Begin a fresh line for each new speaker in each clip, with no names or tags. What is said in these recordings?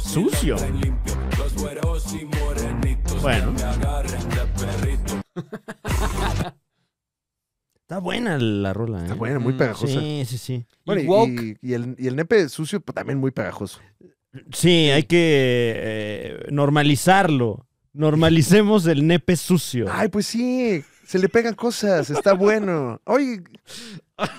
sucio. Bueno. Está buena la rola, ¿eh?
Está buena, Ah, muy
Mm,
pegajosa.
Sí, sí, sí.
Bueno, y,
woke.
y- y el, y el nepe sucio pues, también muy pegajoso.
Sí, hay que eh, normalizarlo. Normalicemos el nepe sucio.
Ay, pues sí, se le pegan cosas, está bueno. Oye, es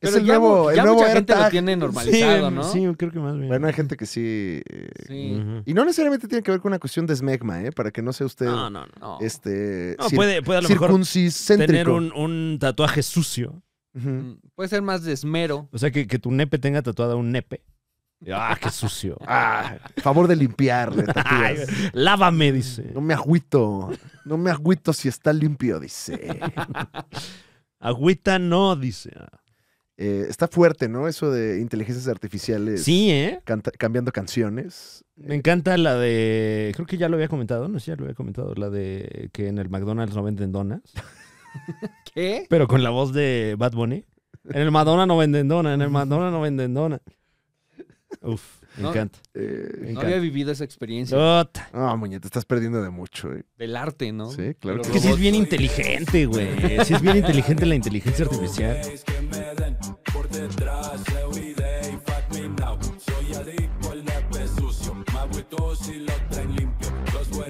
Pero
el
ya
nuevo,
mu-
el
ya
nuevo
mucha gente lo
AirTag.
tiene normalizado,
sí,
¿no?
Sí, yo creo que más bien.
Bueno, hay gente que sí. eh,
Sí.
Ujú.
Y no necesariamente tiene que ver con una cuestión de smegma, ¿eh? Para que no sea usted
No, no, no.
No.
este
No,
cir-
puede, puede a lo mejor
circunciscéntrico.
tener un, un tatuaje sucio.
Ujú.
Mm, Puede ser más de esmero.
O sea, que, que tu nepe tenga tatuada un nepe. Ah, qué sucio.
Ah, favor de limpiar, le
Ay,
tatúas.
lávame, dice.
No me agüito. No me agüito si está limpio, dice.
Agüita no, dice.
Eh, está fuerte, ¿no? Eso de inteligencias artificiales
Sí, ¿eh?
canta- cambiando canciones.
Me encanta la de. Creo que ya lo había comentado, no sé si ya lo había comentado, la de que en el McDonald's no venden donas.
¿Qué?
Pero con la voz de Bad Bunny. En el Madonna no venden dona, en el Madonna no venden dona. Uf, me
No.
encanta.
Eh,
Me
No había
encanta.
vivido esa experiencia
Ota,
Ah, muñe, te estás perdiendo de mucho, eh.
del arte, ¿no?
Sí, claro
Pero
es que sí es
robots.
bien inteligente, güey. Sí es bien inteligente la inteligencia artificial.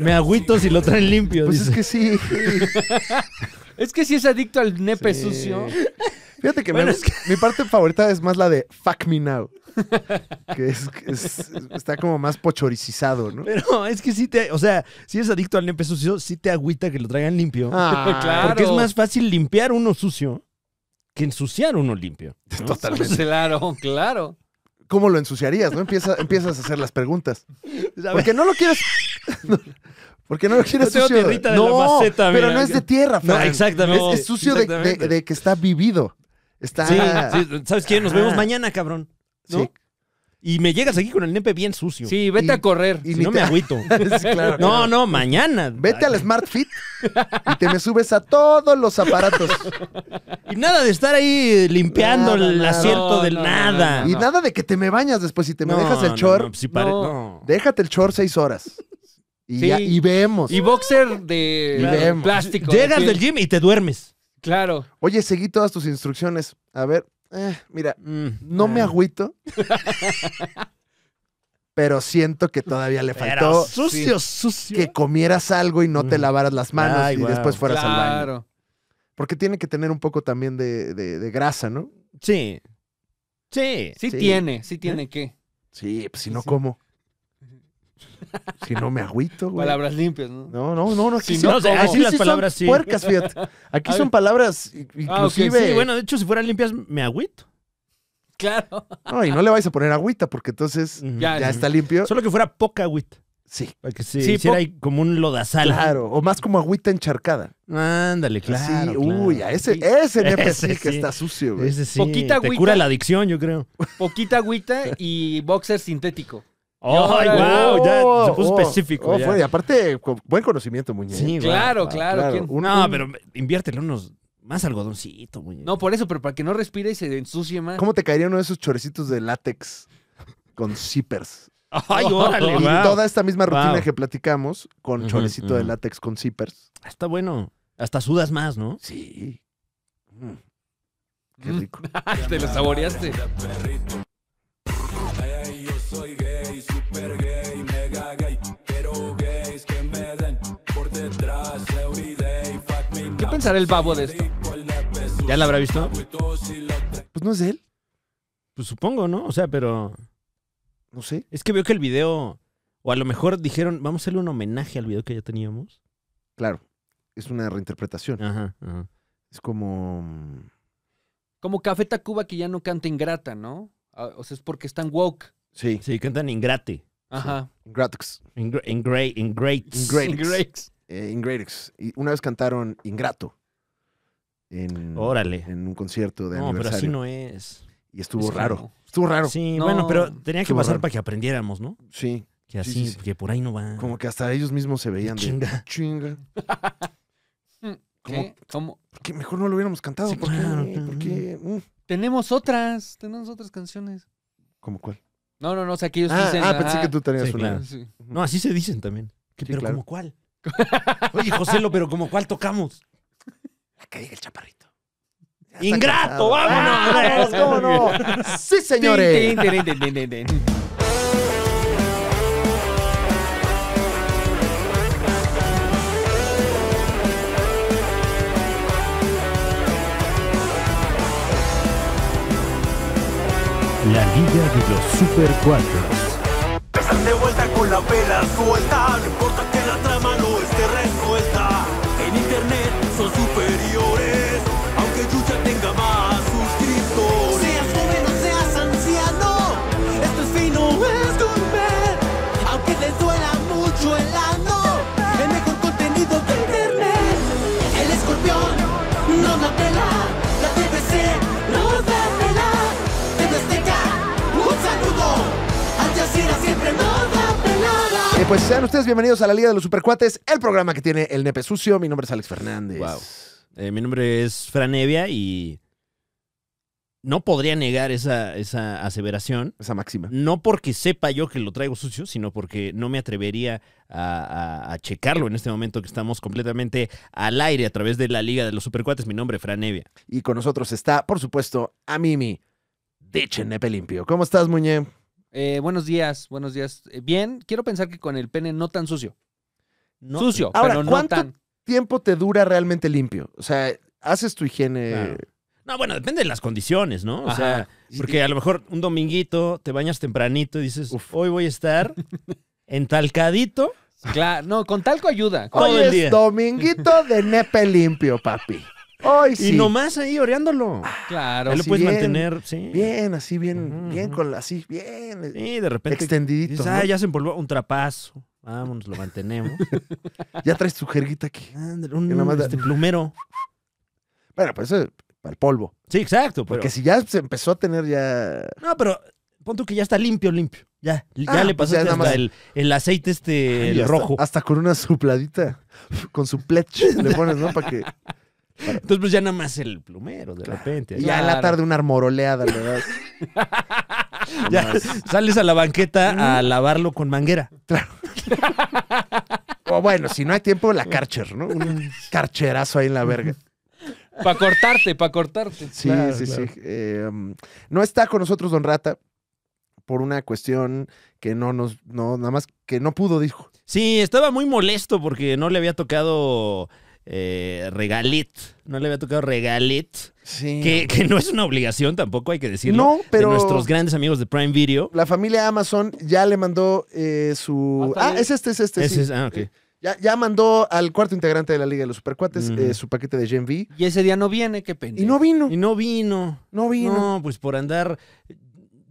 Me agüito si lo traen limpio.
Pues es
dice.
que sí.
Es que si es adicto al nepe
Sí.
sucio.
Fíjate que,
Bueno,
me-
es que-
mi parte favorita es más la de Fuck Me Now. Que es, que es- está como más pochoricizado, ¿no?
Pero es que sí te. O sea, si eres adicto al nepe sucio, sí te agüita que lo traigan limpio.
Ah,
Claro.
Porque es más fácil limpiar uno sucio que ensuciar uno limpio. ¿no?
Totalmente.
Pues, Claro, claro.
¿Cómo lo ensuciarías, no? Empieza, empiezas a hacer las preguntas.
A ver,
Porque no lo quieres. porque no lo quieres
Yo tengo
sucio.
tierrita de la
no,
maceta,
pero
mira.
no es de tierra,
No,
Fran.
exactamente.
Es, es sucio de, de-
Exactamente.
de que está vivido. Está.
Sí,
Ah.
sí, ¿sabes qué? Nos
Ajá.
vemos mañana, cabrón. ¿no?
Sí.
Y me llegas aquí con el nepe bien sucio.
Sí, vete
Y-
a correr.
y
Si
ni
no
te-
me agüito.
Sí, claro.
No, no, mañana.
Vete al Smart Fit y te me subes a todos los aparatos.
Y nada de estar ahí limpiando
Nada,
el
nada.
acierto
No,
del
no, no,
nada.
no,
y
no.
nada de que te me bañas después. Si te me
No,
dejas el
no,
chor,
no, pues sí pare-
No.
no.
déjate el chor seis horas. Y,
Sí.
ya- y vemos.
Y boxer de
Y vemos.
plástico. de
Llegas
piel.
del gym y te duermes.
Claro.
Oye, seguí todas tus instrucciones. A ver, eh, mira, no
Ah.
me agüito. pero siento que todavía le
Pero
faltó
sucio, sucio.
que comieras algo y no te
Mm.
lavaras las manos
Ay,
y
guau.
después fueras al baño.
Claro.
Porque tiene que tener un poco también de, de- de grasa, ¿no?
Sí. Sí.
Sí,
Sí.
tiene, sí tiene que.
Sí, pues si no, como Si no me agüito, güey.
Palabras limpias, ¿no?
No, no, no, no. Aquí
Si
sí-
no,
o sea,
¿cómo?
así
aquí
las
sí son
palabras sí.
Puercas, fíjate. Aquí
A
son
ver.
palabras i-
Ah, ok, sí,
inclusive.
Sí, bueno, de hecho, si fueran limpias, me agüito.
Claro.
No, y no le vais a poner agüita porque
Mm.
entonces
Ya,
ya
Ah,
sí.
está limpio.
Solo que fuera poca agüita.
Sí,
Para que se
Sí,
hiciera
po-
ahí como un lodazal.
claro. O más como agüita encharcada.
Ándale, claro.
Así,
claro.
Uy, a ese,
Sí.
ese nepe
Ese
sí que
sí.
está sucio, güey.
Ese sí.
Poquita
te
agüita.
cura la adicción, yo creo.
Poquita agüita y boxer sintético.
¡Ay,
órale.
wow! ya se puso
Oh, oh,
específico.
oh,
ya.
fue- y aparte, con buen conocimiento, Muñe. ¿eh?
Sí, guau,
Claro,
guau.
claro. ¿quién?
un-
No,
un-
pero inviértele unos más algodoncito, muñeco.
No, por eso, pero para que no respire y se ensucie más.
¿Cómo te caería uno de esos chorecitos de látex con zippers?
Ay, órale,
Y
guau.
toda esta misma rutina
Wow.
que platicamos con
Ujú,
chorecito de
ujú.
látex con zippers.
Ah, Está bueno. Hasta sudas más, ¿no?
Sí. Mm, Qué
Mm.
rico.
Ay, te lo saboreaste. ¿Qué pensará el babo de esto?
¿Ya la habrá visto?
Pues no es de él,
Pues supongo, ¿no? O sea, pero
no sé.
es que veo que el video, o a lo mejor dijeron, vamos a hacerle un homenaje al video que ya teníamos.
Claro, es una reinterpretación.
Ajá, ajá.
Es como... mm,
Como Café Tacuba que ya no canta ingrata, ¿no? Ah, O sea, es porque están woke.
Sí,
Sí, cantan Ingrate.
Ajá.
Ingratix.
Ingr- Ingra- Ingrates.
Ingra- Greatix.
Greatix.
eh, Ingratix. Y una vez cantaron Ingrato en,
Órale.
en un concierto Mm. de
No, pero
aniversario.
así no es.
Y estuvo
Es que
raro.
no.
Estuvo raro. Sí.
Sí,
No.
bueno, pero tenía que
Qué
pasar
raro.
para que aprendiéramos, ¿no? Que
Sí,
así,
sí, sí.
que por ahí no va.
Como que hasta ellos mismos se veían de...
Chinga.
Chinga.
¿Qué? ¿Cómo?
Porque mejor no lo hubiéramos cantado.
Sí,
¿Por qué?
claro,
¿Por qué? Mm.
Tenemos otras, tenemos otras canciones.
¿Cómo cuál?
No, no, no, o sea, que ellos
Ah,
dicen.
ah, pensé
ajá.
que tú tenías
Sí,
una.
claro.
Ah, Sí.
No, así se dicen también. ¿Qué,
Sí,
pero
claro.
¿como cuál? Oye, Joselo, pero ¿como cuál tocamos?
Ah, que diga el chaparrito. Ya está
¡Ingrato!
casado.
¡Vámonos!
¡Vámonos! ¿Cómo no? ¡Sí, señores!
Tin, tin, tin, tin, tin, tin, tin.
La Liga de los Super 4.
Están de vuelta con la vela suelta, no importa que la trama no esté resuelta. En internet son superiores, aunque Yuya tenga más suscriptores. Seas joven o seas anciano, esto es fino, es comer. Aunque les duela mucho el ano, el mejor contenido de internet. El escorpión no la pela, la TVC nos da pela. TV Azteca, un saludo. Al Jazeera siempre nos da pelada.
Eh, pues sean ustedes bienvenidos a la Liga de los Supercuates, el programa que tiene el nepe sucio. Mi nombre es Alex Fernández.
Wow. Eh, mi nombre es Fran Evia y no podría negar esa, esa aseveración.
Esa máxima.
No porque sepa yo que lo traigo sucio, sino porque no me atrevería a, a- a checarlo en este momento que estamos completamente al aire a través de la Liga de los Supercuates. Mi nombre es Fran Evia.
Y con nosotros está, por supuesto, a Mimi, Diche Nepe Limpio. ¿Cómo estás, Muñe?
Eh, buenos días, buenos días. Eh, Bien, quiero pensar que con el pene no tan sucio.
No-
sucio,
Ahora,
pero no
¿cuánto-
tan.
¿Tiempo te dura realmente limpio? O sea, haces tu higiene.
Claro. No, bueno, depende de las condiciones, ¿no? O
Ajá.
sea, porque a lo mejor un dominguito te bañas tempranito y dices,
Uf.
hoy voy a estar entalcadito.
Claro, no, con talco ayuda.
Todo
Hoy
el
es
día.
dominguito de Nepe Limpio, papi. Hoy sí.
Y nomás ahí oreándolo.
Claro.
Ahí lo
sí,
puedes
bien,
mantener, sí.
Bien, así, bien,
Ujú,
bien,
ujú.
con la- así, bien. eh,
Sí, de repente
Extendidito.
dices,
¿no?
ah,
ya...
ya se empolvó un trapazo. Vámonos, lo mantenemos.
traes tu jerguita aquí.
Ándale, un
Que nomás da-
este, plumero.
Bueno, pues eso es para el polvo.
Sí, exacto. Pero,
Porque si ya se empezó a tener ya.
No, pero pon tú que ya está limpio, limpio. Ya, ya
Ah,
le
pues
pasaste
ya nada
hasta
más.
el, el aceite este, el
Hasta-
rojo.
Hasta con una supladita. Con su plech le pones, ¿no? Para que.
Entonces, pues ya nada más el plumero, de repente.
Y ya en la
Claro.
tarde una armoroleada, le das.
Ya, sales a la banqueta a lavarlo con manguera.
O bueno, si no hay tiempo, la carcher, ¿no? Un carcherazo ahí en la verga.
Para cortarte, para cortarte.
Sí,
Claro,
sí,
claro.
sí. Eh, um, no está con nosotros Don Rata por una cuestión que no nos, no, nada más que no pudo, dijo.
Sí, estaba muy molesto porque no le había tocado eh, regalit. No le había tocado regalit.
Sí.
Que, que no es una obligación tampoco, hay que decirlo.
no, pero
De nuestros grandes amigos de Prime Video.
la familia Amazon ya le mandó eh, su...
Ah, está
Ah,
bien.
es este, es este.
Ese
sí.
es- ah, ok.
Ya, ya mandó al cuarto integrante de la Liga de los Supercuates
Ujú.
eh, su paquete de Gen V.
Y ese día no viene, qué pena.
Y no vino.
Mm. Y no vino.
No vino.
No, pues por andar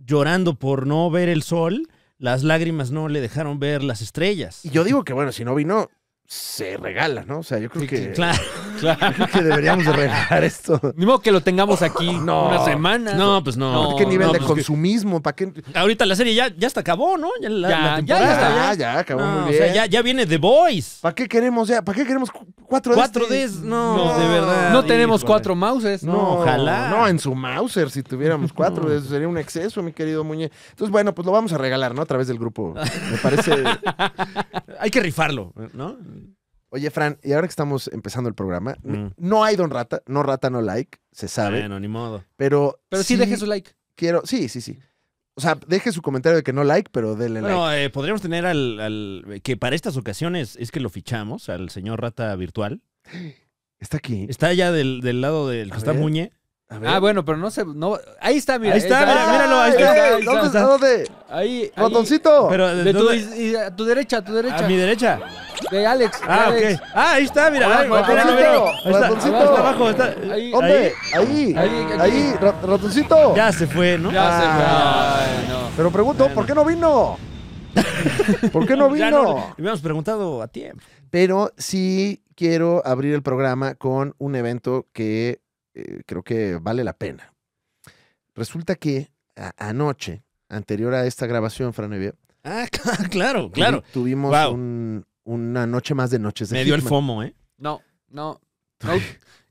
llorando por no ver el sol, las lágrimas no le dejaron ver las estrellas.
Y yo digo que, bueno, si no vino, se regala, ¿no? O sea, yo creo que,
Claro.
Claro.
creo que deberíamos de regalar esto.
Ni modo que lo tengamos aquí
No.
una semana.
No, pues no.
No,
¿Qué nivel
no,
de
pues que-
consumismo? ¿Para qué?
Ahorita la serie ya, ya hasta acabó, ¿no? Ya la,
Ya,
la
ya,
temporada.
ya está,
ya, ya, acabó
No,
muy
O
bien.
sea, ya, ya viene The Voice.
¿Para qué queremos ya? ¿Para qué queremos cu- cuatro de
Cuatro
este?
Ds, no,
No.
de verdad.
No tenemos
Híjole.
cuatro mouses.
No. ojalá.
No, en su Mauser, si tuviéramos cuatro, eso sería un exceso, mi querido Muñe. Entonces, bueno, pues lo vamos a regalar, ¿no? A través del grupo. Me parece.
Hay que rifarlo, ¿no?
Oye, Fran, y ahora que estamos empezando el programa,
Mm.
no hay Don Rata, no Rata, no like, se sabe,
Bueno, ni modo.
pero.
Pero sí, deje su like.
Quiero, sí, sí, sí. O sea, deje su comentario de que no like, pero denle like.
Bueno, eh, podríamos tener al, al- que para estas ocasiones es que lo fichamos, al señor Rata Virtual.
Está aquí.
Está allá del, del lado del que
A
está
ver.
Muñe.
A ver.
Ah, bueno, pero no se. No, ahí está, mira.
Ahí está, mira, míralo, ahí está,
¡Ay!
ahí está,
¿Dónde
ahí
está?
está.
¿Dónde?
Ahí. ahí.
¡Botoncito!
Pero ¿de
De tu,
dónde?
y- y a tu derecha, a tu derecha.
a Ah, mi derecha.
De Alex. de
Ah,
Alex.
ok. Ah, ahí está, mira.
Ah,
ahí, mira,
ratoncito,
mira, mira. Ahí está, ahí
ratoncito.
está abajo. Está,
Ahí.
¿Dónde? Ahí. Ahí,
Ahí, aquí.
ra- ratoncito.
Ya se fue, ¿no?
Ya se fue.
Ah.
Ay, no.
Pero pregunto, ¿por qué no vino? ¿Por qué no vino?
Ya no, le habíamos preguntado a tiempo.
Pero sí quiero abrir el programa con un evento que eh, creo que vale la pena. Resulta que a- anoche, anterior a esta grabación, Fran Evia,
Ah, claro,
tuvi-
claro.
tuvimos
Wow.
un- una noche más de noches de
Me dio el
Hitman.
FOMO, ¿eh?
No, no.
Que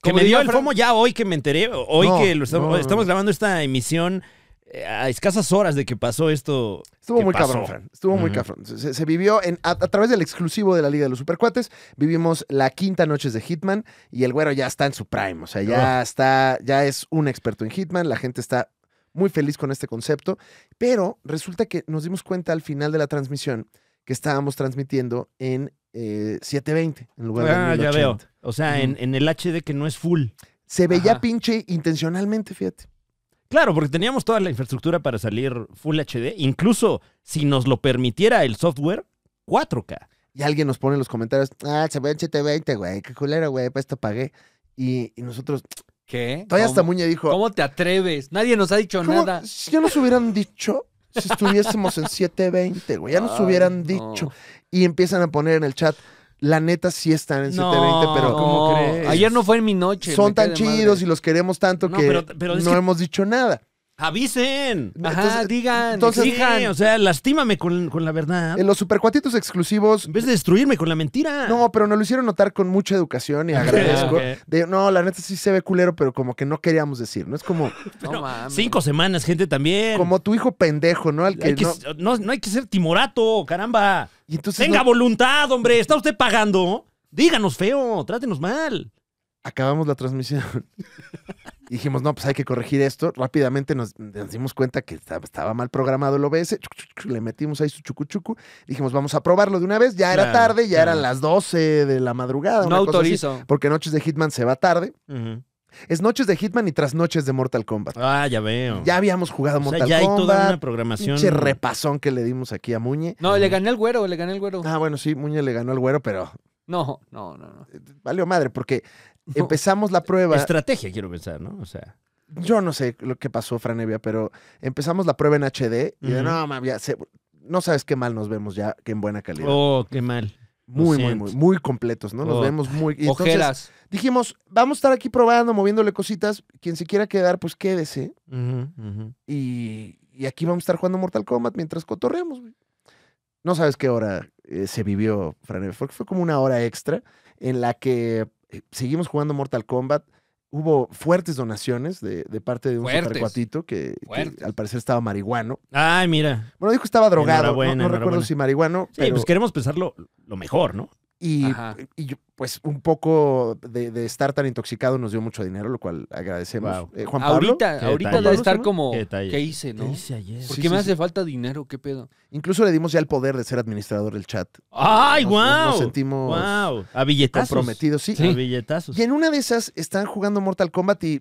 Como
me dio
diría
el
Fran-
FOMO ya hoy que me enteré, hoy
No,
que lo estamos,
no, no,
estamos
no.
grabando esta emisión eh, a escasas horas de que pasó esto.
Estuvo
¿Qué
muy
pasó?
cabrón, Fran. Estuvo muy
Ujú.
cabrón. Se, se vivió en, a, a través del exclusivo de la Liga de los Supercuates. Vivimos la quinta noches de Hitman y el güero ya está en su prime. O sea, ya
Ah.
está, ya es un experto en Hitman. La gente está muy feliz con este concepto. Pero resulta que nos dimos cuenta al final de la transmisión que estábamos transmitiendo en eh, 720 en lugar de
Ah, ya
1080.
veo. O sea, en, en el HD que no es full.
Se veía
Ajá.
pinche intencionalmente, fíjate.
Claro, porque teníamos toda la infraestructura para salir Full HD, incluso si nos lo permitiera el software, 4K.
Y alguien nos pone en los comentarios, ah, se ve en 720, güey, qué culero, güey, pues esto pagué. Y, y nosotros,
¿Qué?
todavía
¿Cómo?
hasta Muñe dijo,
¿Cómo te atreves? Nadie nos ha dicho
¿Cómo?
nada.
Si ya nos hubieran dicho, si estuviésemos en 720, güey, ya nos
Ay,
hubieran
no.
dicho. Y empiezan a poner en el chat, la neta sí están en 720, pero
¿cómo
No,
crees?
Ayer no fue en mi noche.
son
me cae
tan
de madre.
chidos y los queremos tanto
No,
que
pero- pero es
no
que-
hemos dicho nada.
¡Avisen!
Ajá,
Entonces,
digan,
entonces-
Sí,
exijan.
o sea, lastímame con, con la verdad.
En Eh, los supercuatitos exclusivos,
En vez de destruirme con la mentira.
no, pero nos lo hicieron notar con mucha educación y agradezco.
Ok.
De, no, la neta sí se ve culero, pero como que no queríamos decir, ¿no? Es como,
No mames.
Cinco semanas, gente, también.
como tu hijo pendejo, ¿no? Al que,
Hay que-
no-
no, no hay que ser timorato, caramba.
Y entonces
Tenga
no-
voluntad, hombre. ¿Está usted pagando? Díganos feo, trátenos mal.
acabamos la transmisión. Y dijimos, no, pues hay que corregir esto. Rápidamente nos, nos dimos cuenta que estaba, estaba mal programado el OBS. Chuc, chuc, chuc, Le metimos ahí su chucuchucu. Dijimos, vamos a probarlo de una vez. Ya era
Claro,
tarde, ya
claro.
eran las 12 de la madrugada.
No
una cosa así,
autorizo.
porque Noches de Hitman se va tarde. Es Noches de Hitman y tras Noches de Mortal Kombat.
Ah, ya veo.
Ya habíamos jugado
o sea,
Mortal
ya hay toda una
Kombat.
programación.
Pinche repasón que le dimos aquí a Muñe.
No, le gané al güero, le gané al güero.
Ah, bueno, sí, Muñe le ganó al güero, pero
No, no, no, no.
eh, valió madre porque
No.
empezamos la prueba.
Estrategia, quiero pensar, ¿no? O sea,
Yo no sé lo que pasó, Franevia, pero empezamos la prueba en HD y de
Ujú.
no, mami, ya se- no sabes qué mal nos vemos ya, que en buena calidad.
oh, qué mal.
muy,
lo
muy,
siento.
muy, muy completos, ¿no? Nos
Oh.
vemos muy. y entonces
Ojeras.
dijimos, vamos a estar aquí probando, moviéndole cositas. Quien se quiera quedar, pues quédese.
Ujú, ujú.
Y, y aquí vamos a estar jugando Mortal Kombat mientras cotorreamos, güey. No sabes qué hora eh, se vivió, Franevia, porque fue como una hora extra en la que eh, seguimos jugando Mortal Kombat. Hubo fuertes donaciones de, de parte de un
Fuertes.
supercuatito que, que
Fuertes.
al parecer estaba marihuano.
Ay, mira.
Bueno, dijo que estaba drogado. No,
Enhorabuena,
no recuerdo
enhorabuena.
si marihuano,
Sí,
pero-
pues queremos pensarlo lo mejor, ¿no?
y,
Ajá.
y yo, pues un poco de, de estar tan intoxicado nos dio mucho dinero, lo cual agradecemos.
Wow.
Eh, Juan Pablo.
Ahorita,
Qué
ahorita
detalle.
debe estar
¿Cómo se llama?
como,
Qué
¿qué,
detalle.
hice, no?
ayer?
¿Por
Sí,
qué me
sí,
hace falta dinero? ¿Qué pedo?
Incluso le dimos ya el poder de ser administrador del chat.
¡Ay,
Nos- nos- Nos,
guau!
sentimos
¡Wow! A billetazos.
comprometidos, sí.
A billetazos.
Y en una de esas están jugando Mortal Kombat y.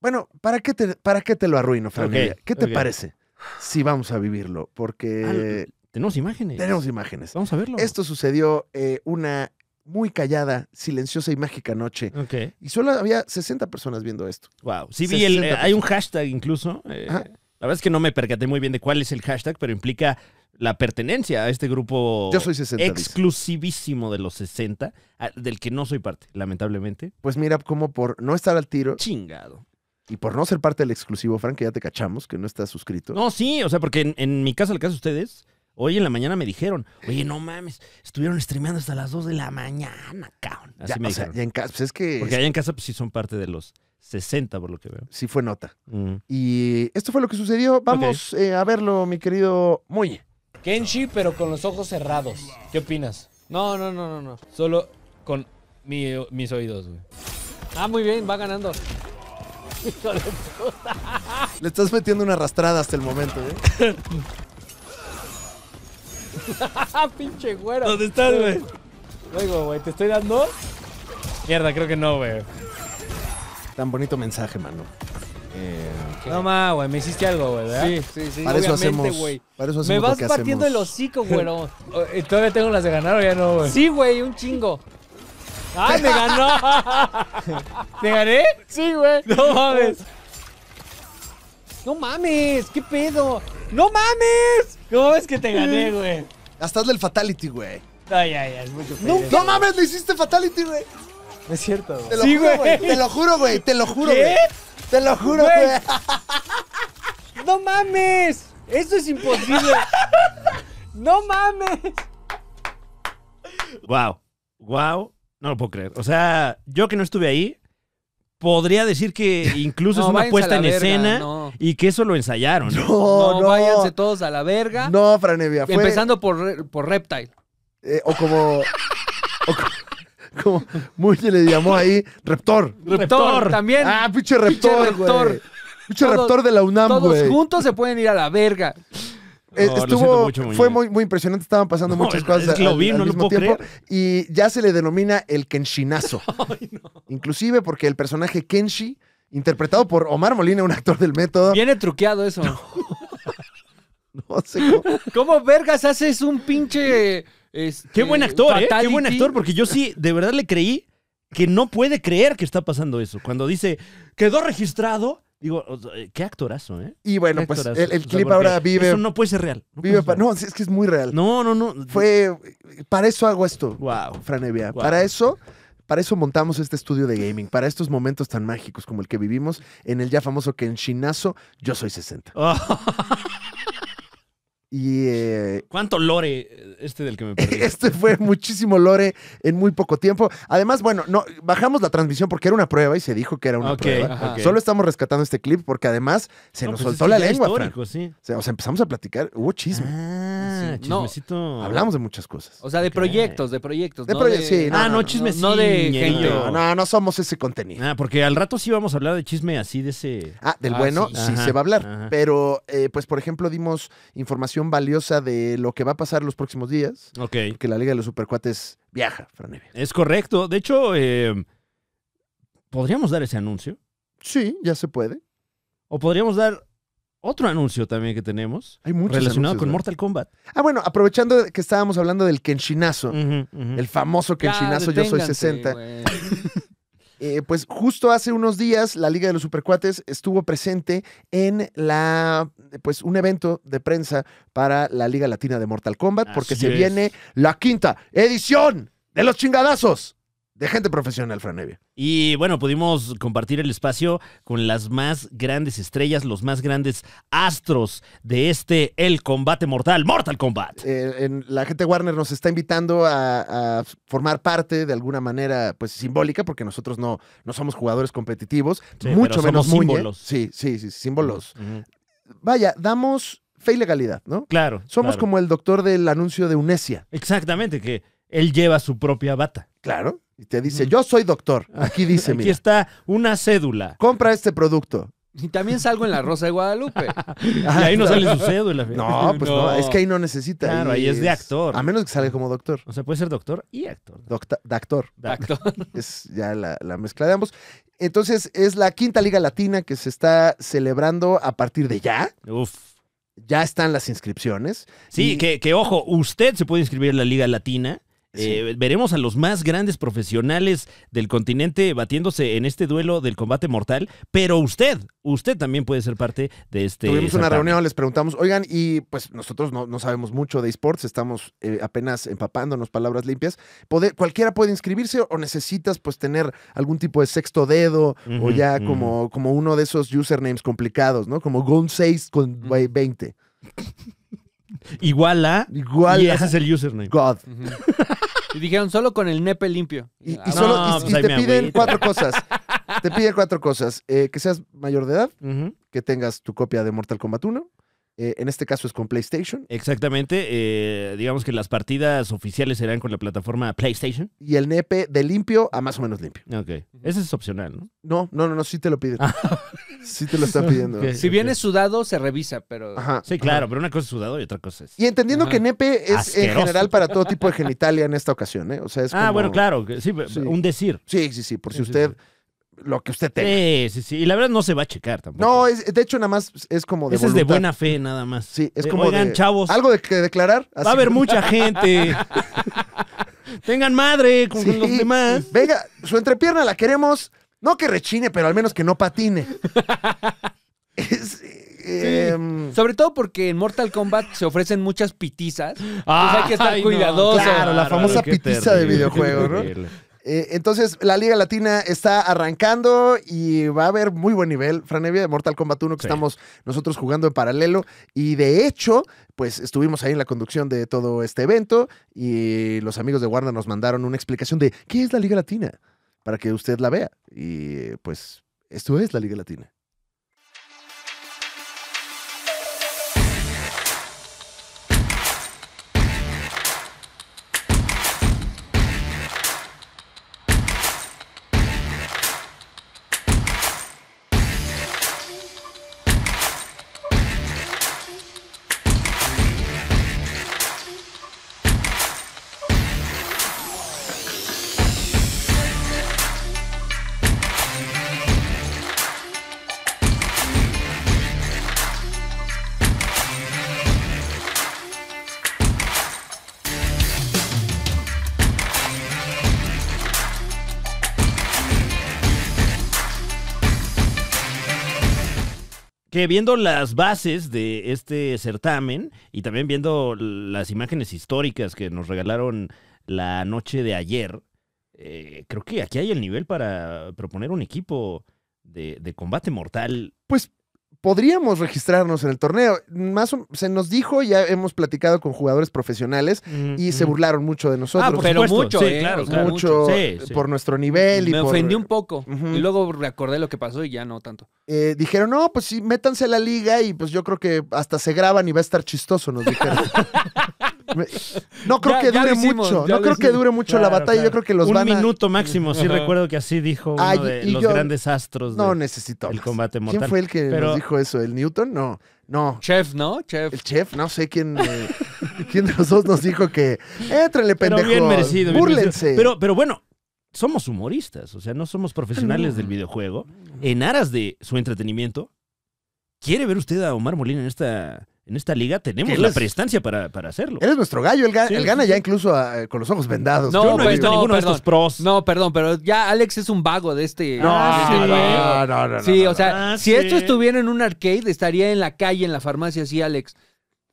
Bueno, ¿para qué te, para qué te lo arruino, familia?
Ok,
¿Qué te
ok.
parece? Si vamos a vivirlo, porque
Tenemos imágenes.
tenemos imágenes.
Vamos a verlo.
Esto sucedió eh, una muy callada, silenciosa y mágica noche.
Ok.
Y solo había 60 personas viendo esto.
Wow. Sí, vi el. eh,
60%.
hay un hashtag incluso. eh,
Ajá.
la verdad es que no me percaté muy bien de cuál es el hashtag, pero implica la pertenencia a este grupo
Yo soy 60. dice.
exclusivísimo de los 60, a- del que no soy parte, lamentablemente.
Pues mira, como por no estar al tiro
Chingado.
y por no ser parte del exclusivo, Frank, que ya te cachamos, que no estás suscrito.
No, sí, o sea, porque en, en mi caso, el caso de ustedes, hoy en la mañana me dijeron, oye, no mames, estuvieron streameando hasta las 2 de la mañana, cabrón. Así
ya,
me
o sea,
dijeron.
ya en casa. Pues es que
porque allá en casa pues, sí son parte de los 60, por lo que veo.
sí fue nota.
Mm.
Y esto fue lo que sucedió. Vamos eh, a verlo, mi querido Muñe.
Kenshi, pero con los ojos cerrados. ¿Qué opinas?
No, no, no, no, no.
Solo con mi- mis oídos, güey.
Ah, muy bien, va ganando.
Le estás metiendo una arrastrada hasta el momento, ¿eh?
¡Ah, pinche güero!
¿Dónde estás, güey?
Luego, güey, ¿te estoy dando? Mierda, creo que no, güey.
Tan bonito mensaje, mano. Eh,
No más, güey, me hiciste algo, güey, ¿verdad?
Sí, sí, sí.
para, eso
obviamente,
hacemos,
güey.
para eso hacemos.
Me
lo
vas
que
partiendo el
hacemos.
hocico, güero. Oh, ¿y ¿Todavía tengo las de ganar o ya no, güey?
Sí, güey, un chingo.
¡Ay, me ganó! ¿Te gané?
Sí, güey.
No mames.
No mames, qué pedo.
¡No mames! ¿Cómo ves que te gané, güey?
Hasta hazle el fatality, güey.
Ay, ay, ay, es mucho
No,
pedo.
no mames, le hiciste fatality, güey.
No es cierto, güey.
Te lo
Sí,
juro,
güey.
güey. Te lo juro, güey. Te lo juro,
¿Qué?
güey. Te lo juro,
Güey.
güey.
¡No mames! ¡Eso es imposible! ¡No mames!
Wow. Wow. No lo puedo creer. O sea, yo que no estuve ahí, podría decir que incluso es una
váyanse a
puesta
la
en
verga,
escena
No,
y que eso lo ensayaron.
No, Oh, no.
No, váyanse todos a la verga.
No, Franevia. Fue,
Empezando por, Re- por Reptile.
eh, o como. o co- como muy le llamó ahí, Reptor.
Reptor.
También.
Ah, pinche
Pinche
Reptor,
Reptor.
güey. Pinche
Todos-
Reptor de la UNAM,
todos
güey.
juntos se pueden ir a la verga.
No,
Eh,
lo siento
estuvo,
mucho, Muñe.
fue muy, muy impresionante, estaban pasando
No,
muchas
es-
cosas
es que lo
al-
vi,
al
no lo
mismo
puedo
tiempo. Y ya se le denomina el Kenshinazo. Inclusive porque el personaje Kenshi, interpretado por Omar Molina, un actor del método,
Viene truqueado eso.
no sé cómo-
¿Cómo vergas haces un pinche. este,
Qué buen actor, ¿eh? Qué buen
fatality?
actor, porque yo sí, de verdad le creí que no puede creer que está pasando eso. Cuando dice, quedó registrado, digo, o sea, qué actorazo, ¿eh?
Y bueno,
Qué
pues
actorazo.
el, el
O sea,
clip
porque
ahora vive...
Eso no puede ser real. No,
vive
puede
pa-
ser real.
no, sí, es que es muy real.
no, no, no.
Fue... Para eso hago esto,
Wow.
Franevia.
Wow.
Para eso... Para eso montamos este estudio de gaming, para estos momentos tan mágicos como el que vivimos en el ya famoso Kenshinazo, yo soy 60.
Oh,
Y eh,
¿Cuánto lore este del que me perdí?
Este fue muchísimo lore en muy poco tiempo. Además, bueno, no bajamos la transmisión porque era una prueba y se dijo que era una
Ok,
prueba.
ajá.
ok.
Solo estamos rescatando este clip porque además se
No,
nos
pues es
soltó
que
la
ya
lengua. Fran.
histórico, sí.
O sea, o sea, empezamos a platicar, hubo chisme,
Ah,
Sí, no.
chismecito.
hablamos de muchas cosas.
O sea, de
Ok.
proyectos, de proyectos.
De
no
proye- sí, no,
ah,
no,
no,
no,
chismecito.
no de gente.
No, no, no somos ese contenido.
Ah, porque al rato sí vamos a hablar de chisme así de ese.
Ah, del
Ah,
bueno
sí.
sí,
Ajá,
se va a hablar.
ajá.
Pero, eh, pues, por ejemplo, dimos información valiosa de lo que va a pasar los próximos días.
Ok.
Que la Liga de los Supercuates viaja, Franevia.
Es correcto. De hecho, eh, podríamos dar ese anuncio.
Sí, ya se puede.
O podríamos dar otro anuncio también que tenemos
Hay muchos
relacionado
anuncios,
con
¿verdad?
Mortal Kombat.
Ah, bueno, aprovechando que estábamos hablando del Kenshinazo,
Ujú, ujú.
el famoso
Ya,
Kenshinazo Yo Soy
Ah, deténganse,
60,
güey.
eh, pues justo hace unos días la Liga de los Supercuates estuvo presente en la, pues un evento de prensa para la Liga Latina de Mortal Kombat, porque
Así
se
es.
viene la quinta edición de los chingadazos de gente profesional, Franevia.
Y bueno, pudimos compartir el espacio con las más grandes estrellas, los más grandes astros de este El Combate Mortal, Mortal Kombat.
Eh, en- la gente Warner nos está invitando a, a formar parte de alguna manera pues simbólica, porque nosotros no, no somos jugadores competitivos,
Sí,
mucho
pero
menos
somos
Muñe.
símbolos.
Sí, sí, sí, símbolos.
Ujú.
Vaya, damos fe y legalidad, ¿no?
Claro.
Somos
claro.
como el doctor del anuncio de Unesia.
Exactamente, que él lleva su propia bata.
Claro. Y te dice, yo soy doctor. Aquí dice,
Aquí
mira,
está una cédula.
compra este producto.
Y también salgo en la Rosa de Guadalupe.
Y ahí no sale su cédula. fíjate.
Ah, No, pues no.
No.
es que ahí no necesita.
Claro, ahí es de actor.
A menos que salga como doctor.
O sea, puede ser doctor y actor.
Docta- de actor.
Exacto.
Es ya la, la mezcla de ambos. Entonces, es la quinta liga latina que se está celebrando a partir de ya.
Uf.
Ya están las inscripciones.
Sí,
Y-
que, que, ojo, usted se puede inscribir en la Liga Latina.
Sí.
Eh, veremos a los más grandes profesionales del continente batiéndose en este duelo del combate mortal, pero usted, usted también puede ser parte de este.
Tuvimos una
certamen.
reunión, les preguntamos, oigan, y pues nosotros no, no sabemos mucho de esports, estamos eh, apenas empapándonos palabras limpias. Poder, ¿Cualquiera puede inscribirse o necesitas pues tener algún tipo de sexto dedo o
Ujú,
ya
ujú.
como, como uno de esos usernames complicados, ¿no? Como Gon6 con güey, 20.
Igual a.
Igual
Y
a
ese es el username.
God.
Y dijeron solo con el nepe limpio.
Y, y
Ah,
solo,
bueno.
y-
No,
y
pues ahí
te
mi
piden
agüita.
cuatro cosas. Te piden cuatro cosas. Eh, que seas mayor de edad,
Ujú.
que tengas tu copia de Mortal Kombat 1. eh, en este caso es con PlayStation.
Exactamente. eh, digamos que las partidas oficiales serán con la plataforma PlayStation.
Y el nepe de limpio a más o menos limpio.
Ok. Ese es opcional, ¿no?
No, no, no, no, sí te lo piden. Sí te lo están pidiendo.
Ah. Ok.
Si viene sudado, se revisa, pero.
Ajá.
Sí, claro, pero una cosa es sudado y otra cosa es.
Y entendiendo
Ajá.
que nepe es en
Asqueroso.
general para todo tipo de genitalia en esta ocasión, ¿eh? O sea, es
Ah,
como-
bueno, claro. que- Sí,
Sí.
un decir.
Sí, sí, sí, por si
Sí, sí,
usted, lo que usted tenga.
Sí, sí, sí. Y la verdad no se va a checar tampoco.
No, es, de hecho, nada más es como de
Ese es de
voluntad.
buena fe nada más.
Sí, es
Eh,
como
Oigan,
de-
chavos,
Algo de que declarar.
va a haber
mucho
mucha gente. Tengan madre con
Sí.
los demás.
Venga, su entrepierna la queremos, no que rechine, pero al menos que no patine. Es, eh, em,
Sobre todo porque en Mortal Kombat se ofrecen muchas pitizas.
Ah,
Pues hay que estar
ay, no.
cuidadoso.
Claro, la famosa
qué
pitiza de videojuego, ¿no?
terrible.
eh, entonces, la Liga Latina está arrancando y va a haber muy buen nivel. Franevia de Mortal Kombat 1 que
Sí.
estamos nosotros jugando en paralelo. Y de hecho, pues estuvimos ahí en la conducción de todo este evento y los amigos de Warner nos mandaron una explicación de qué es la Liga Latina. para que usted la vea. Y eh, pues esto es la Liga Latina.
Que viendo las bases de este certamen y también viendo las imágenes históricas que nos regalaron la noche de ayer, eh, creo que aquí hay el nivel para proponer un equipo de, de combate mortal.
Pues podríamos registrarnos en el torneo. Más o- se nos dijo, ya hemos platicado con jugadores profesionales y se burlaron mucho de nosotros.
Ah, por
Pero
supuesto.
mucho,
Sí,
¿eh?
claro,
O sea,
claro.
mucho
Sí,
eh,
sí.
por nuestro nivel y
Me
por-
ofendí un poco.
Ujú.
Y luego recordé lo que pasó y ya no tanto.
eh, dijeron, no, pues sí, métanse a la liga y pues yo creo que hasta se graban y va a estar chistoso, nos dijeron. Me- no creo
Ya-
que
ya
dure
lo hicimos,
mucho,
ya
no
lo
creo que
hicimos.
dure mucho la
Claro,
batalla, yo
claro.
creo que los
un
van a...
minuto máximo, sí
Ajá.
recuerdo que así dijo uno
Ay,
de
y
los
yo-
grandes astros
No
de-
necesitamos.
del combate mortal.
¿Quién fue el que
Pero-
nos dijo eso? ¿El Newton? No, no.
Chef, ¿no? Chef.
El chef, no sé quién, eh, quién de los dos nos dijo que éntrenle
Pero
pendejo.
bien merecido. bien
Búrlense.
merecido. Pero, pero bueno, somos humoristas, o sea, no somos profesionales del videojuego. En aras de su entretenimiento, ¿quiere ver usted a Omar Molina en esta, en esta liga? Tenemos
¿Qué
la
es?
prestancia para, para hacerlo.
Eres nuestro gallo, él, ga-
Sí,
él
sí,
gana
sí.
ya incluso ah, con los ojos vendados.
No,
Yo no he
pues,
visto
no,
ninguno de estos
perdón.
pros.
No, perdón, pero ya Alex es un vago de este.
No,
de este
sí.
no,
torneo.
no, no,
Sí,
no,
o sea,
Ah,
si
sí.
esto estuviera en un arcade, estaría en la calle, en la farmacia, así, Alex.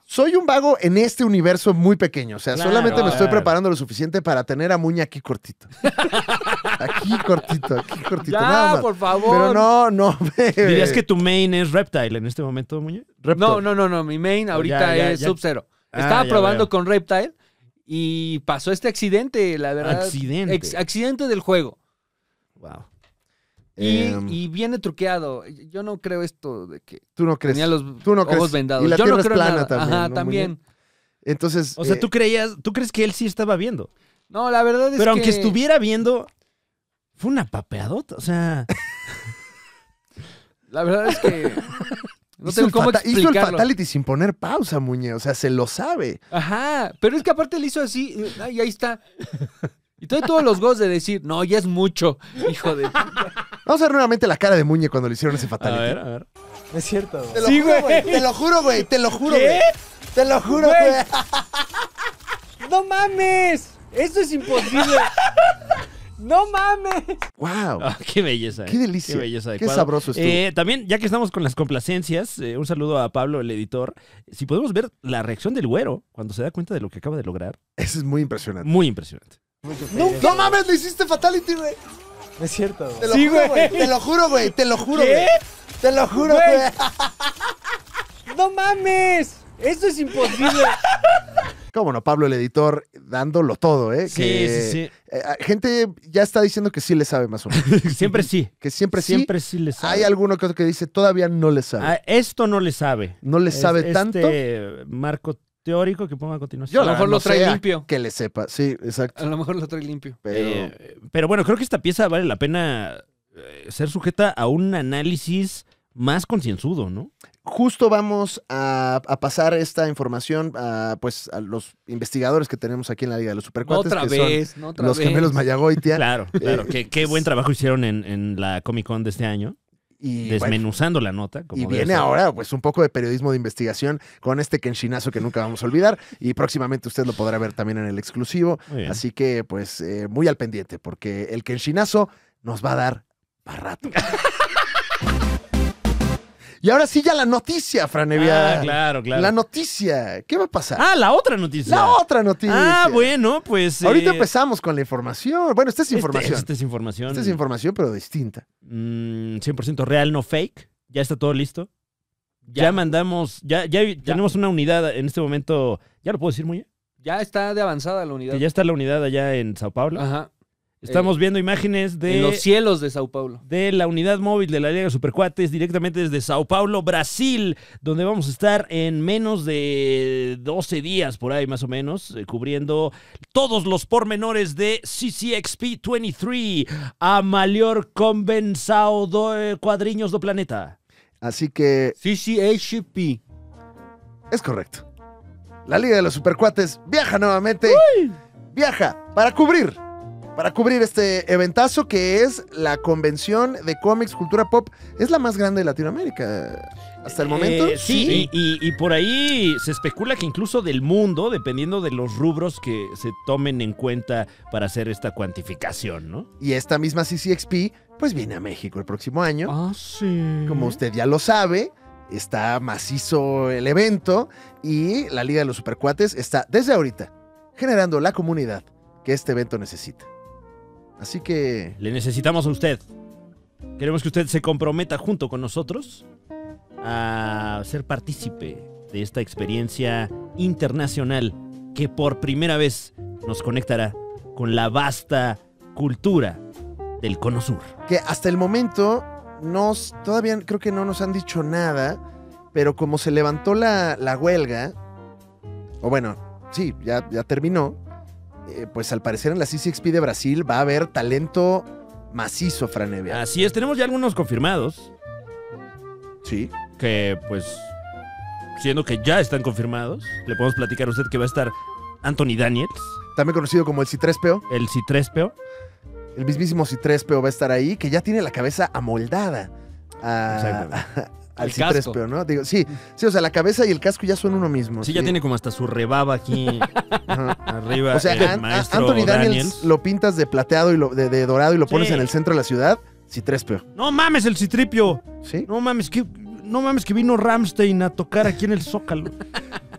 soy un vago en este universo muy pequeño. O sea,
Claro,
solamente me estoy
claro.
preparando lo suficiente para tener a Muña aquí cortito. aquí cortito, aquí cortito. nada
Ya,
más.
por favor.
Pero no, no. bebé.
¿Dirías que tu main es Reptile en este momento, Muñe?
No,
Raptor.
no, no, no, mi main ahorita
Ya, ya,
es
ya.
Sub-Zero.
Ah,
Estaba
ya
probando
veo.
con Reptile y pasó este accidente, la verdad.
Accidente.
Ex- accidente del juego.
Wow.
Y,
Em,
y viene truqueado. Yo no creo esto de que
tú no crees.
tenía los
Tú no crees.
ojos vendados.
Y la
Yo no
tierra es
creo
plana
nada.
también,
Ajá,
¿no,
también.
Entonces.
O sea,
eh,
tú creías, tú crees que él sí estaba viendo.
No, la verdad es
Pero
que...
aunque estuviera viendo, fue una papeadota. O sea,
La verdad es que... No
hizo,
tengo
el
cómo
fata- hizo el
explicarlo.
fatality sin poner pausa, Muñe. O sea, se lo sabe.
Ajá, pero es que aparte le hizo así, eh, ay, ahí está. Y tiene todos los gozos de decir, no, ya es mucho, hijo de...
Vamos a ver nuevamente la cara de Muñe cuando le hicieron ese
a
fatality.
ver, a ver.
No es cierto, güey.
Te lo juro, güey. Te lo juro, güey. Te lo juro,
¿Qué?
güey. Te lo juro,
Güey.
güey.
¡No mames! ¡Esto es imposible! ¡No mames!
Wow.
Ah, qué belleza. ¿eh?
Qué delicia.
Qué belleza. de
Qué
cuadro.
sabroso estuvo.
Eh, también, ya que estamos con las complacencias, eh, un saludo a Pablo, el editor. Si podemos ver la reacción del güero cuando se da cuenta de lo que acaba de lograr,
Eso es muy impresionante.
muy impresionante.
No, no mames, le hiciste fatality, güey.
No es cierto, güey.
Te lo juro, güey. Te lo juro, güey. Te lo juro, güey. Te lo juro,
Güey.
güey.
¡No mames! ¡Esto es imposible!
Cómo no, Pablo, el editor, dándolo todo, ¿eh?
Sí,
Que,
sí,
eh, gente ya está diciendo que sí le sabe más o menos.
sí. Siempre sí.
Que siempre,
Siempre sí le
sí. Hay
sabe.
alguno que otro que dice todavía no le sabe.
Ah, esto no le sabe.
no le
Es-
sabe
este
tanto.
marco teórico que pongo a continuación.
Yo
a
la
lo mejor
verdad,
lo
no
trae
sé a
limpio. Ah,
Que le sepa, sí,
A
exacto.
lo mejor lo trae limpio.
Pero
Eh, pero bueno, creo que esta pieza vale la pena eh, ser sujeta a un análisis más concienzudo, ¿no?
justo vamos a, a pasar esta información a, pues, a los investigadores que tenemos aquí en la Liga de los
No
Supercuates,
otra
que son
vez, no otra
los
vez.
gemelos Mayagoitia.
Claro, claro. que- qué buen trabajo hicieron en, en la Comic Con de este año,
Y bueno,
desmenuzando la nota. como
Y
debe
viene
ser.
ahora, pues, un poco de periodismo de investigación con este kenshinazo que nunca vamos a olvidar. Y próximamente usted lo podrá ver también en el exclusivo.
Muy bien. Ah,
Así que, pues, eh, muy al pendiente, porque el kenshinazo nos va a dar para rato. y ahora sí, ya la noticia, Franevia.
Ah, claro, claro.
La noticia. ¿Qué va a pasar?
ah, la otra noticia.
la otra noticia.
Ah, bueno, pues. eh,
Ahorita empezamos con la información. Bueno, esta es
este-
información.
Esta es información.
Esta es información, pero distinta.
mm, 100% real, no fake. Ya está todo listo. Ya, mandamos. Ya, ya, tenemos una unidad en este momento. ¿Ya lo puedo decir, muy
Ya está de avanzada la unidad.
Ah,
Que ya está la unidad allá en Sao Paulo.
Ajá.
eh,
Estamos viendo imágenes de...
En los cielos de Sao Paulo.
de la unidad móvil de la Liga Supercuates directamente desde Sao Paulo, Brasil, donde vamos a estar en menos de 12 días por ahí más o menos, eh, cubriendo todos los pormenores de CCXP 23 a Malior Convensao do eh, Cuadriños do Planeta.
Así que
CCHP.
es correcto. La Liga de los Supercuates viaja nuevamente. Viaja para cubrir. Para cubrir este eventazo que es la convención de cómics, cultura pop. Es la más grande de Latinoamérica eh, hasta el momento.
Eh, sí, Y, y- y por ahí se especula que incluso del mundo, dependiendo de los rubros que se tomen en cuenta para hacer esta cuantificación, ¿no?
Y esta misma CCXP, pues viene a México el próximo año.
Ah, sí.
Como usted ya lo sabe, está macizo el evento y la Liga de los Supercuates está desde ahorita generando la comunidad que este evento necesita. Así que
Le necesitamos a usted. Queremos que usted se comprometa junto con nosotros a ser partícipe de esta experiencia internacional que por primera vez nos conectará con la vasta cultura del Cono Sur.
que hasta el momento nos todavía creo que no nos han dicho nada, pero como se levantó la, la huelga, o bueno, sí, ya, ya terminó, eh, pues al parecer en la CCXP de Brasil va a haber talento macizo, Franevia.
Así es, tenemos ya algunos confirmados Ah,
sí.
que pues siendo que ya están confirmados, le podemos platicar a usted que va a estar Anthony Daniels,
También conocido como el C3PO.
el Citrespeo.
El mismísimo Citrespeo va a estar ahí, que ya tiene la cabeza amoldada a-
Exactamente.
al
El casco.
Citrespeo, ¿no? Digo, sí, sí, o sea, la cabeza y el casco ya son uno mismo.
Sí, ya tiene como hasta su rebaba aquí
Ajá.
arriba.
O sea,
el
An-
maestro
Anthony Daniels,
Daniels.
lo pintas de plateado y lo, de, de dorado y lo
Sí.
pones en el centro de la ciudad. Citrespeo,
No mames, el Citripio.
¿sí?
No mames, que. No mames que vino Ramstein a tocar aquí en el Zócalo.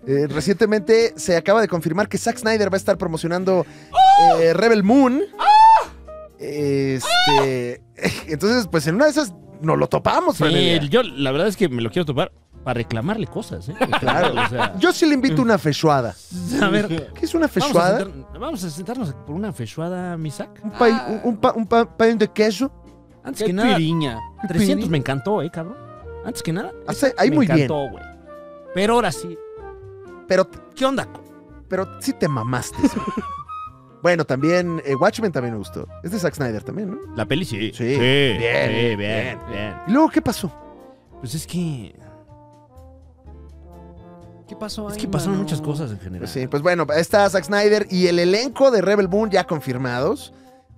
Eh, recientemente se acaba de confirmar que Zack Snyder va a estar promocionando
¡Oh!
eh, Rebel Moon.
¡Ah!
Este, entonces, pues en una de esas nos lo topamos, Fran Evia.
yo la verdad es que me lo quiero topar para reclamarle cosas, ¿eh?
Claro.
O sea,
Yo sí le invito una fechuada.
a ver,
¿Qué es una
vamos a,
fechuada?
sentar- vamos a sentarnos por una fechuada, Misak.
un pay, un, un pa- un pa- pan de queso.
Antes
Qué
que nada,
piriña.
300 me encantó, ¿eh, cabrón? Antes que nada,
Hace- ahí
me
muy
encantó, güey. Pero ahora sí,
bien. Pero,
¿qué onda? co?
pero sí te mamaste. sí. bueno, también eh, Watchmen también me gustó. Es de Zack Snyder también, ¿no?
La peli sí.
Sí,
bien,
bien,
bien,
bien.
bien, bien.
¿Y luego qué pasó?
Pues es que.
¿Qué pasó
Es
ahí,
que pasaron
mano?
muchas cosas en general.
Pues sí, pues bueno, está Zack Snyder y el elenco de Rebel Moon ya confirmados.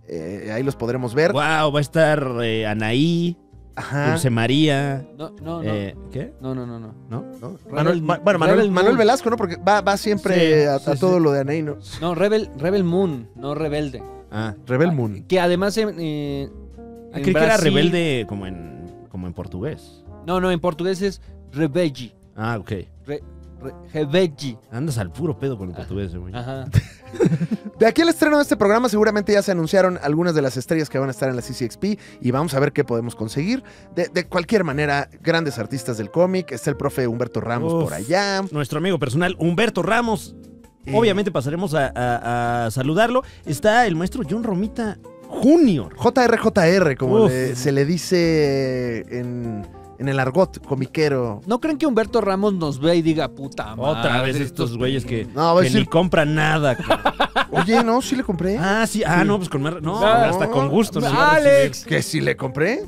Eh, ahí los podremos ver.
Wow, va a estar eh, Anaí,
Ajá.
Dulce María.
No, no, no.
eh, ¿qué?
No, no, no, no.
¿no?
Rebel-
Manuel- Ma- bueno, Manuel,
Rebel Moon.
Manuel Velasco, ¿no? Porque va, va siempre
Sí,
a, a
sí, sí.
todo lo de Anaí, ¿no?
No, Rebel, Rebel Moon, no Rebelde.
Ah,
Rebel Moon.
Que además en, eh, en
creí que era
Brasil-
rebelde como en, como en portugués.
No, no, en portugués es Rebelli.
Ah, ok.
Re- Rebelli.
Andas al puro pedo
Ah.
con el portugués, eh, güey.
Ajá.
De aquí al estreno de este programa seguramente ya se anunciaron algunas de las estrellas que van a estar en la CCXP y vamos a ver qué podemos conseguir. De, de cualquier manera, grandes artistas del cómic. Está el profe Humberto Ramos
Uf.
por allá.
Nuestro amigo personal, Humberto Ramos.
Eh.
Obviamente pasaremos a, a- a saludarlo. Está el maestro John Romita Junior.
JRJR, como
Uf.
le- se le dice en, en el argot comiquero.
¿No creen que Humberto Ramos nos ve y diga puta madre?
Otra vez estos güeyes que,
Ah, No, va a
que
decir- ¿Eh?
ni compran nada. cabrón.
Oye, no, sí le compré.
ah, sí. Ah, no, pues con mar- No,
No.
hasta con gusto. nos va a recibir.
¡Alex!
Que sí le compré.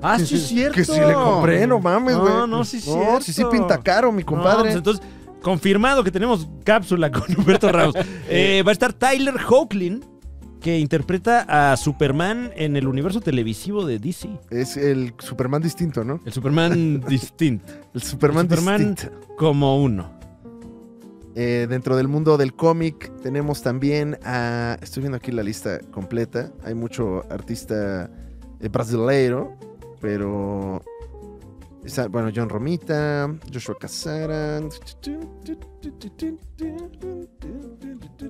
Ah, sí es cierto.
Que sí le compré, no mames, güey.
No, no, sí es
No, sí, sí
cierto.
pinta caro, mi
No,
compadre.
pues entonces, confirmado que tenemos cápsula con Humberto Ramos. Eh, va a estar Tyler Hoechlin, que interpreta a Superman en el universo televisivo de DC.
es el Superman distinto, ¿no?
El Superman distinto,
El Superman,
El Superman-
distinto.
como uno.
Eh, dentro del mundo del cómic tenemos también a... Estoy viendo aquí la lista completa. Hay mucho artista eh, brasileiro, pero... está- bueno, John Romita, Joshua Casaran.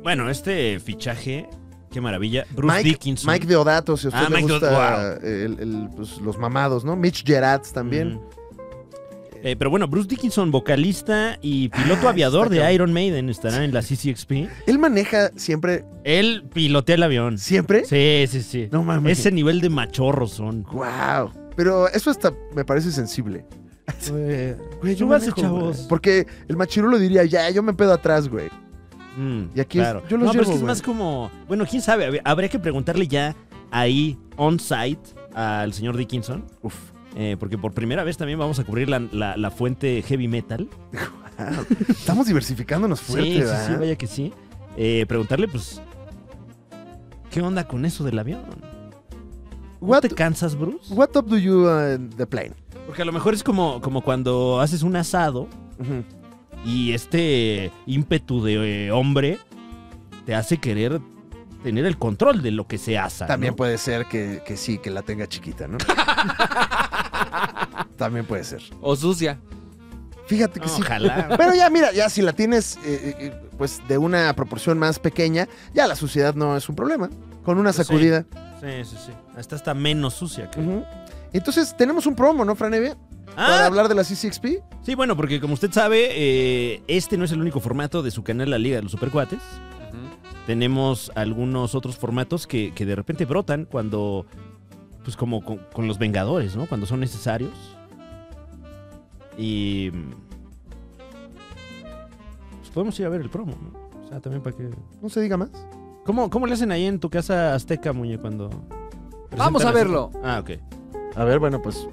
Bueno, este fichaje, qué maravilla. Bruce
Mike,
Dickinson.
Mike Deodato, si a usted
Ah,
le
Mike
gusta
Deodato,
el- el- pues, los mamados, ¿no? Mitch Gerats también.
Mm. Eh, pero bueno, Bruce Dickinson, vocalista y piloto aviador
Ah, está
de
cabrón.
Iron Maiden, estará en la CCXP.
Él maneja siempre,
Él pilotea el avión.
siempre.
Sí, sí, sí.
No mames.
Ese nivel de machorros son.
Wow. Pero eso hasta me parece sensible. Güey, yo
Súbanse,
manejo,
chavos.
güey. Porque el machirulo diría, ya, yo me pedo atrás, güey.
Mm,
Y aquí es- yo los
no, pero es
llevo,
que es
güey.
más como. Bueno, quién sabe. hab- Habría que preguntarle ya ahí, on site, al señor Dickinson.
Uf.
eh, porque por primera vez también vamos a cubrir la, la- la fuente heavy metal.
Estamos diversificándonos fuerte,
sí, sí,
¿verdad?
sí, vaya que sí. Eh, preguntarle, pues. ¿Qué onda con eso del avión? ¿No
What-
te cansas, Bruce?
What up do you uh, in the plane?
Porque a lo mejor es como, como cuando haces un asado
Ujú.
y este ímpetu de eh, hombre te hace querer tener el control de lo que se asa.
También
¿no?
puede ser que, que sí, que la tenga chiquita, ¿no? También puede ser.
O sucia.
Fíjate Este que
No,
sí.
Ojalá.
Pero ya, mira, ya si la tienes eh, eh, pues de una proporción más pequeña, ya la suciedad no es un problema. Con una
Pues sí.
sacudida.
sí, sí, sí. Esta está menos sucia que.
Ujú. Entonces, tenemos un promo, ¿no, Franevia? Para
Ah,
hablar de la CCXP.
sí, bueno, porque como usted sabe, eh, este no es el único formato de su canal La Liga de los Supercuates. Tenemos algunos otros formatos que, que de repente brotan cuando. Pues como con, con los Vengadores, ¿no? Cuando son necesarios. Y. mm, Pues podemos ir a ver el promo, ¿no? O sea, también para que.
No se diga más.
¿Cómo, cómo le hacen ahí en tu casa azteca, Muñe, cuando.
Vamos
presentan la-
a verlo.
Ah, ok.
A ver, bueno, pues.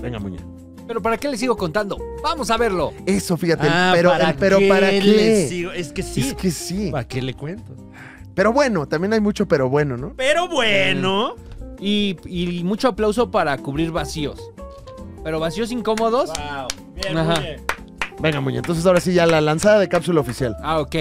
Venga, muñeca.
Pero ¿para qué le sigo contando? Vamos a verlo.
Eso, fíjate. el
Ah,
pero el pero para
le
qué.
sigo? Es que sí.
Es que sí.
¿Para qué le cuento?
Pero bueno, también hay mucho pero bueno, ¿no?
Pero bueno.
Y, y mucho aplauso para cubrir vacíos. Pero vacíos incómodos.
Wow. Bien,
Ajá.
Muñe.
Venga, Muñe, entonces ahora sí ya la lanzada de cápsula oficial.
Ah, ok.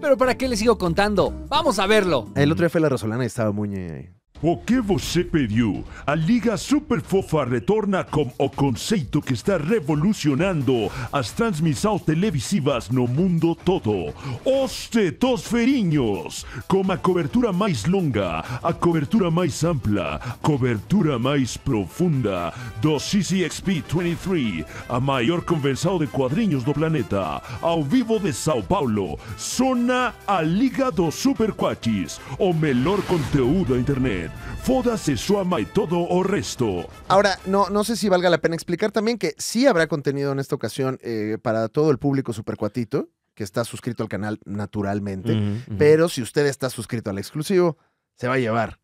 Pero ¿para qué le sigo contando? Vamos a verlo.
El otro día fue la Rosolana y estaba Muñe ahí.
O que você pediu? A Liga Super Fofa retorna com o conceito que está revolucionando as transmissões televisivas no mundo todo. Os tetosferinhos, com a cobertura mais longa, a cobertura mais ampla, cobertura mais profunda do CCXP 23, a maior convenção de quadrinhos do planeta, ao vivo de São Paulo, zona a Liga dos Superquatis, o melhor conteúdo da internet. Foda-se sua mãe todo o resto.
Ahora, no, no sé si valga la pena explicar también que sí habrá contenido en esta ocasión eh, para todo el público supercuatito, que está suscrito al canal naturalmente.
Ujú, ujú.
Pero si usted está suscrito al exclusivo, se va a llevar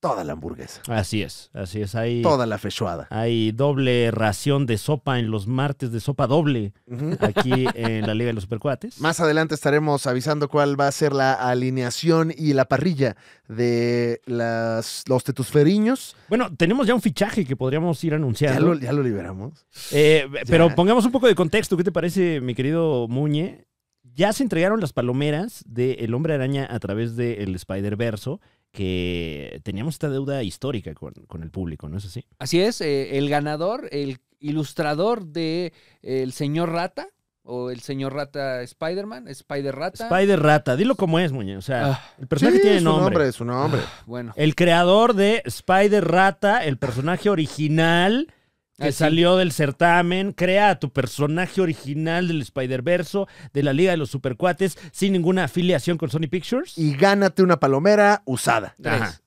toda la hamburguesa,
Así es, así es. Hay,
toda la fechuada.
hay doble ración de sopa en los martes de sopa doble
Ujú.
aquí en la Liga de los Supercuates.
Más adelante estaremos avisando cuál va a ser la alineación y la parrilla de las, los tetusferiños.
Bueno, tenemos ya un fichaje que podríamos ir
Ya lo,
anunciando.
ya lo liberamos.
Eh, pero pongamos un poco de contexto. ¿Qué te parece, mi querido Muñe? Ya se entregaron las palomeras de El Hombre Araña a través del Spider-Verso, que teníamos esta deuda histórica con, con el público, ¿no es así?
Así es, eh, el ganador, el ilustrador de eh, El Señor Rata, o El Señor Rata Spider-Man, Spider Rata.
Spider-Rata, dilo como es, Muñe. O sea,
Ah,
el personaje
Sí,
tiene
su
nombre. Ah.
nombre, su nombre.
bueno,
El creador de Spider-Rata, el personaje original que
Ah, sí.
salió del certamen, crea a tu personaje original del Spider-Verso, de la Liga de los Supercuates, sin ninguna afiliación con Sony Pictures.
Y gánate una palomera usada.
tres.
Ajá.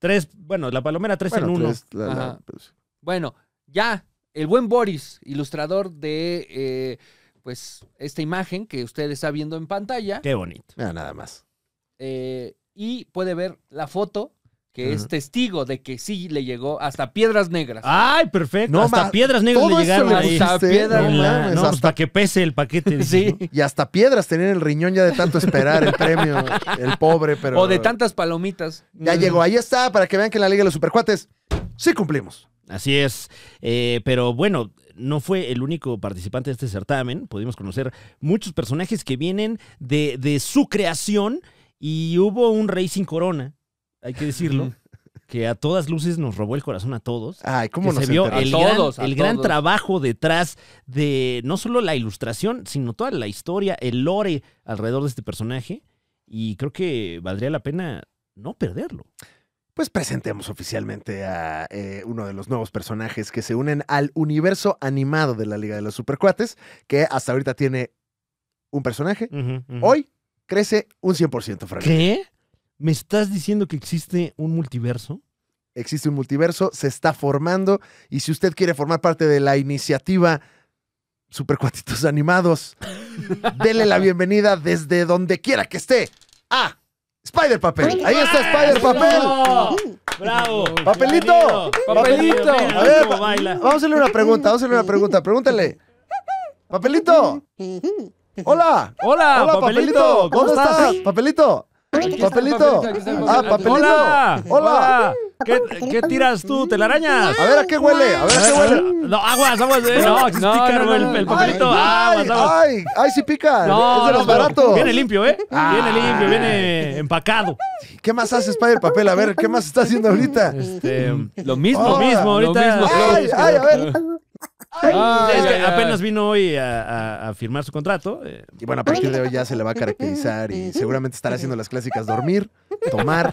Tres, bueno, la palomera tres
Bueno,
en uno.
tres, la- la-
Ajá.
pues,
Bueno, ya, el buen Boris, ilustrador de eh, pues esta imagen que usted está viendo en pantalla.
Qué bonito.
mira, nada más.
eh, y puede ver la foto que es
Ajá.
testigo de que sí le llegó hasta Piedras Negras.
Ay, perfecto.
No,
Hasta
ma-
piedras negras le
Todo eso
llegaron
le
ahí.
gusta.
pusiste,
piedra,
no
En la-
mames,
no, pues,
hasta-
para que pese el paquete. dices,
Sí.
¿no?
y hasta piedras tenía en el riñón ya de tanto esperar el premio, el pobre, pero...
o de tantas palomitas.
Ya llegó, ahí está, para que vean que en la Liga de los Supercuates sí cumplimos.
Así es. Eh, pero bueno, no fue el único participante de este certamen. Pudimos conocer muchos personajes que vienen de, de su creación y hubo un rey sin corona, hay que decirlo, que a todas luces nos robó el corazón a todos.
Ay, cómo
que
nos
se vio
enteramos?
el,
A
gran,
todos, a
el gran
todos.
trabajo detrás de no solo la ilustración, sino toda la historia, el lore alrededor de este personaje. Y creo que valdría la pena no perderlo.
pues presentemos oficialmente a eh, uno de los nuevos personajes que se unen al universo animado de la Liga de los Supercuates, que hasta ahorita tiene un personaje.
Ujú, ujú.
Hoy crece un 100%, Frank.
¿Qué? ¿Me estás diciendo que existe un multiverso?
Existe un multiverso, se está formando, y si usted quiere formar parte de la iniciativa Supercuatitos Animados, dele la bienvenida desde donde quiera que esté a Spider Papel. Ahí está Spider Papel.
¡Bravo! ¡Bravo!
¡Papelito!
¡Papelito!
Mira,
A ver,
cómo
pa-
baila.
Vamos a hacerle una pregunta, vamos a hacerle una pregunta. Pregúntale. Papelito. Hola.
¡Hola, papelito!
Hola, papelito. ¿Cómo estás? Papelito. Papelito.
Papelito, aquí está el
Ah,
papelito.
papelito.
¡Hola!
Hola.
¿Qué, qué tiras tú, telarañas?
A ver, ¿a qué huele? A ver, ¿a qué huele?
No, aguas, aguas. eh, No, sí
no,
caro
no,
el,
no.
el papelito.
ay,
aguas, aguas.
ay, ay, sí pica. es de los
pero
baratos.
Viene limpio, ¿eh?
Ah.
Viene limpio, viene empacado.
¿Qué más hace Spider Papel? A ver, ¿qué más está haciendo ahorita?
Este, lo mismo,
Ahora,
mismo, ahorita.
lo mismo.
Ay, ay, a ver. Ah.
Ah,
Ay,
Es que
ay, ay.
apenas vino hoy a, a- a firmar su contrato. eh,
Y bueno, a partir de hoy ya se le va a caracterizar y seguramente estará haciendo las clásicas dormir, tomar,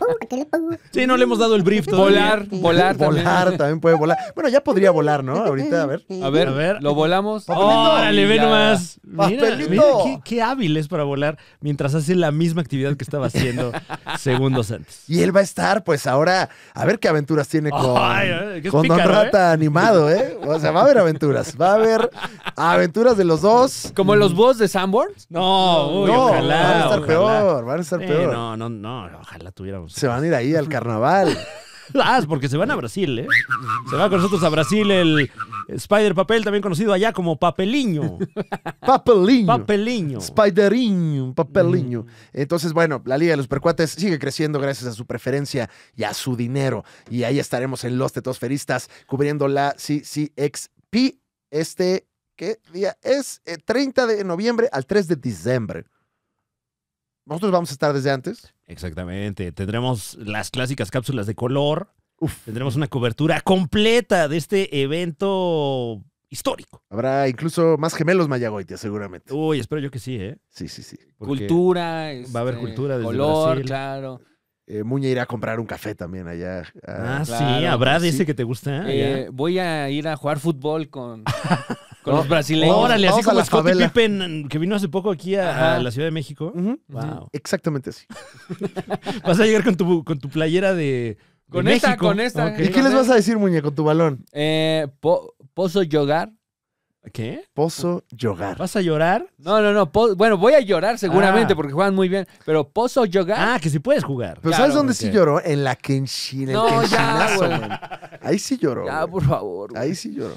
Sí, no le hemos dado el brief todavía.
Volar, volar, también.
volar, también puede volar. Bueno, ya podría volar, ¿no? Ahorita, a ver.
A ver,
A ver.
lo volamos. Oh,
Papelito.
¡Órale, ve
Mira.
nomás! Mira,
Papelito.
mira qué, qué hábil es para volar mientras hace la misma actividad que estaba haciendo segundos antes.
Y él va a estar, pues ahora, a ver qué aventuras tiene con,
Ay, ay, qué
con
pícaro,
Don Rata animado, ¿eh? O sea, va a haber aventuras. Va a haber aventuras de los dos.
Como los boss de Sanborns.
No, uy,
no,
ojalá.
van a estar
ojalá.
peor, van a estar
Eh,
peor.
no, no, no, ojalá tuviéramos.
Se van a ir ahí al carnaval.
Ah, es porque se van a Brasil, ¿eh? Se va con nosotros a Brasil el Spider Papel, también conocido allá como Papeliño.
Papeliño.
Papeliño.
Spideriño, papeliño. Entonces, bueno, la Liga de los Supercuates sigue creciendo gracias a su preferencia y a su dinero. Y ahí estaremos en Los Tetosferistas cubriendo la CCXP este, ¿qué día es? Eh, 30 de noviembre al 3 de diciembre. Nosotros vamos a estar desde antes.
Exactamente. Tendremos las clásicas cápsulas de color.
Uf.
Tendremos una cobertura completa de este evento histórico.
Habrá incluso más gemelos mayagoites, seguramente.
Uy, espero yo que sí, ¿eh?
Sí, sí, sí.
Porque-
Cultura.
va a haber
este,
cultura desde
Color,
Brasil.
claro.
Eh, Muña irá a comprar un café también allá.
Ah,
Ah,
sí,
claro,
habrá de
sí.
ese que te gusta.
Eh, voy a ir a jugar fútbol con, con los brasileños.
ya. Oh, Órale, así
vamos a
como
la
Scottie
favela.
Pippen, que vino hace poco aquí a,
Ajá.
a la Ciudad de México.
ujú,
Wow.
Exactamente así.
Vas a llegar con tu, con tu playera de. de
Con esta,
México.
con esta.
Ok.
¿Y qué les vas a decir, Muña, con tu balón?
Eh, po- ¿Pozo yogar?
¿Qué?
Pozo Yogar.
¿Vas a llorar?
No, no, no. po- bueno, voy a llorar seguramente
Ah.
porque juegan muy bien. Pero ¿pozo yogar?
Ah, que si puedes jugar.
Pero ¿sabes
Claro,
dónde sí
ok.
lloró? En la Kenshin. en el
No, ya,
Kenshinazo,
güey.
güey. Ahí sí lloró.
ya,
güey.
por favor. güey.
Ahí sí lloró.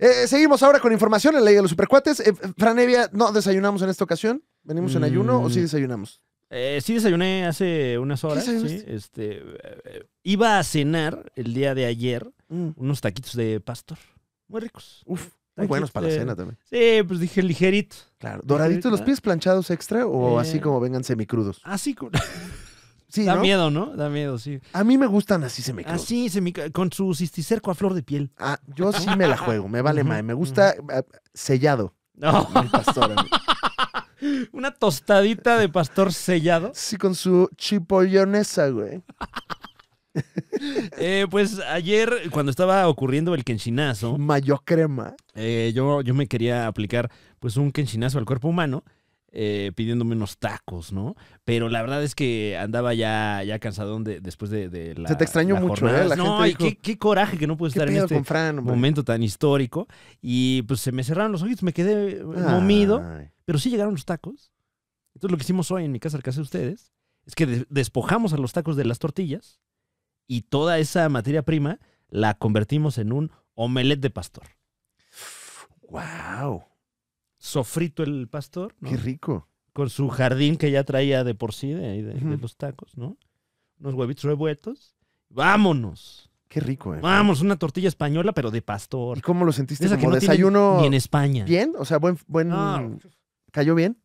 Eh, seguimos ahora con información en la Ley de los Supercuates. Eh, Franevia, ¿no desayunamos en esta ocasión? ¿Venimos en ayuno
Mm.
o sí desayunamos?
Eh, sí desayuné hace unas horas. Sí,
desayunaste?
este, eh, eh, iba a cenar el día de ayer
Mm,
unos taquitos de pastor. Muy ricos.
Uf, muy buenos para la
Eh,
cena también.
Sí, pues dije ligerito.
Claro. ¿Doraditos los
ah.
pies planchados extra o
Eh.
así como vengan semicrudos?
Así, Ah, con-
Sí,
da
¿no?
miedo, ¿no? Da miedo, sí.
A mí me gustan así semicrudos.
Así, Ah, se me ca- con su cisticerco a flor de piel.
Ah, yo sí me la juego, me vale
Ujú,
más. Me gusta ah, sellado,
No,
mi pastor. a mí.
una tostadita de pastor sellado.
Sí, con su chipollonesa, güey.
Eh, pues ayer, cuando estaba ocurriendo el kenshinazo,
Mayo crema.
Eh, yo, yo me quería aplicar pues un kenshinazo al cuerpo humano, eh, pidiéndome unos tacos, ¿no? Pero la verdad es que andaba ya, ya cansadón de- después de, de la.
Se te extrañó
la
mucho,
jornada.
¿eh? La
no,
gente
y
dijo,
qué, qué coraje que no pude
¿Qué
estar en
pedo
este
con Fran? hombre?
momento tan histórico. Y pues se me cerraron los ojitos, me quedé eh,
Ay.
momido,
Ah.
pero sí llegaron los tacos. Entonces lo que hicimos hoy en mi casa, al casa de ustedes, es que de- despojamos a los tacos de las tortillas y toda esa materia prima la convertimos en un omelette de pastor.
Wow,
sofrito el pastor, ¿no?
qué rico.
con su jardín que ya traía de por sí, de, ahí de- de
Ujú.
los tacos, ¿no? Unos huevitos revueltos. Vámonos.
Qué rico, eh.
Vamos, una tortilla española, pero de
¿Y
pastor.
cómo lo sentiste?
Esa que
¿Como
no tienen
desayuno
ni en España.
bien? O sea, buen, buen.
No.
¿Cayó bien?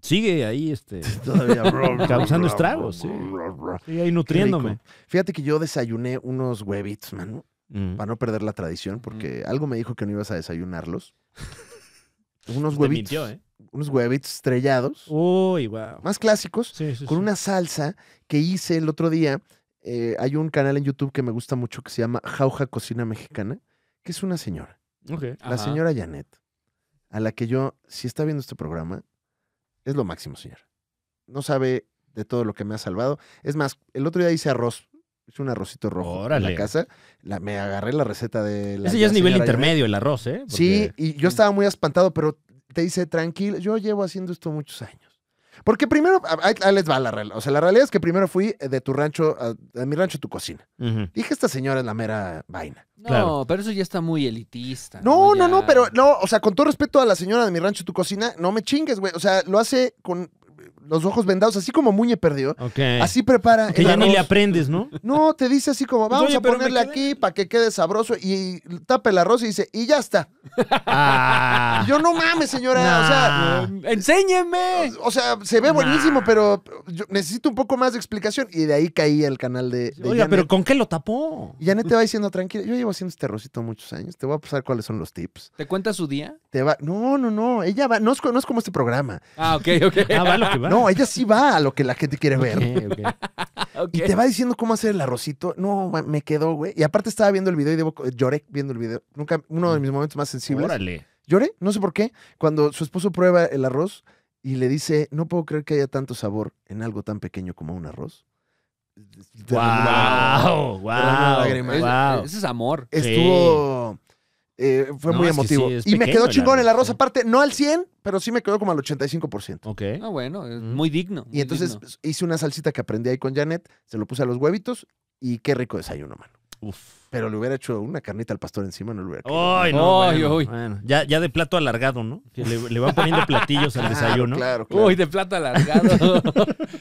Sigue ahí, este.
Todavía.
Causando estragos, sí. Sigue ahí
Qué rico.
nutriéndome.
Fíjate que yo desayuné unos huevitos, mano,
Mm.
para no perder la tradición, porque algo me dijo que no ibas a desayunarlos. unos
Te
huevitos.
mintió, ¿eh?
unos huevitos estrellados,
Uy, wow.
más clásicos,
Sí, sí,
con
sí.
una salsa que hice el otro día. Eh, hay un canal en YouTube que me gusta mucho que se llama Jauja Cocina Mexicana, que es una señora,
Ok.
la
Ajá.
señora Janet, a la que yo, si está viendo este programa, es lo máximo, señora. No sabe de todo lo que me ha salvado. Es más, el otro día hice arroz, hice un arrocito rojo en
Órale.
la casa. La, me agarré la receta de la.
Ese ya es nivel
señora Janet.
intermedio, el arroz, ¿eh? Porque-
Sí, y yo estaba muy espantado, pero te dice, tranquilo, yo llevo haciendo esto muchos años. Porque primero, a- ahí, ahí les va la realidad. O sea, la realidad es que primero fui de tu rancho, a, de mi rancho a tu cocina.
Ujú.
Dije, esta señora es la mera vaina.
No,
Claro.
pero eso ya está muy elitista.
No, no,
Ah, Ya-
no, pero no, o sea, con todo respeto a la señora de mi rancho a tu cocina, no me chingues, güey. O sea, lo hace con los ojos vendados, así como Muñe perdió.
Ok.
Así prepara.
que
el
Eh, ya ni
arroz.
le aprendes, ¿no?
No, te dice así como, vamos
Oye,
a
pero me
ponerle
quedé-
aquí para que quede sabroso. Y tapa el arroz y dice, y ya está.
Ah.
Y yo, no mames, señora. O sea,
Nah.
Eh, ¡Enséñeme!
O sea, se ve buenísimo,
Nah.
pero yo necesito un poco más de explicación. Y de ahí caí el canal de, de
Oiga,
Janet.
pero ¿con qué lo tapó?
Y Janet te va diciendo, tranquila, yo llevo haciendo este rosito muchos años, te voy a pasar cuáles son los tips.
¿Te cuenta su día?
Te va, no, no, no, ella va, no es, co- no es como este programa.
Ah, ok, ok.
Ah, va lo que va.
No, ella sí va a lo que la gente quiere ver.
Ok, ok. Ah.
ok.
Y te va diciendo cómo hacer el arrocito. No, ma- me quedó, güey. Y aparte estaba viendo el video y debo, co- lloré viendo el video. Nunca, uno de mis momentos más sensibles.
Mm. Órale.
Lloré, no sé por qué, cuando su esposo prueba el arroz y le dice, no puedo creer que haya tanto sabor en algo tan pequeño como un arroz. Derramé una-
Wow, wow,
una lágrima.
Es-
wow.
Ese es amor.
Estuvo... eh, fue
No,
muy
es que
emotivo.
sí, es
y me
pequeño
quedó
el
chingón el
arroz,
arroz,
sí.
aparte, no al 100, pero sí me quedó como al 85%.
Ok.
No, Ah, bueno, es
Mm.
muy digno. muy
Y entonces
digno.
hice una salsita que aprendí ahí con Janet, se lo puse a los huevitos y qué rico desayuno, mano.
Uf.
Pero le hubiera hecho una carnita al pastor encima, no lo hubiera querido.
Ay, no.
Ay,
bueno,
uy.
bueno. Ya, ya de plato alargado, ¿no? Que le, le van poniendo platillos al
Claro,
desayuno.
Claro, claro.
Uy, de plata alargado.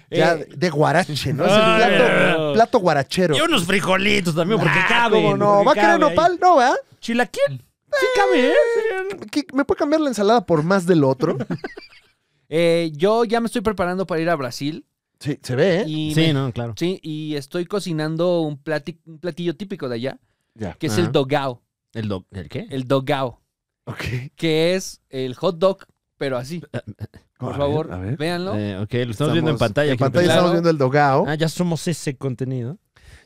Ya
Eh,
de guarache, ¿no? Es el
Ay,
plato,
no.
plato guarachero.
Y unos frijolitos también, porque
Ah,
cabe.
¿Cómo no? ¿Va a querer nopal? No, ¿verdad?
¿Chilaquiel? Sí cabe, ¿eh?
¿Qué- ¿Me puede cambiar la ensalada por más del otro?
eh, yo ya me estoy preparando para ir a Brasil.
Sí, se ve, ¿eh?
Y
Sí,
me-
no, claro.
sí, y estoy cocinando un, plati- un platillo típico de allá,
Ya.
que es
Ajá.
el dogao.
¿El, do- ¿El qué?
El dogao,
Ok.
que es el hot dog, pero así. Por
Eh, A ver,
favor,
a ver.
véanlo.
Eh, ok, lo estamos, viendo en pantalla.
En
aquí,
pantalla
pero-
estamos viendo el dogao.
Ah, ya somos ese contenido.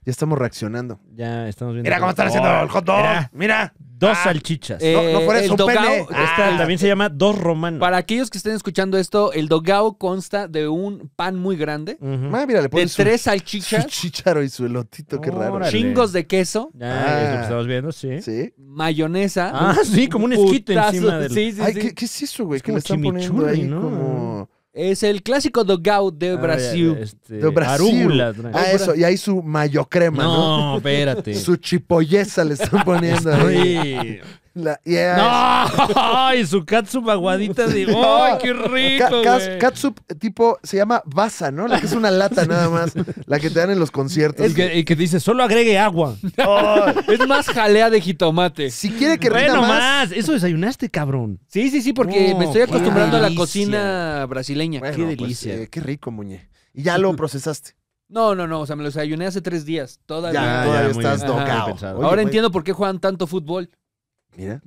Ya estamos reaccionando.
Ya estamos viendo.
Mira cómo están haciendo el hot dog. Ah. Eh,
Mira,
Mira.
dos salchichas.
no fuera
Eh, el
su pene.
dogao-
ah.
ah,
Esta también se llama dos romanos.
Para aquellos que estén escuchando esto, el dogao consta de un pan muy grande,
Ujú.
Ah, mira, le
de
pones su,
tres
su
salchichas,
chícharo y su elotito. Qué raro.
Órale.
chingos de queso,
Ya es lo que
Ah.
estamos viendo, sí.
Sí.
mayonesa.
Ah, sí, como un
putazo-
esquite encima del. Ah,
Sí, sí,
Ay,
sí.
¿qué, qué es eso, güey?
Es
que
como
le están poniendo
chimichurri,
ahí
¿no?
como...
Es el clásico dogao de
Ah,
Brasil.
este,
De Brasil.
arúgula.
Ah, eso. Y ahí su mayo crema, ¿no?
no, espérate.
Su chipolleza le están poniendo ahí.
Sí.
La, yeah.
No,
Ah,
ay, su catsup aguadita de. ¡Ay, qué
Ca-
rico!
cas-
güey!
catsup tipo se llama basa, ¿no? La que es una lata nada más, la que te dan en los conciertos.
El que, el que dice, solo agregue agua.
Es más jalea de jitomate.
Si quiere que rinda
Bueno,
más,
más. Eso desayunaste, cabrón.
Sí, sí, sí, porque
No,
me estoy
qué
acostumbrando a la
delicia.
cocina brasileña.
bueno,
qué
pues,
delicia.
eh, qué rico, Muñe. Y ya lo procesaste.
No, no, no, o sea, me lo desayuné hace tres días.
Ya,
Todavía.
ya,
todavía
muy
estás
bien. Ajá.
dogao.
Pensado.
Oye,
Ahora
güey,
entiendo por qué juegan tanto fútbol.
Mira,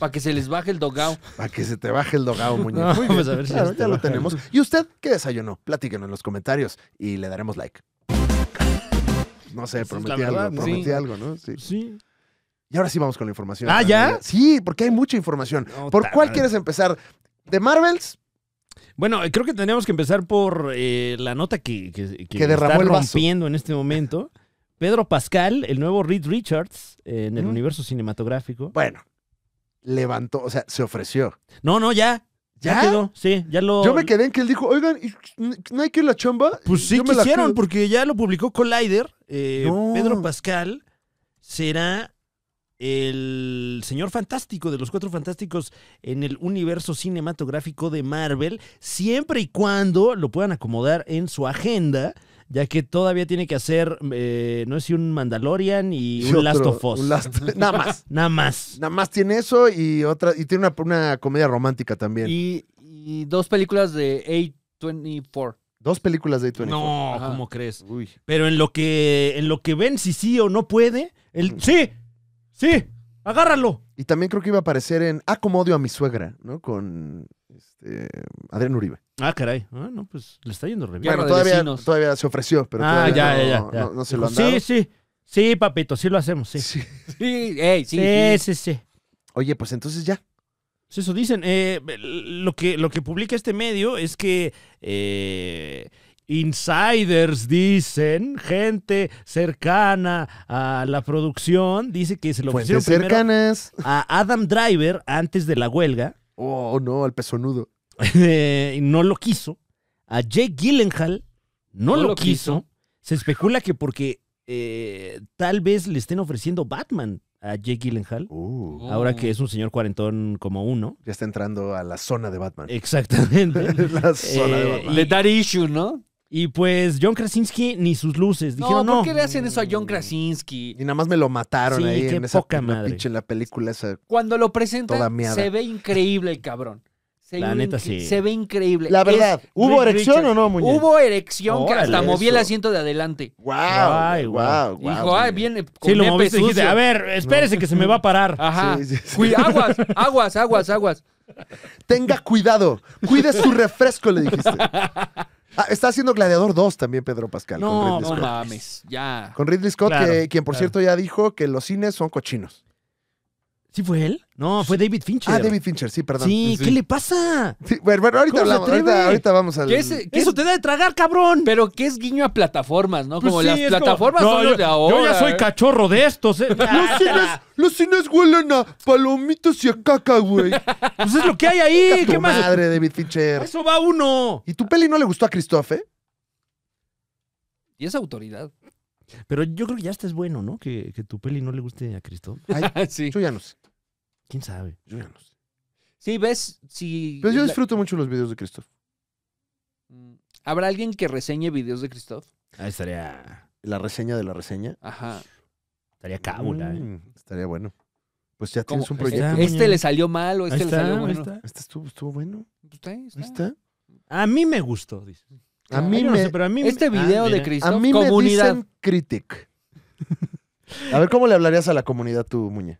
Para que se les baje el dogao.
para que se te baje el dogao, Muñe.
No,
Muy bien,
pues, a ver si
claro,
se te
ya lo
baja.
tenemos. ¿Y usted qué desayunó? Platíquenos en los comentarios y le daremos like. No sé,
Esa Pues es la verdad,
prometí algo,
¿no?
prometí
Sí.
algo, ¿no? Sí.
Sí.
Y ahora sí vamos con la información.
¿Ah, ya?
Amiga. Sí, porque hay mucha información.
No,
¿Por
ta
cuál
madre.
quieres empezar? ¿De Marvels?
Bueno, eh, creo que tenemos que empezar por eh, la nota que, que,
Que derramó
está
el vaso.
rompiendo en este momento. Pedro Pascal, el nuevo Reed Richards eh, en el
Mm.
universo cinematográfico.
Bueno, levantó, o sea, se ofreció.
No, no, ya. Ya,
¿Ya?
quedó, sí, ya lo.
Yo me quedé en que él dijo, oigan, ¿y ¿no hay que ir a la chamba?
Pues sí
Yo me la
quisieron,
quedo.
porque ya lo publicó Collider. Eh,
No.
Pedro Pascal será el señor fantástico de los cuatro fantásticos en el universo cinematográfico de Marvel, siempre y cuando lo puedan acomodar en su agenda, ya que todavía tiene que hacer, eh, no sé si un Mandalorian y un
otro-
Last of Us.
un Last- nada más.
Nada más.
Nada más tiene eso y otra y tiene una, una comedia romántica también.
Y, y dos películas de A24.
Dos películas de A24.
No,
Ajá.
¿cómo crees?
Uy.
Pero en lo que en lo que ven si sí o no puede, el sí, sí, ¡Agárralo!
Y también creo que iba a aparecer en Acomodio a mi suegra, ¿no? Con este, Adrián Uribe.
Ah, caray. Ah, no, pues le está yendo re bien.
Guerra
Bueno,
de
todavía,
vecinos.
todavía se ofreció, pero
ah,
todavía
ya,
no,
ya, ya, ya.
no- no se lo han dado.
Sí, sí. Sí, papito, sí lo hacemos, sí. Sí,
Sí.
Sí, ey, sí,
sí,
sí.
sí. sí.
Oye, pues entonces ya.
Pues eso dicen. Eh, lo, que, lo que publica este medio es que eh, insiders dicen, gente cercana a la producción, dice que se lo ofrecieron
Fuentes
primero
cercanas.
a Adam Driver antes de la huelga.
Oh, no, al pezonudo.
eh, y no lo quiso. A Jake Gyllenhaal no, lo, quiso. Se especula que porque eh, tal vez le estén ofreciendo Batman a Jake Gyllenhaal.
Uh,
Ahora
Oh.
que es un señor cuarentón como uno.
ya está entrando a la zona de Batman.
Exactamente.
la zona de
eh,
Batman.
Le dar issue, ¿no?
Y pues John Krasinski ni sus luces.
No,
Dijeron, no.
¿por qué le hacen eso a John Krasinski?
Y nada más me lo mataron
Sí,
ahí
qué
en esa
poca
en la
madre.
pinche en la película esa.
Cuando lo
Toda
presentan,
miada.
se ve increíble el cabrón. Se
La
ve
neta,
incre-
sí.
Se ve increíble.
La verdad,
Es
¿hubo
Reed
erección
Richards.
o no, muñeco?
Hubo erección que hasta
Órale,
moví el
eso.
asiento de adelante.
Wow,
Ay, guau.
wow, wow.
Dijo, ah, viene con
Sí, lo
nepe
moviste y dijiste,
sucio".
a ver, espérese que se me va a parar.
Ajá.
Sí, sí, sí.
Cui- Aguas, aguas, aguas, aguas.
Tenga cuidado, cuide su refresco, le dijiste. Ah, está haciendo Gladiador 2 también Pedro Pascal
No,
con Ridley
No
Scott.
mames, ya.
Con Ridley Scott,
Claro,
que- quien por
claro.
cierto ya dijo que los cines son cochinos.
¿Sí fue él? No, fue David Fincher.
Ah, David Fincher, sí, perdón.
Sí, ¿qué le pasa?
Sí, bueno, bueno, ahorita
¿Cómo se
hablamos,
atreve?
ahorita, ahorita vamos al...
¿Qué es- qué es-
Eso te da de tragar, cabrón.
pero que es guiño a plataformas, ¿no?
Pues
Como
sí,
las
es como-
plataformas
No,
son
yo,
los de ahora.
Yo ya soy
¿eh?
cachorro de estos. eh.
Los cines, los cines huelen a palomitas y a caca, güey.
pues es lo que hay ahí.
tu
¿Qué más?
madre, David Fincher.
Eso va uno.
¿Y tu peli no le gustó a Christoph, eh?
Y es autoridad.
Pero yo creo que ya está es bueno, ¿no? Que, que tu peli no le guste a Cristo.
Ah, sí.
Yo ya no sé,
¿Quién sabe?
yo ya no sé.
Sí, ves, si
Pero Pues yo
la- Mm,
disfruto mucho los videos de Christoph.
¿Habrá alguien que reseñe videos de Christoph?
Ahí estaría,
La reseña de la reseña.
Ajá.
estaría cábula, ¿eh?
Mm, estaría bueno. Pues ya
Como,
tienes un proyecto.
Está,
Este,
muñeco.
le salió mal o este
Ahí
le
está,
salió
ahí
bueno. Pues
está.
Este estuvo, estuvo bueno.
Está, está.
Ahí está.
A mí me gustó, dice.
A mí
Yo no
me,
sé, pero a mí me-
Este video
Ah,
de
mira.
a
Christoph,
mí me
comunidad.
dicen critic. A ver, ¿cómo le hablarías a la comunidad tú, Muñe?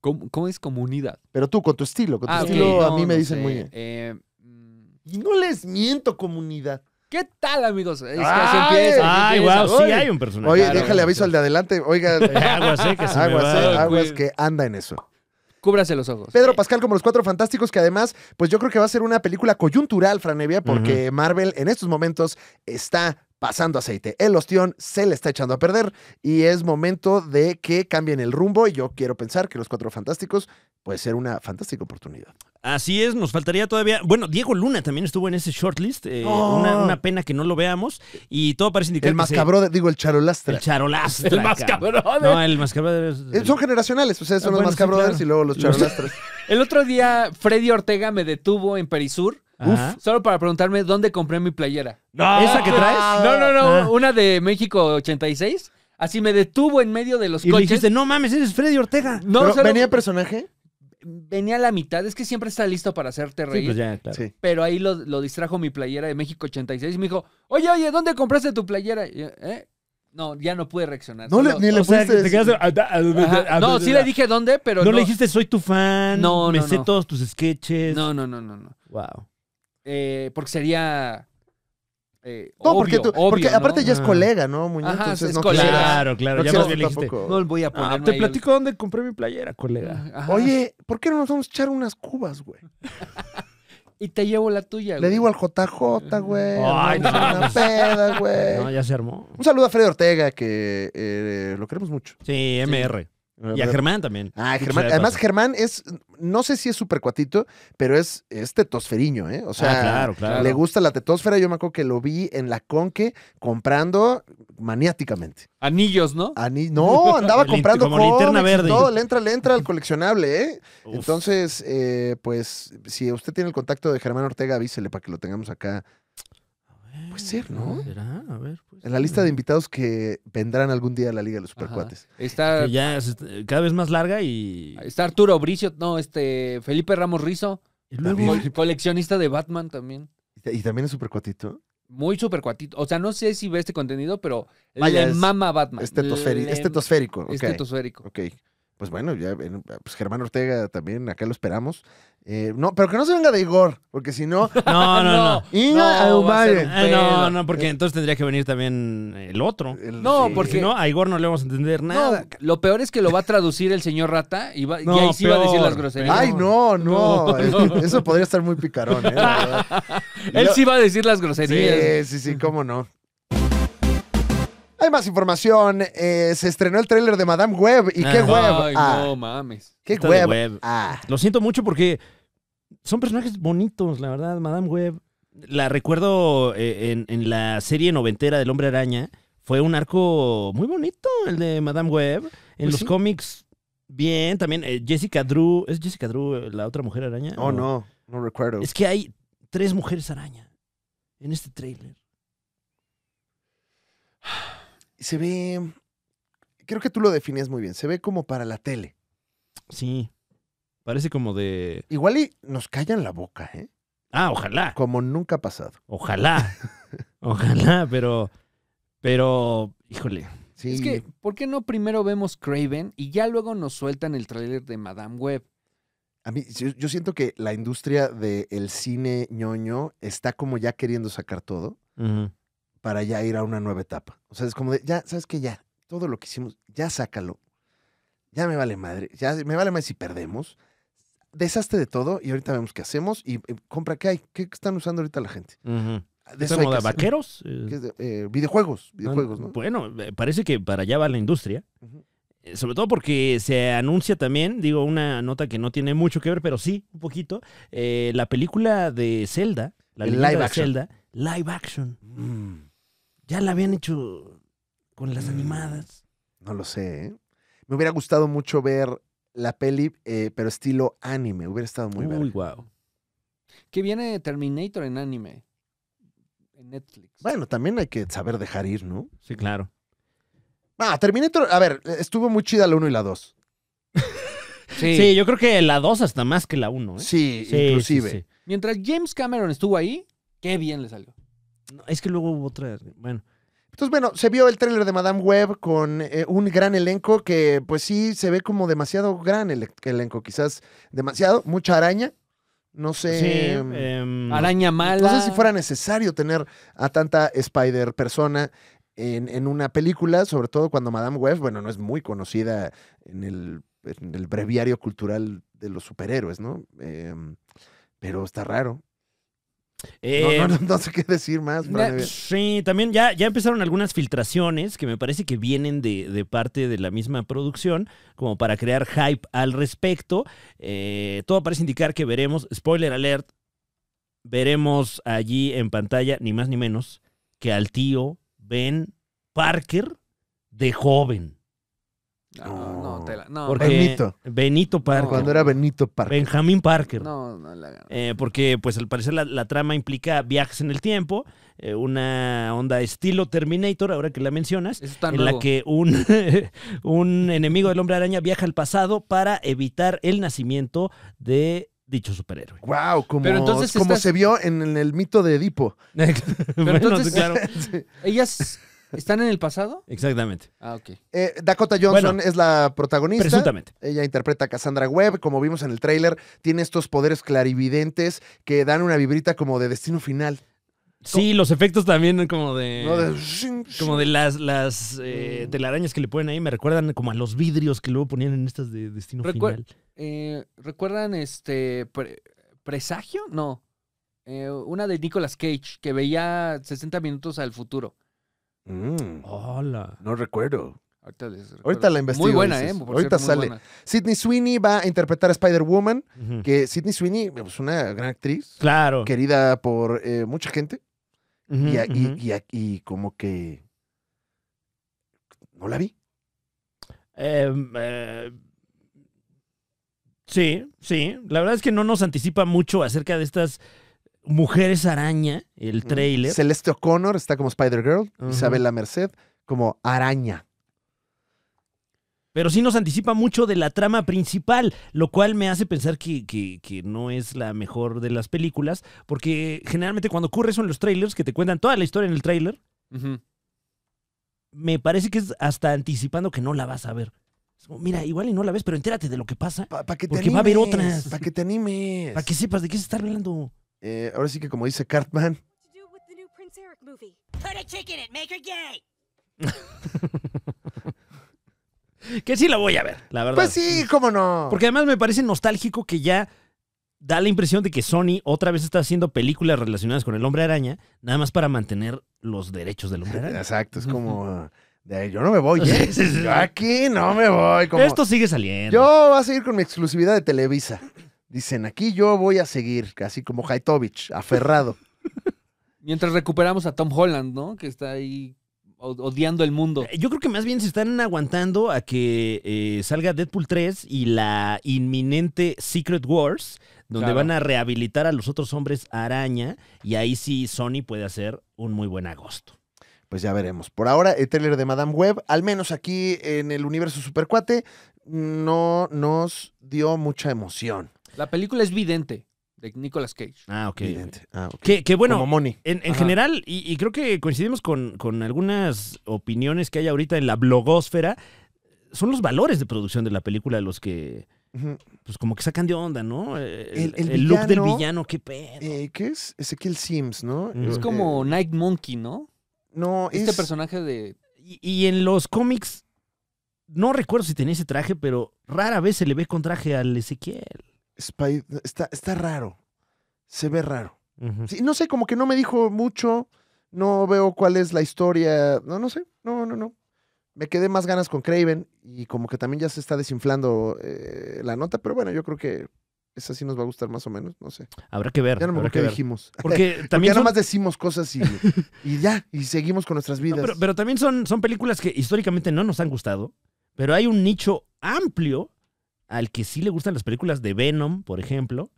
¿Cómo, cómo es comunidad?
Pero tú, con tu estilo. Con tu
Ah, ok.
estilo, a
No,
mí me
no
dicen
sé.
Muñe.
Eh, mm,
Y no les miento, comunidad.
¿Qué tal, amigos? Es que así
Ay,
empieza, así
Ay,
empieza.
wow, sí
Oye.
hay un personaje.
Oye,
claro,
déjale
claro.
aviso al de adelante. Oiga,
Aguas, eh, que se me
aguas,
va.
eh, aguas
güey.
que anda en eso.
Cúbrase los ojos.
Pedro Pascal como los Cuatro Fantásticos, que además, pues yo creo que va a ser una película coyuntural, Franevia, porque Marvel en estos momentos está pasando aceite. El ostión se le está echando a perder y es momento de que cambien el rumbo y yo quiero pensar que los Cuatro Fantásticos puede ser una fantástica oportunidad.
Así es, nos faltaría todavía. Bueno, Diego Luna también estuvo en ese shortlist. eh,
Oh.
una, una pena que no lo veamos. Y todo parece indicar
El
que se-
mascabro, digo, el charolastra.
El charolastra.
El más
cabrón.
cabrón.
No, el mascabro. es-
Eh, Son generacionales, o sea, son
Ah,
los
bueno, sí,
mascabrothers
claro.
y luego los
Los-
charolastras.
El otro día, Freddy Ortega me detuvo en Perisur.
Ajá.
Solo para preguntarme dónde compré mi playera.
¿Esa que traes?
No, no, no.
Ah.
Una de México 86. Así me detuvo en medio de los
Y le
coches.
dijiste, no mames, eres Freddy Ortega.
no,
Pero,
solo-
¿Venía el personaje?
venía a la mitad. Es que siempre está listo para hacerte
Sí,
reír.
pues ya, claro.
Sí.
Pero ahí lo, lo distrajo mi playera de México 86 y me dijo, oye, oye, ¿dónde compraste tu playera? Y yo, "¿Eh?". No, ya no pude reaccionar.
No le-
Solo-
ni le
O sea,
pusiste...
que te quedaste-
Ajá. No, sí le dije dónde, pero
No,
no.
le dijiste, soy tu fan.
No,
Me
no,
sé
no.
todos tus sketches.
No, no, no, no, no.
Wow.
Eh, porque sería... eh,
No,
obvio,
porque, tú-
obvio,
porque
¿no?
aparte ya es
Ah.
colega, ¿no, Muñe?
Ajá,
Entonces
es
no
colega.
quisieras-
Claro, claro.
no
Ya
quisieras
más bien le dijiste.
tampoco-
No voy a
"Ah,
poner...
te platico dónde compré mi playera, colega.
Oye, ¿por qué no nos vamos a echar unas cubas, güey?
Y te llevo la tuya,
Le
güey.
digo al JJ, güey.
Ay,
armamos
no.
Una peda, güey.
No, ya se armó.
Un saludo a Freddy Ortega, que eh, lo queremos mucho.
Sí, MR. Y a Germán también.
Ah,
Dicho
Germán.
sea de
Además,
paso.
Germán es, no sé si es súper cuatito, pero es, es tetosferiño, ¿eh? O sea,
Ah, claro, claro.
le gusta la tetosfera. Yo me acuerdo que lo vi en la Conque comprando maniáticamente.
Anillos, ¿no?
Ani- no, andaba
El lin-
comprando
como linterna
cómics y
verde.
Todo, le entra, le entra al coleccionable, ¿eh?
Uf.
Entonces, eh, pues, si usted tiene el contacto de Germán Ortega, avísele para que lo tengamos acá. Puede ser, ¿no?
Ah, ¿Será? A ver. pues.
En la lista de invitados que vendrán algún día a la Liga de los
Ajá.
Supercuates.
Está,
Que ya es eh, cada vez más larga y.
está Arturo Bricio, no, este... Felipe Ramos Rizo,
y luego.
col- coleccionista de Batman también.
Y ta- Y también es supercuatito.
Muy súper cuatito. O sea, no sé si ve este contenido, pero
Vaya,
le
es-
mama a Batman.
Es tetosferi-
Le-
es tetosférico.
es
ok.
tetosférico.
Ok. pues bueno, ya en- pues Germán Ortega también, acá lo esperamos. Eh, no, pero que no se venga de Igor, porque si no,
No, no, no.
Inga
va a ser
Aumare.
un
Eh, no,
pedo.
no, porque entonces tendría que venir también el otro.
El-
No,
Porque
sí.
porque-
si no, a Igor no le vamos a entender nada.
No, lo peor es que lo va a traducir el señor Rata y, va, y
No,
ahí sí va a decir
peor,
las groserías.
Ay, no, no. eh,
No, no.
Eso podría estar muy picarón, ¿eh? la verdad.
Él sí va a decir las groserías.
Sí, sí, sí, cómo no. Hay más información. Eh, se estrenó el tráiler de Madame Web. ¿Y qué
Ah.
web?
Ay,
ah,
no mames.
¿Qué
Está de
web?
web.
Ah,
Lo siento mucho porque son personajes bonitos, la verdad, Madame Web. La recuerdo eh, en, en la serie noventera del Hombre Araña. Fue un arco muy bonito el de Madame Web. En
Pues
los
sí.
cómics, bien. También eh, Jessica Drew. ¿Es Jessica Drew eh, la otra mujer araña?
oh, no, no recuerdo.
Es que hay tres mujeres araña en este tráiler.
Se ve. Creo que tú lo definías muy bien. Se ve como para la tele.
Sí. Parece como de...
Igual y nos callan la boca, ¿eh?
Ah, ojalá.
Como nunca ha pasado.
Ojalá. Ojalá, pero... Pero... Híjole.
Sí.
Es que, ¿por qué no primero vemos Craven y ya luego nos sueltan el tráiler de Madame Web?
A mí, yo, yo siento que la industria del cine ñoño está como ya queriendo sacar todo.
Ujú.
para ya ir a una nueva etapa. O sea, es como de, ya, ¿sabes qué? Ya, todo lo que hicimos, ya sácalo. Ya me vale madre. Ya me vale madre si perdemos. Deshazte de todo y ahorita vemos qué hacemos y eh, compra, ¿qué hay? ¿Qué están usando ahorita la gente? Ah,
Ujú.
De
¿Está
hay
como
que
de
hacer.
vaqueros? Eh,
¿Qué es de- eh, videojuegos, videojuegos,
ah,
¿no?
Bueno, eh, parece que para allá va la industria.
Ujú.
Eh, Sobre todo porque se anuncia también, digo, una nota que no tiene mucho que ver, pero sí, un poquito, eh, la película de Zelda, la
El
leyenda
live
de
action.
Zelda, live action.
Mm,
Ya la habían hecho con las animadas.
no lo sé. ¿eh? Me hubiera gustado mucho ver la peli, eh, pero estilo anime. Hubiera estado muy bien.
Uy, wow.
Que viene Terminator en anime. En Netflix.
Bueno, también hay que saber dejar ir, ¿no?
Sí, claro.
Ah, Terminator, a ver, estuvo muy chida la 1 y la 2.
Sí.
Sí.
yo creo que la 2 hasta más que la ¿eh? 1.
Sí, inclusive.
Mientras James Cameron estuvo ahí, qué bien le salió.
es que luego hubo otra. Bueno,
Entonces, Pues bueno, se vio el tráiler de Madame Web con eh, un gran elenco que, pues sí, se ve como demasiado gran el elenco, quizás demasiado, mucha araña. No sé.
sí.
em,
em,
Araña
no
mala.
sé si fuera necesario tener a tanta Spider persona en, en una película, sobre todo cuando Madame Web, bueno, no es muy conocida en el, en el breviario cultural de los superhéroes, ¿no? Em, pero está raro. No,
eh,
no, no- no sé qué decir más. Fran.
Sí, también ya, ya empezaron algunas filtraciones que me parece que vienen de, de parte de la misma producción, como para crear hype al respecto. Eh, todo parece indicar que veremos, spoiler alert, veremos allí en pantalla, ni más ni menos, que al tío Ben Parker de joven.
No, no, tela. No,
Porque-
Ah, Benito.
Benito Parker.
Cuando era Benito Parker.
Benjamín Parker.
no, no la hagan.
Eh, porque, pues, al parecer la, la trama implica viajes en el tiempo, eh, una onda estilo Terminator, ahora que la mencionas,
Eso está
en
nuevo.
la que un, un enemigo del hombre araña viaja al pasado para evitar el nacimiento de dicho superhéroe.
Wow, como,
Pero entonces
como
estás-
se vio en, el- el mito de Edipo.
Bueno,
entonces-
claro,
¿Ellas están en el pasado?
exactamente.
Ah, ok.
Eh, Dakota Johnson
Bueno,
es la protagonista.
Presuntamente.
Ella interpreta a Cassandra Webb, como vimos en el tráiler, tiene estos poderes clarividentes que dan una vibrita como de destino final.
Sí, los efectos también como de...
¿no? De Mm. shing, shing.
Eh, Como de las, las eh, telarañas que le ponen ahí, me recuerdan como a los vidrios que luego ponían en estas de Destino
Recuer-
Final.
Eh, ¿Recuerdan este pre- presagio? No. Eh, una de Nicolas Cage que veía 60 minutos al futuro.
Mm,
Oh, Hola.
no recuerdo.
Ahorita les recuerdo.
Ahorita la investigo,
Muy buena,
dices.
¿eh? Por
Ahorita
muy
sale.
buena.
Sidney Sweeney va a interpretar a Spider-Woman,
Ujú.
que Sidney Sweeney es una gran actriz,
Claro.
querida por eh, mucha gente,
Ujú,
y, a- y-
ujú.
y a- y como que no la vi.
Em, eh, sí, sí. La verdad es que no nos anticipa mucho acerca de estas mujeres araña, el trailer.
Celeste O'Connor está como Spider-Girl,
Ujú.
Isabela Merced como araña.
Pero sí nos anticipa mucho de la trama principal, lo cual me hace pensar que, que- que no es la mejor de las películas, porque generalmente cuando ocurre eso en los trailers, que te cuentan toda la historia en el trailer,
Ujú.
me parece que es hasta anticipando que no la vas a ver. Es como, mira, igual y no la ves, pero entérate de lo que pasa.
Para que te
Porque va a haber
animes,
otras.
Para que te animes.
Para que sepas de qué se está hablando.
Eh, ahora sí que como dice Cartman,
to do with the new Prince Eric movie.
Put a chick in it, make her gay.
Que sí la voy a ver, la verdad.
pues sí, cómo no.
Porque además me parece nostálgico que ya da la impresión de que Sony otra vez está haciendo películas relacionadas con el hombre araña, nada más para mantener los derechos del hombre araña.
Exacto, es como de, yo no me voy, ¿eh?
Sí, sí, sí.
Yo aquí no me voy. Como,
Esto sigue saliendo.
Yo voy a seguir con mi exclusividad de Televisa. Dicen, aquí yo voy a seguir, casi como Haitovich, aferrado.
Mientras recuperamos a Tom Holland, ¿no? Que está ahí o- odiando el mundo.
Yo creo que más bien se están aguantando a que eh, salga Deadpool 3 y la inminente Secret Wars, donde
Claro.
van a rehabilitar a los otros hombres araña, y ahí sí Sony puede hacer un muy buen agosto.
Pues ya veremos. Por ahora, el trailer de Madame Web, al menos aquí en el universo supercuate, no nos dio mucha emoción.
La película es vidente, de Nicolas Cage.
Ah, ok.
Evidente. Ah, ok.
Que, que bueno,
como Moni.
En, en
Ajá.
general, y, y creo que coincidimos con, con algunas opiniones que hay ahorita en la blogósfera, son los valores de producción de la película los que,
Ujú.
pues como que sacan de onda, ¿no? Eh, El,
El- el
el look del
villano,
villano, qué pedo.
Eh, ¿Qué es? Ezequiel Sims, ¿no?
Mm.
Es
Eh,
como Night Monkey, ¿no?
no,
Este
es-
personaje de...
Y, y en los cómics, no recuerdo si tenía ese traje, pero rara vez se le ve con traje al Ezequiel.
Spy- está, está raro. Se ve raro. Sí, no sé, como que no me dijo mucho. No veo cuál es la historia. No, no sé. No, no, no. Me quedé más ganas con Craven y como que también ya se está desinflando eh, la nota, pero bueno, yo creo que esa sí nos va a gustar más o menos, no sé.
Habrá que ver.
Ya no me
habrá
acuerdo
que
qué
ver.
dijimos.
Porque
Porque
también
ya
son-
nomás decimos cosas y, y ya, y seguimos con nuestras
No,
vidas.
pero, pero también son, son películas que históricamente no nos han gustado, pero hay un nicho amplio al que sí le gustan las películas de Venom, por ejemplo.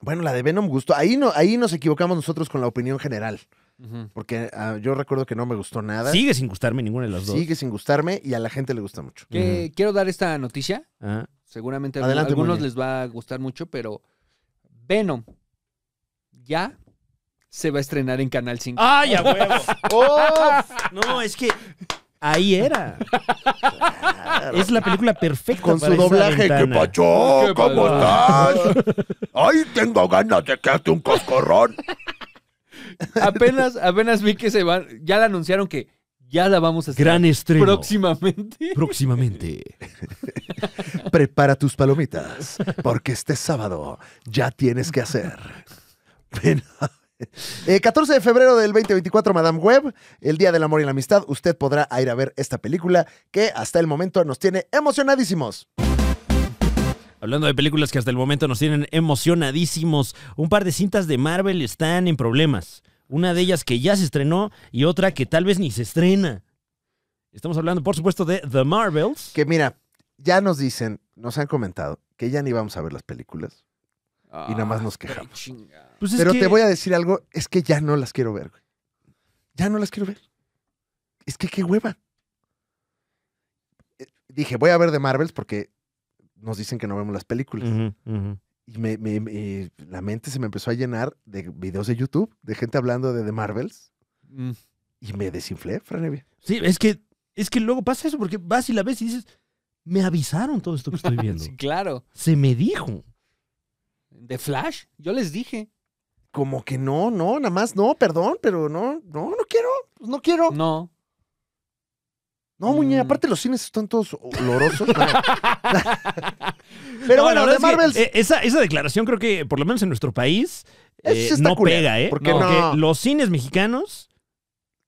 Bueno, la de Venom gustó. Ahí, no, ahí nos equivocamos nosotros con la opinión general,
Ujú.
porque ah, yo recuerdo que no me gustó nada.
Sigue sin gustarme ninguna de las dos.
Sigue sin gustarme y a la gente le gusta mucho.
Que Quiero dar esta noticia.
Ah,
Seguramente a
Adelante,
algunos
Muñe.
les va a gustar mucho, pero Venom ya se va a estrenar en Canal 5.
¡Ay, a huevo!
¡Oh!
No, es que ahí era. Es la película perfecta
con su
para esa
doblaje. Oh, ¿Qué
ventana.
pacho?
¿Qué
¿Cómo
pasó?
estás? Ay, tengo ganas de que haste un coscorrón.
Apenas, apenas vi que se va, ya la anunciaron que ya la vamos a estrenar
Gran estreno.
próximamente.
Próximamente.
Prepara tus palomitas, porque este sábado ya tienes que hacer. Ven. Eh, 14 de febrero del 2024, Madame Web, el Día del Amor y la Amistad, usted podrá ir a ver esta película que hasta el momento nos tiene emocionadísimos.
Hablando de películas que hasta el momento nos tienen emocionadísimos, un par de cintas de Marvel están en problemas. Una de ellas que ya se estrenó y otra que tal vez ni se estrena. Estamos hablando, por supuesto, de The Marvels.
Que mira, ya nos dicen, nos han comentado que ya ni vamos a ver las películas. Y nada más nos
Ah,
quejamos.
chinga.
Pues es
Pero
que-
te voy a decir algo, es que ya no las quiero ver, güey. Ya no las quiero ver. Es que qué hueva. Eh, Dije, voy a ver de Marvels porque nos dicen que no vemos las películas.
Ujú, ujú.
Y me- me- me- la mente se me empezó a llenar de videos de YouTube, de gente hablando de The Marvels.
Mm.
Y me desinflé, Franevia.
Sí, es que, es que luego pasa eso, porque vas y la ves y dices, me avisaron todo esto que estoy viendo.
Sí, claro.
Se me dijo.
De Flash, yo les dije.
Como que no, no, nada más, no, perdón, pero no, no, no quiero, pues no quiero. No,
No.
muñe,
Mm.
aparte los cines están todos olorosos. pero
No, la verdad
bueno, de
es que,
Marvels.
eh, esa, esa declaración creo que, por lo menos en nuestro país,
Eso
eh,
sí está
no
culero,
pega, ¿eh?
¿por qué
Porque
no?
los cines mexicanos,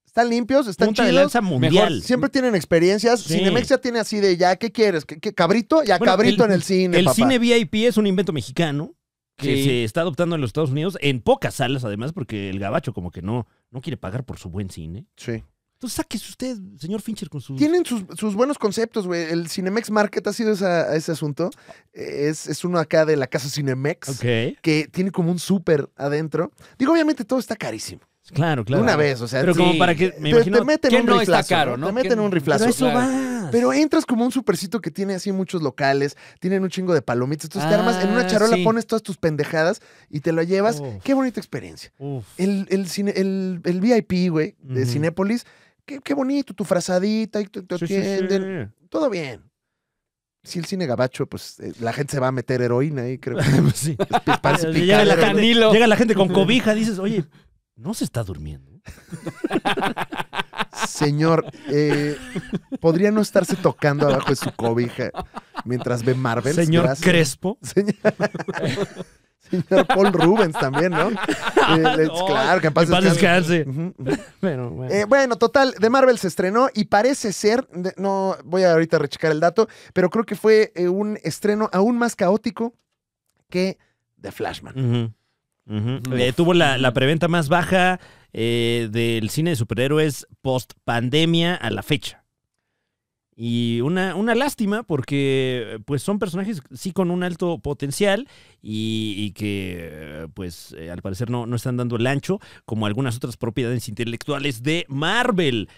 Están limpios, están
punta de
chidos.
lanza mundial.
Siempre tienen experiencias.
Sí.
Cinemex ya tiene así de ya, ¿qué quieres? ¿Qué, qué- cabrito Ya
Bueno,
cabrito
el-
en el cine.
El
papá.
cine VIP es un invento mexicano que
Sí.
se está adoptando en los Estados Unidos, en pocas salas además, porque el gabacho como que no, no quiere pagar por su buen cine.
Sí.
Entonces sáquese usted, señor Fincher, con su...
Tienen sus, sus buenos conceptos, güey. El Cinemex Market ha sido esa- ese asunto. Es, es uno acá de la casa Cinemex.
Ok,
Que tiene como un súper adentro. Digo, obviamente todo está carísimo.
claro,
De
claro.
una vez, o sea,
Pero
sí.
como para que,
te,
me imagino...
te meten
¿qué
un
no está
riflazo,
caro, no?
Te
¿Qué
meten
no?
un
Pero
pero a
riflazo.
eso
claro.
vas.
Pero entras como un supercito que tiene así muchos locales, tienen un chingo de palomitas. Entonces te
Ah,
armas, en una charola
sí.
pones todas tus pendejadas y te lo llevas.
Uf.
Qué bonita experiencia.
Uf.
El, el, cine- el, el VIP, güey, de
Ujú.
Cinépolis, qué, qué bonito, tu frazadita, y te, te
Sí, sí, sí.
atienden. Todo bien. si el cine gabacho, pues eh, la gente se va a meter heroína ahí, creo. que
Pues sí.
es pan sin
llega,
picar,
la
heroína.
gente,
Canilo.
llega la gente con cobija, dices, oye, no se está durmiendo.
Señor, eh, ¿podría no estarse tocando abajo de su cobija mientras ve Marvel?
Señor
Gracias.
Crespo.
Señor, Señor Paul Rubens también, ¿no? Eh, le-
No,
claro, que en paz
que en paz
descanse.
descanse.
Ujú, ujú.
Bueno, bueno.
Eh, bueno, total, de Marvel se estrenó y parece ser, de- no voy a ahorita rechecar el dato, pero creo que fue eh, un estreno aún más caótico que The Flashman.
Ujú, ujú. Eh, tuvo la, la preventa más baja eh, del cine de superhéroes post pandemia a la fecha. Y una, una lástima porque eh, pues son personajes sí con un alto potencial y, y que eh, pues eh, al parecer no, no están dando el ancho como algunas otras propiedades intelectuales de Marvel.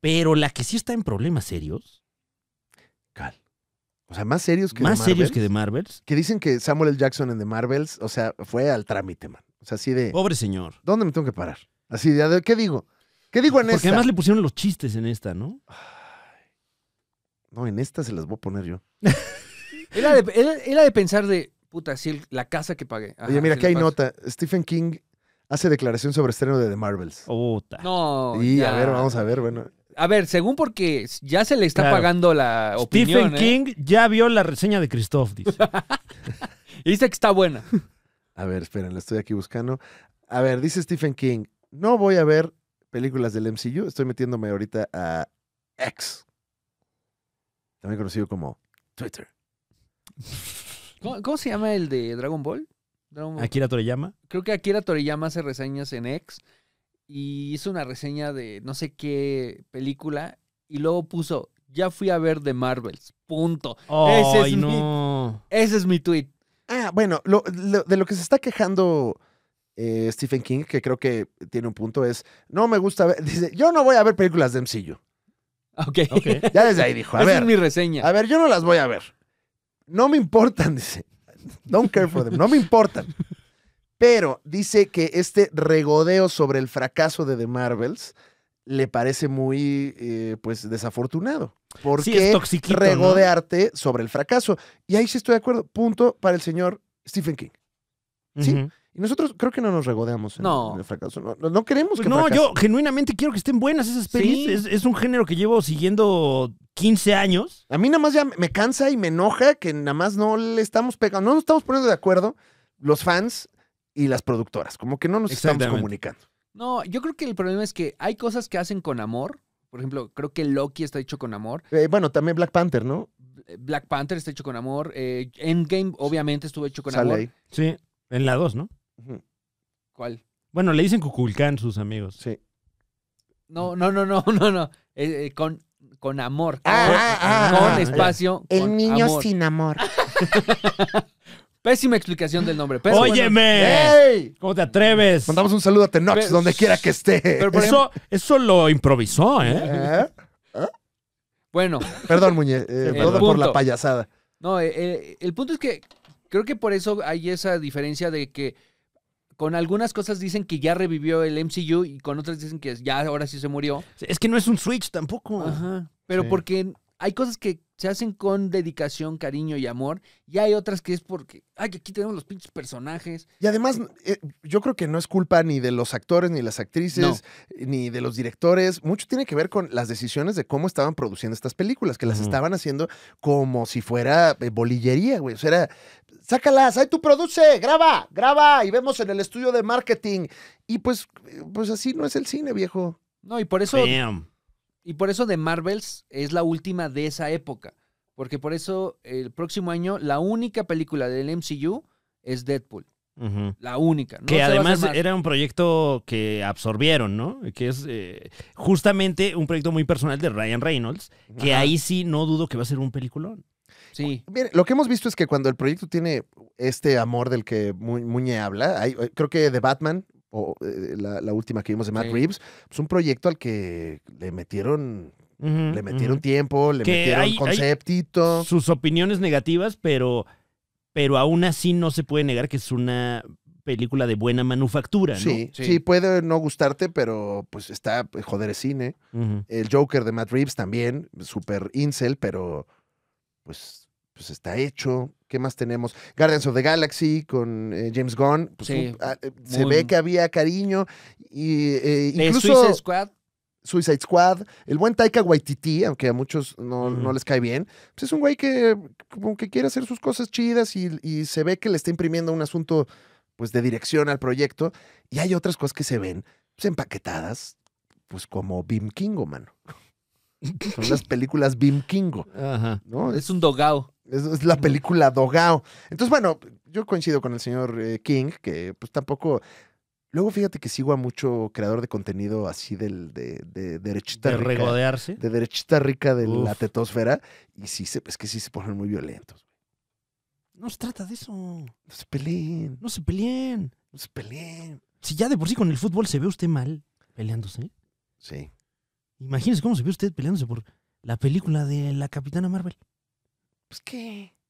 Pero la que sí está en problemas serios,
O sea, más serios que
más
The
serios
Marvels,
que de Marvels,
que dicen que Samuel L. Jackson en The Marvels, o sea, fue al trámite, man. O sea, así de,
pobre señor.
¿dónde me tengo que parar? Así de, ¿qué digo? ¿Qué digo en
Porque
esta?
además le pusieron los chistes en esta, ¿no?
No, en esta se las voy a poner yo.
Era de, era- era de pensar de, puta, si el- la casa que pagué. Ajá,
Oye, mira,
sí
aquí
le
hay
paso.
nota. Stephen King hace declaración sobre estreno de The Marvels.
Ota.
No,
y
Oh, ya.
a ver, vamos a ver, bueno.
A ver, según porque ya se le está
Claro.
pagando la opinión.
Stephen
¿eh?
King ya vio la reseña de Christoph, dice.
Y dice que está buena.
A ver, esperen, la estoy aquí buscando. A ver, dice Stephen King, no voy a ver películas del MCU, estoy metiéndome ahorita a X, también conocido como Twitter.
¿Cómo, cómo se llama el de Dragon Ball? Dragon Ball.
Akira Toriyama.
Creo que Akira Toriyama hace reseñas en X y hizo una reseña de no sé qué película y luego puso, ya fui a ver de Marvels, punto. Ese es
Ay,
mi-
no.
Ese es mi tweet.
Ah, bueno, lo- lo- de lo que se está quejando eh, Stephen King, que creo que tiene un punto, es, no me gusta ver, dice, yo no voy a ver películas de MCU.
Ok.
Ok.
Ya desde ahí dijo, a
Esa
ver, Ah.
es mi reseña.
a ver, yo no las voy a ver. No me importan, dice. Don't care for them, no me importan. Pero dice que este regodeo sobre el fracaso de The Marvels le parece muy, eh, pues, desafortunado. ¿Por
Sí,
qué
es toxiquito, ¿no?
regodearte sobre el fracaso? Y ahí sí estoy de acuerdo. Punto para el señor Stephen King. Sí.
Ujú.
Y nosotros creo que no nos regodeamos en,
No.
en el fracaso. No, no- no queremos
Pues
que
no,
fracase.
yo genuinamente quiero que estén buenas esas pelis.
Sí.
Es, es un género que llevo siguiendo 15 años.
A mí nada más ya me cansa y me enoja que nada más no le estamos pegando, no nos estamos poniendo de acuerdo los fans y las productoras, como que no nos estamos
Exactamente.
comunicando.
No, yo creo que el problema es que hay cosas que hacen con amor. Por ejemplo, creo que Loki está hecho con amor.
Eh, bueno, también Black Panther, ¿no?
Black Panther está hecho con amor. eh, Endgame, obviamente, estuvo hecho con
Sale
amor.
ahí.
Sí. En la 2, ¿no?
Ujú,
¿Cuál?
Bueno, le dicen Cuculcán sus amigos.
Sí.
No, no, no, no, no, no. Eh, eh, con, con amor.
Ah,
con,
ah, ah,
con
ah,
espacio. con amor.
sin amor.
Pésima explicación del nombre. Pero bueno,
¡Óyeme!
¡Ey!
¿Cómo te atreves?
Mandamos un saludo a Tenoch,
Pero-
donde quiera que esté.
pero por
Eso, eso lo improvisó, ¿eh?
¿Eh?
bueno,
Perdón, Muñe, eh, todo por
punto.
la payasada.
no, eh, eh, el punto es que creo que por eso hay esa diferencia de que con algunas cosas dicen que ya revivió el MCU y con otras dicen que ya ahora sí se murió.
Es que no es un Switch tampoco.
Ajá. Pero
Sí.
porque hay cosas que se hacen con dedicación, cariño y amor, y hay otras que es porque, ay, aquí tenemos los pinches personajes.
Y además, eh, yo creo que no es culpa ni de los actores, ni las actrices, ni de los directores. Mucho tiene que ver con las decisiones de cómo estaban produciendo estas películas, que las
Ujú.
estaban haciendo como si fuera eh, bolillería, güey. O sea, era, sácalas, ahí tú produce, graba, graba, y vemos en el estudio de marketing. Y pues, eh, pues así no es el cine, viejo.
No, y por eso
Damn.
Y por eso The Marvels es la última de esa época. Porque por eso el próximo año la única película del MCU es Deadpool.
Ujú.
La única. No
que
se va a hacer
además
más.
era un proyecto que absorbieron, ¿no? Que es eh, justamente un proyecto muy personal de Ryan Reynolds, que ahí sí no dudo que va a ser un peliculón.
Sí.
Bien, lo que hemos visto es que cuando el proyecto tiene este amor del que Mu- Muñe habla, hay- eh, creo que de Batman, o eh, la, la última que vimos de Matt
Sí.
Reeves, es un proyecto al que le metieron,
Ujú,
le metieron
ujú.
tiempo, le
Que
metieron
hay- hay-
conceptito.
sus opiniones negativas, pero, pero aún así no se puede negar que es una película de buena manufactura, ¿no?
Sí, sí,
Sí.
puede no gustarte, pero pues está, pues, joder, es cine.
Ujú.
El Joker de Matt Reeves también, súper incel, pero pues, pues está hecho. ¿Qué más tenemos? Guardians of the Galaxy con eh, James Gunn. pues,
Sí,
un- ah, eh, se
muy-
ve que había cariño. Y, eh,
De
incluso
Suicide
Suicide...
Squad.
Squad, el buen Taika Waititi, aunque a muchos no,
Ujú.
no les cae bien, pues es un güey que como que quiere hacer sus cosas chidas y, y se ve que le está imprimiendo un asunto pues de dirección al proyecto. Y hay otras cosas que se ven pues, empaquetadas, pues como Bim Kingo, mano. Son las películas Bim Kingo,
Ajá.
¿no?
Es un dogao.
Es, es la película Dogao. Entonces, bueno, yo coincido con el señor eh, King, que pues tampoco. Luego fíjate que sigo a mucho creador de contenido así del, de, de derechita
De
rica.
regodearse.
De derechita rica de la
Uf.
tetosfera. Y sí se, es que sí se ponen muy violentos.
No se trata de eso.
No se peleen,
No se peleen.
no se peleen.
Si ya de por sí con el fútbol se ve usted mal peleándose,
Sí.
imagínese cómo se ve usted peleándose por la película de la Capitana Marvel.
Pues qué.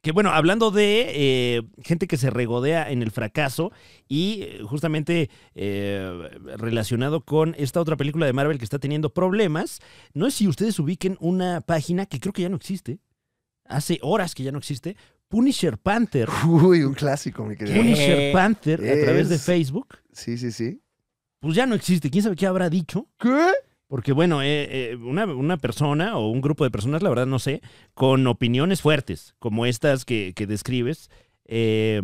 Que bueno, hablando de eh, gente que se regodea en el fracaso y eh, justamente eh, relacionado con esta otra película de Marvel que está teniendo problemas, no es si ustedes ubiquen una página que creo que ya no existe, hace horas que ya no existe, Punisher Panther.
Uy, un clásico, mi querido.
¿Qué?
Punisher Panther a través de
Es-
Facebook.
Sí, sí, sí.
Pues ya no existe, quién sabe qué habrá dicho.
¿Qué?
Porque bueno, eh, eh, una, una persona o un grupo de personas, la verdad no sé, con opiniones fuertes, como estas que, que describes, eh,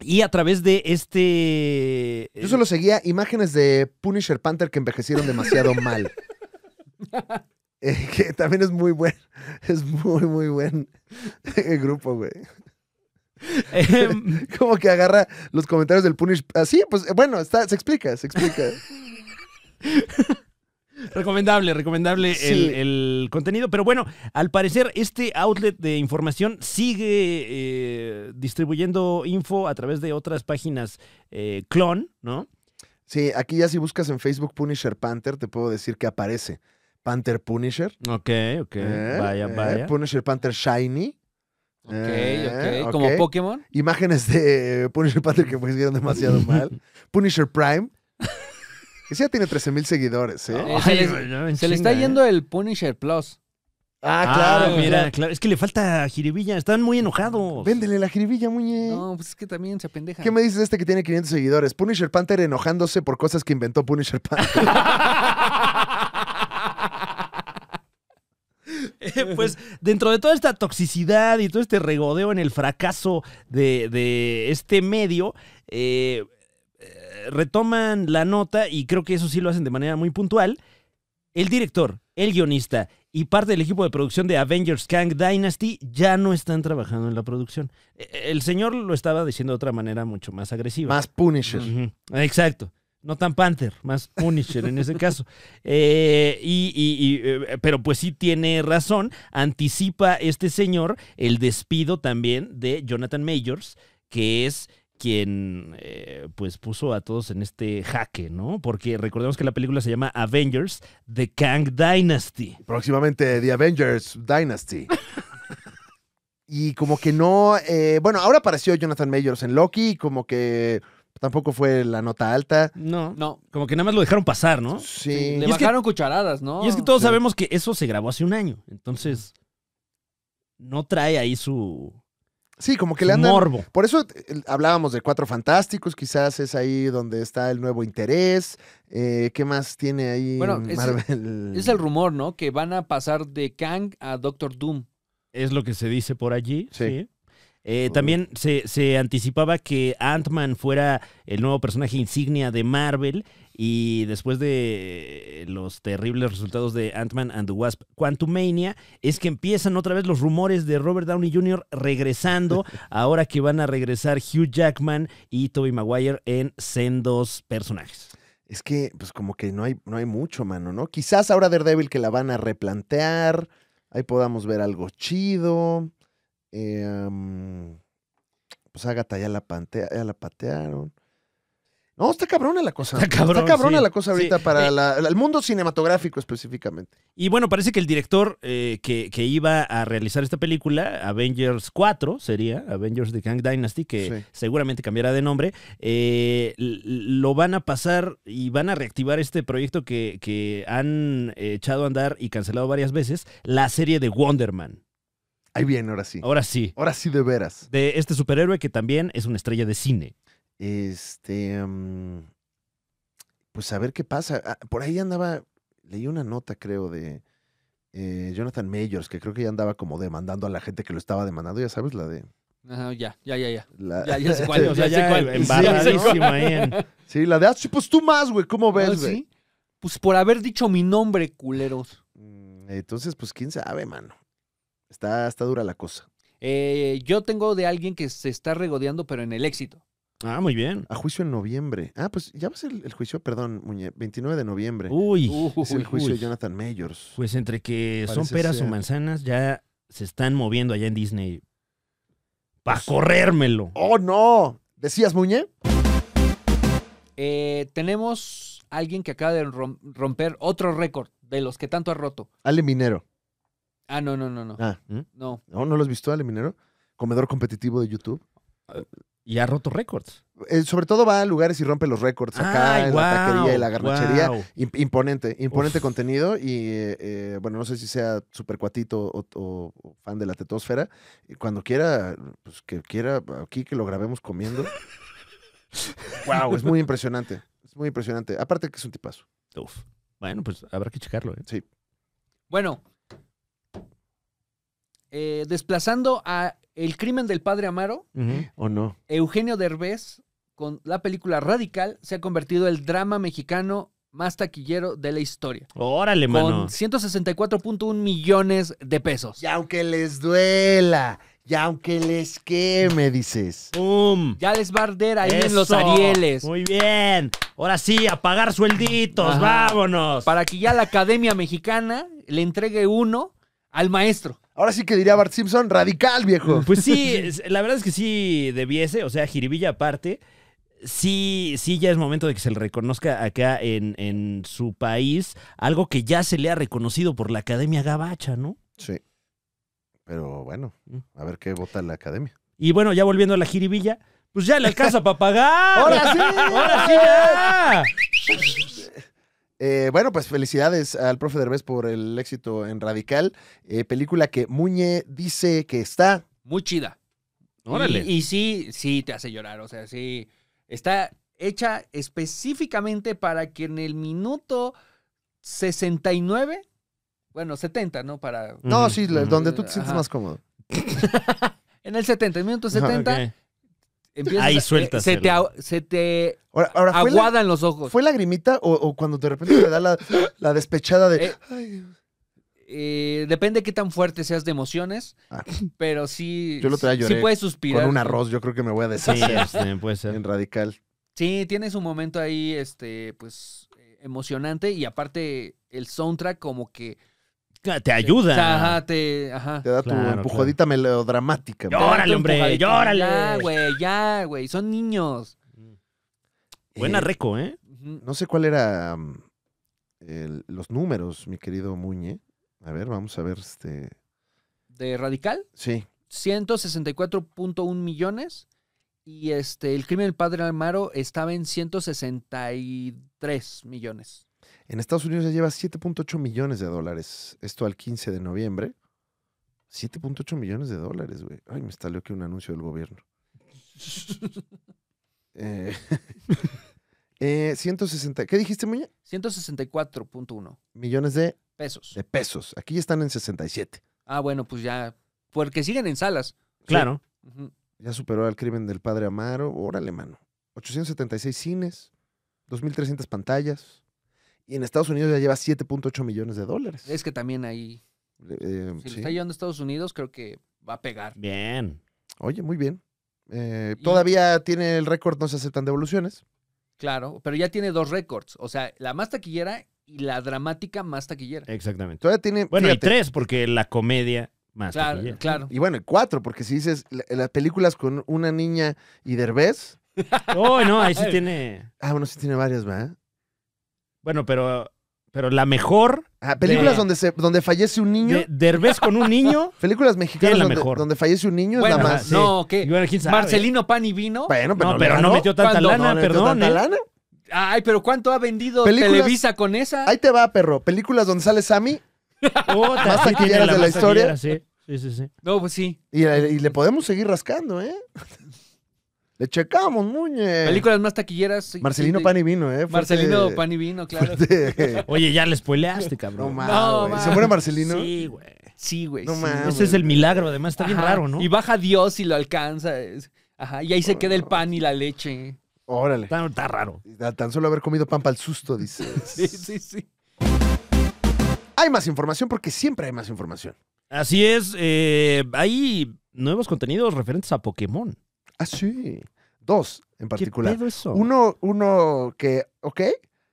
y a través de este...
Yo solo seguía imágenes de Punisher Panther que envejecieron demasiado mal. Eh, que también es muy buen, es muy, muy buen eh, grupo, güey.
Em,
Como que agarra los comentarios del Punisher. Así, pues eh, bueno, está, se explica, se explica.
Recomendable, recomendable
Sí.
el, el contenido. Pero bueno, al parecer este outlet de información sigue eh, distribuyendo info a través de otras páginas eh, clon, ¿no?
Sí, aquí ya si buscas en Facebook Punisher Panther, te puedo decir que aparece Panther Punisher.
Ok, ok.
Eh,
vaya,
eh,
vaya.
Punisher Panther Shiny.
Ok,
Eh,
ok. Como
ok.
Pokémon.
Imágenes de Punisher Panther que envejecieron demasiado mal. Punisher Prime. Ese ya tiene 13 mil seguidores, ¿eh?
Eh, se,
güey, no,
le,
en
se le está
chinga, ¿eh?
yendo el Punisher Plus.
Ah,
claro,
claro.
mira, claro. Es que le falta jiribilla. Están muy enojados.
Véndele la jiribilla, muñe.
No, pues es que también se pendeja.
¿Qué me dices de este que tiene 500 seguidores? Punisher Panther enojándose por cosas que inventó Punisher Panther.
Eh, pues dentro de toda esta toxicidad y todo este regodeo en el fracaso de, de este medio, eh, eh, retoman la nota y creo que eso sí lo hacen de manera muy puntual. El director, el guionista y parte del equipo de producción de Avengers Kang Dynasty ya no están trabajando en la producción. Eh, El señor lo estaba diciendo de otra manera mucho más agresiva.
Más Punisher.
Ujú, Exacto. No tan Panther, más Punisher en ese caso. Eh, y, y- y, eh, pero pues sí tiene razón. Anticipa este señor el despido también de Jonathan Majors, que es quien eh, pues puso a todos en este jaque, ¿no? Porque recordemos que la película se llama Avengers The Kang Dynasty.
Próximamente The Avengers Dynasty. y como que no. eh, bueno, ahora apareció Jonathan Majors en Loki y como que tampoco fue la nota alta.
No.
No.
Como que nada más lo dejaron pasar, ¿no?
Sí.
Y
Le
es que-
bajaron cucharadas, ¿no?
Y es que todos
Sí.
sabemos que eso se grabó hace un año. Entonces, no trae ahí su,
Sí, como que
su
le andan.
morbo.
Por eso eh, hablábamos de Cuatro Fantásticos, quizás es ahí donde está el nuevo interés. Eh, ¿Qué más tiene ahí
Bueno, es-
Marvel?
Es el rumor, ¿no? Que van a pasar de Kang a Doctor Doom.
Es lo que se dice por allí. Sí.
Sí.
Eh,
Mm.
También se, se anticipaba que Ant-Man fuera el nuevo personaje insignia de Marvel y después de eh, los terribles resultados de Ant-Man and the Wasp Quantumania, es que empiezan otra vez los rumores de Robert Downey Jr. regresando, ahora que van a regresar Hugh Jackman y Tobey Maguire en sendos personajes.
Es que, pues, como que no hay, no hay mucho, mano, ¿no? Quizás ahora Daredevil que la van a replantear. Ahí podamos ver algo chido. eh, mm, pues Agatha ya la, pantea- ya la patearon. No, está cabrona la cosa.
Está cabrón,
cabrona
sí,
la cosa ahorita
sí.
para
Eh,
la- el mundo cinematográfico específicamente.
Y bueno, parece que el director eh, que, que iba a realizar esta película, Avengers 4 sería, Avengers The Kang Dynasty, que
Sí.
seguramente cambiará de nombre, eh, l- lo van a pasar y van a reactivar este proyecto que, que han eh, echado a andar y cancelado varias veces, la serie de Wonder Man.
Ahí viene, ahora sí.
Ahora sí.
Ahora sí, de veras.
De este superhéroe que también es una estrella de cine.
Este. mm, pues a ver qué pasa. Ah, por ahí andaba. Leí una nota, creo, de eh, Jonathan Mayors, que creo que ya andaba como demandando a la gente que lo estaba demandando. Ya sabes, la de.
Ajá, ya, ya, ya, ya.
la-
Ya, ya sé cuál,
O sea,
ya sé
ya
cuál.
embarradísimo
Sí, ya sé
ahí en-
Sí, la de. Ah, sí, pues tú más, güey. ¿Cómo
cuál.
ves,
Ah,
güey?
sí. Pues por haber dicho mi nombre, culeros.
Mm, Entonces, pues quién sabe, mano. Está, está dura la cosa.
Eh, yo tengo de alguien que se está regodeando, pero en el éxito.
Ah, muy bien.
A juicio en noviembre. Ah, pues ya va a ser el, el juicio, perdón, Muñe, 29 de noviembre.
Uy.
Uh.
es el
uy,
juicio
uy.
de Jonathan Mayors.
Pues entre que son
Parece
peras
ser.
o manzanas, ya se están moviendo allá en Disney. Para
Pues
corrérmelo.
¡Oh, no! ¿Decías, Muñe?
Eh, tenemos alguien que acaba de rom- romper otro récord de los que tanto ha roto.
Ale Minero.
Ah, no, no, no, no.
Ah,
No.
¿no, ¿No los visto, Ale Minero? Comedor competitivo de YouTube.
Y ha roto récords.
Eh, sobre todo va a lugares y rompe los récords acá
Ay,
en la
Ah, guau,
taquería y la garnachería.
guau.
Imp- Imponente, imponente
Uf.
contenido y eh, eh, bueno, no sé si sea super cuatito o, o- o fan de la tetosfera. Y Cuando quiera, pues que quiera aquí que lo grabemos comiendo. wow, es muy impresionante. Es muy impresionante. Aparte que es un tipazo.
Uf. Bueno, pues habrá que checarlo. ¿eh?
Bueno. Eh, desplazando a El crimen del padre Amaro,
¿O no?
Eugenio Derbez, con la película Radical, se ha convertido el drama mexicano más taquillero de la historia.
Órale, mano.
Con 164.1 millones de pesos.
Y aunque les duela, y aunque les queme, dices.
¡Pum!
Ya les va a arder ahí en
Eso.
los Arieles.
Muy bien. Ahora sí, a pagar suelditos.
Ajá.
Vámonos.
Para que ya la Academia Mexicana le entregue uno al maestro.
Ahora sí que diría Bart Simpson, radical, viejo.
Pues sí, es- la verdad es que sí debiese, o sea, jiribilla aparte, sí, sí ya es momento de que se le reconozca acá en, en su país algo que ya se le ha reconocido por la Academia Gabacha, ¿no?
Sí. Pero bueno,
Mm.
a ver qué vota la academia.
Y bueno, ya volviendo a la jiribilla, pues ya le alcanza para pagar.
¡Ahora sí!
¡Ahora sí ya!
Eh, bueno, pues felicidades al profe Derbez por el éxito en Radical, eh, película que Muñe dice que está.
Muy chida.
Órale.
Y, y sí, sí te hace llorar. O sea, sí. Está hecha específicamente para que en el minuto 69, bueno, 70, ¿no? Para.
No,
Ujú,
sí, la-
ujú.
donde tú te sientes
Ajá.
más cómodo.
En el 70, el minuto
Ajá,
70,
Ah, Ok.
empiezas
Ahí
a- eh,
sueltas
Se te,
el-
au- se te
Ahora, ahora, ¿fue, la-
aguadan los ojos.
fue lagrimita o, o cuando de repente te da la, la despechada de...
Eh,
"Ay,
Eh, depende qué tan fuerte seas de emociones,
Ah.
pero sí.
Yo el otro día
sí-
lloré
Sí puedes suspirar.
con un arroz, yo creo que me voy a
Sí,
deshacer
este, puede ser.
en Radical.
Sí, tienes un momento ahí, este, pues, eh, emocionante y aparte el soundtrack como que
Te
O sea,
ayuda.
ajá, te, ajá.
Te da tu
Claro, claro.
empujadita melodramática.
Yo- Llórale,
Te da tu
hombre,
empujadita.
llórale.
Ya, güey, ya, güey, son niños.
Buena
Eh,
reco, ¿eh?
Ujú.
No sé cuál era mm, el- los números, mi querido Muñe. A ver, vamos a ver este...
De Radical,
Sí,
164.1 millones y este, el crimen del padre Almaro estaba en 163 millones.
En Estados Unidos ya lleva 7.8 millones de dólares. Esto al 15 de noviembre. 7.8 millones de dólares, güey. Ay, me salió aquí un anuncio del gobierno. Eh, eh, 160. ¿Qué dijiste, Muñe?
164.1
Millones de,
pesos.
de pesos. Aquí ya están en 67.
Ah, bueno, pues ya, porque siguen en salas.
Claro.
Ujú.
Ya superó al crimen del padre Amaro. Órale, mano. 876 cines, 2.300 pantallas. Y en Estados Unidos ya lleva 7.8 millones de dólares.
Es que también ahí,
Eh,
si lo
sí.
está llevando a Estados Unidos, creo que va a pegar.
Bien.
Oye, muy bien. Eh,
Y-
todavía tiene el récord, no se aceptan devoluciones.
Claro, pero ya tiene dos récords. O sea, la más taquillera y la dramática más taquillera.
Exactamente.
Todavía tiene.
Bueno,
fíjate,
y tres, porque la comedia más.
claro,
taquillera.
claro.
y bueno, y cuatro, porque si dices la- las películas con una niña y Derbez.
Oh, no, ahí sí tiene.
Ah, bueno, sí tiene varias, ¿verdad?
Bueno, pero, pero la mejor.
Ah, películas
De-
donde, se, donde fallece un niño.
De, Derbez con un niño.
películas mexicanas
Tiene la
donde,
mejor.
donde fallece un niño
Bueno,
es la
ajá,
más.
sí.
no, ¿qué?
Y bueno, quién sabe.
Marcelino Pan y Vino.
Bueno, pero
no, pero
le
no
ganó.
metió tanta
¿Cuándo?
lana,
No le metió
perdón.
tanta
¿eh?
lana.
Ay, pero ¿cuánto ha vendido
Películas-
Televisa con esa?
Ahí te va, perro. Películas donde sale Sammy.
Puta,
Más
sí tiene
taquilleras de la
más
historia.
taquillera, sí. Sí, sí, sí.
No, pues sí.
Y, y le podemos seguir rascando, ¿eh? Le checamos, muñe.
Películas más taquilleras. sí,
Eh. Marcelino
sí,
Pan y Vino, ¿eh? Fuerte-
Marcelino Pan y Vino, claro.
fuerte.
Oye, ya le spoileaste, cabrón.
No
No,
mames. güey. ¿Se
ma.
muere Marcelino? Ah,
Sí, güey.
Sí, güey.
No
sí.
mames.
Ese es el milagro, además está bien
Ajá,
raro, ¿no?
Y baja Dios y lo alcanza. es- Ajá, y ahí se queda el pan y la leche.
Órale.
Está, está raro.
Tan- Tan solo haber comido pan para el susto, dice.
Sí, sí, sí.
Hay más información porque siempre hay más información.
Así es, eh, hay nuevos contenidos referentes a Pokémon.
Ah, sí. Dos en particular.
¿Qué pedo eso?
Uno, uno que, ok,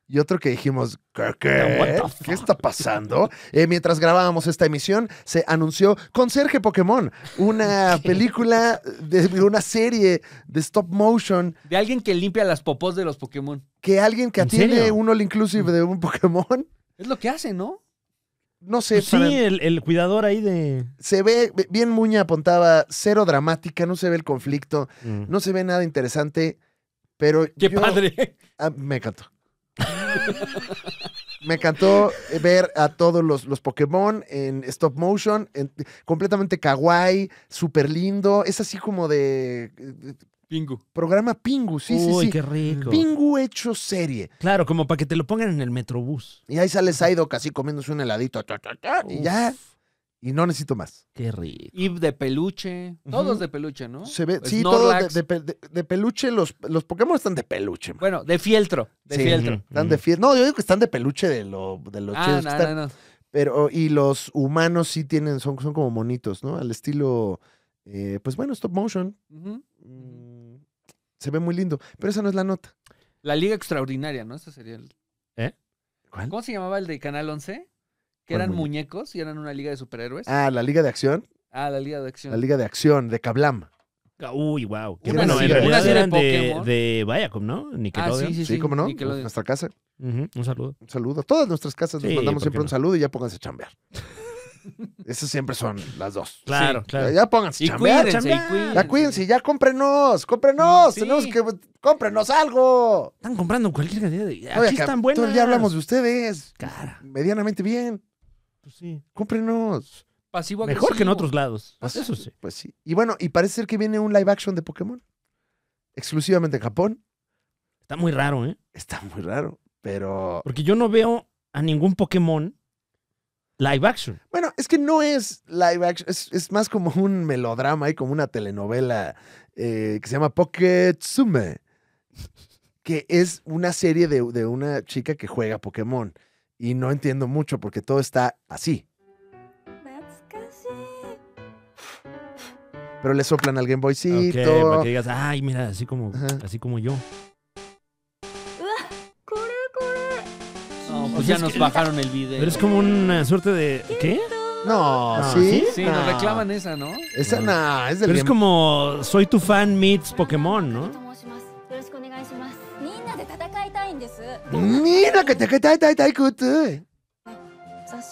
y otro que dijimos, ¿qué? qué?
What the
¿Qué está pasando? Eh, mientras grabábamos esta emisión, se anunció Conserje Pokémon, una película, de, una serie de stop motion
De alguien que limpia las popós de los Pokémon.
que alguien que
¿En
atiende
serio?
un all inclusive de un Pokémon,
Es lo que hace, ¿no?
no sé,
Pues
para-
sí, el, el cuidador ahí de...
se ve, bien Muña apuntaba, cero dramática, no se ve el conflicto, Mm.
Mm.
no se ve nada interesante, pero
Qué
yo-
padre.
Ah, me encantó. me encantó eh, ver a todos los, los Pokémon en stop motion, en- completamente kawaii, súper lindo. Es así como de eh,
Pingu.
programa Pingu, sí,
Uy,
sí, sí.
qué rico.
Pingu hecho serie.
Claro, como para que te lo pongan en el metrobús.
Y ahí sale Psyduck así comiéndose un heladito. ta, ta, ta, y ya.
Uf,
Y no necesito más.
Qué rico.
Eve de peluche. Todos de peluche, ¿no? Pues
Se ve, sí, todo de,
Snorlax.
de pe- de- de peluche. Los, los Pokémon están de peluche, man.
Bueno, de fieltro. De
Sí.
fieltro.
Ujú.
Están de fie- No, yo digo que están de peluche de lo, de lo
Ah,
chidos que
no,
están.
no, no.
Pero, y los humanos sí tienen, son, son como monitos, ¿no? Al estilo, eh, pues bueno, stop motion.
Ujú.
Mm, Se ve muy lindo, pero esa no es la nota.
La Liga Extraordinaria, ¿no? Ese sería el...
¿Eh?
¿Cuál?
¿Cómo se llamaba el de Canal 11? Que
¿Cuál
eran
muñeco?
muñecos y eran una liga de superhéroes. Ah,
Ah, la Liga de Acción,
la Liga de Acción.
la Liga de Acción, de Kablam.
Uy, wow.
Una
bueno, en
serie-
realidad
una serie de
eran de,
Pokémon.
de Viacom, ¿no?
ah,
Nickelodeon.
sí, sí,
Sí,
sí.
cómo no, Pues,
Nickelodeon.
nuestra casa.
Ujú, Un saludo.
Un saludo. Todas nuestras casas nos
Sí,
mandamos
¿por
siempre
qué
un
no?
saludo y ya pónganse a chambear. Esas siempre son las dos.
Claro, claro.
Ya pónganse a
Y
chambear.
cuídense, y
chambear.
cuídense.
Ya cuídense, ya cómprenos, cómprenos.
Sí.
Tenemos que cómprenos algo.
Están comprando cualquier cantidad de... Aquí
Oye, acá,
están
todo el
buenas.
día hablamos de ustedes.
Cara,
Medianamente bien.
pues sí.
Cómprenos.
Pasivo
Mejor que en
agresivo.
otros lados.
Pues
Eso sí.
Pues sí. Y bueno, y parece ser que viene un live action de Pokémon. Exclusivamente en Japón.
Está muy raro, ¿eh?
Está muy raro. Pero.
Porque yo no veo a ningún Pokémon live action.
Bueno, es que no es live action. Es, es más como un melodrama y como una telenovela eh, que se llama Poketsume. Que es una serie de, de una chica que juega Pokémon. Y no entiendo mucho porque todo está así. Pero le soplan al Game Boycito.
Ok, para que digas, ay, mira, así como,
Ajá.
así como yo.
No,
Pues
pues ya
es
nos
que-
bajaron el video.
Pero es como una suerte de. ¿Qué?
No,
Ah,
¿sí?
Sí,
No.
nos reclaman esa, ¿no?
Esa no, es del
Pero es
Game-
como soy tu fan meets Pokémon, ¿no?
みんなで戦いたいんです
Mira que te que tai, tai, tai, cutu.
雑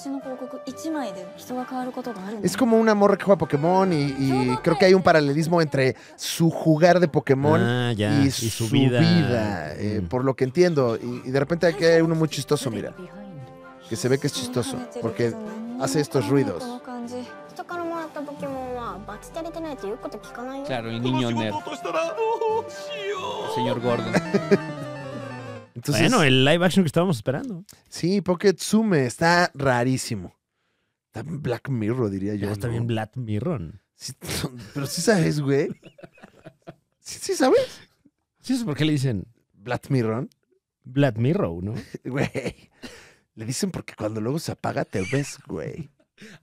誌の広告1枚で人が変わることがあるんだ
Es como una morra que juega Pokémon y, y creo que hay un paralelismo entre su jugar de Pokémon
Ah, ya.
y,
Y,
su,
su
vida,
vida.
eh,
Mm.
por lo que entiendo. Y, y de repente aquí hay uno muy chistoso, mira, que se ve que es chistoso porque hace estos ruidos.
この感じ人からもらったポケモンはバチ照れてないと言うこと聞かないよ
Claro, el
この
niño
仕
nerd,
事としたらどうしよう
el señor Gordon.
Entonces,
Bueno, el live action que estábamos esperando.
sí, Pokétsume está rarísimo. Está en Black Mirror, diría yo.
Ya está
¿no?
bien Black Mirror.
Sí, pero sí sabes, güey. Sí, sí sabes.
Sí, es porque le dicen
Black Mirror.
Black Mirror, ¿no?
Güey. Le dicen porque cuando luego se apaga te ves, güey.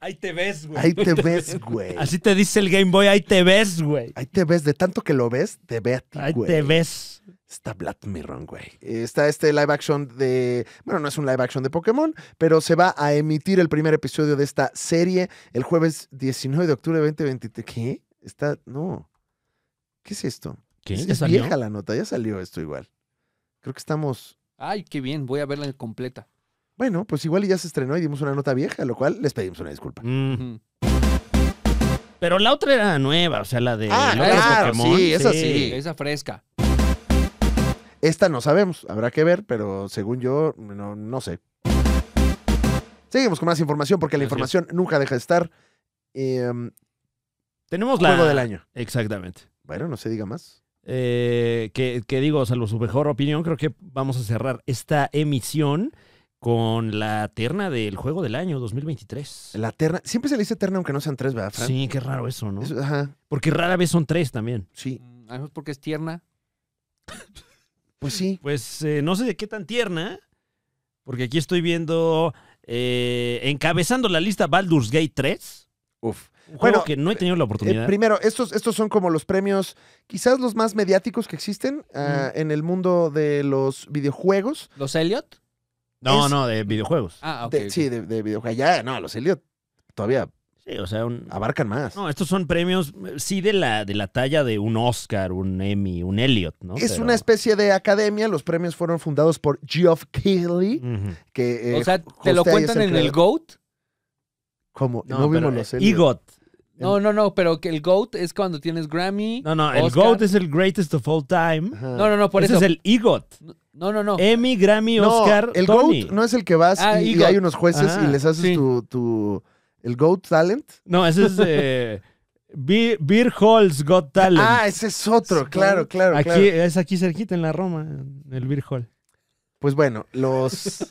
Ahí te ves, güey.
Ahí te ves, güey.
Así te dice el Game Boy, ahí te ves, güey.
Ahí te ves, de tanto que lo ves, te ve a ti,
Ahí
güey.
te ves.
Está Black Mirror, güey. Eh, Está este live action de. Bueno, no es un live action de Pokémon, pero se va a emitir el primer episodio de esta serie el jueves 19 de octubre de 2023. ¿Qué? Está. No. ¿Qué es esto?
¿Qué?
Es,
¿Ya
es
salió?
vieja la nota, ya salió esto igual. Creo que estamos.
Ay, qué bien, voy a verla completa.
Bueno, pues igual y ya se estrenó y dimos una nota vieja, lo cual les pedimos una disculpa.
Mm.
Ujú.
Pero la otra era nueva, o sea, la de
Ah,
el otro
claro, sí, esa sí.
Esa fresca.
Esta no sabemos, habrá que ver, pero según yo, no, no sé. Seguimos con más información porque la
Así es.
información nunca deja de estar Em,
Tenemos la.
juego del año.
Exactamente.
Bueno, no se diga más.
Eh, que, que digo, salvo su mejor opinión, creo que vamos a cerrar esta emisión con la terna del juego del año 2023.
La terna. Siempre se le dice terna aunque no sean tres, ¿verdad, Fran?
Sí, qué raro eso, ¿no?
Eso- ajá,
Porque rara vez son tres también.
sí.
Mm, A lo mejor porque es tierna.
Pues sí.
Pues eh, no sé de qué tan tierna, porque aquí estoy viendo eh, encabezando la lista Baldur's Gate 3.
Uf.
Un
Bueno,
juego que no he tenido la
Eh,
oportunidad.
primero, estos, estos son como los premios, quizás los más mediáticos que existen ah, en el mundo de los videojuegos.
¿Los Elliot?
no,
es-
no, de videojuegos.
Ah, ok.
De- Sí, de, de videojuegos. Ya, no, los Elliot todavía
Sí, o sea, un-
abarcan más.
No, estos son premios, eh, sí, de la, de la talla de un Oscar, un Emmy, un Elliot, ¿no?
es
Pero-
una especie de academia. Los premios fueron fundados por Geoff Keighley,
Ujú.
que... eh,
o sea, ¿te lo
Hostea es
cuentan
el
en el
creador.
GOAT?
¿Cómo? No,
No,
vimos
pero,
los
eh,
Elliot.
EGOT.
No, no, no, pero que el GOAT es cuando tienes Grammy.
No, no, el
Oscar.
GOAT es el greatest of all time.
Ajá.
No, no, no, por
Ese
eso.
es el Eh. EGOT.
No, no, no.
Emmy, Grammy,
No,
Oscar,
el
Tony.
GOAT no es el que vas
Ah,
y, y
EGOT.
hay unos jueces
Ah,
y les haces
sí.
tu, tu... ¿El GOAT Talent?
No, ese es eh, Be- Beer Hall's Got Talent.
Ah, ese es otro,
Sí,
claro, claro,
aquí,
claro.
Es aquí cerquita en la Roma, en el Beer Hall.
Pues bueno, los,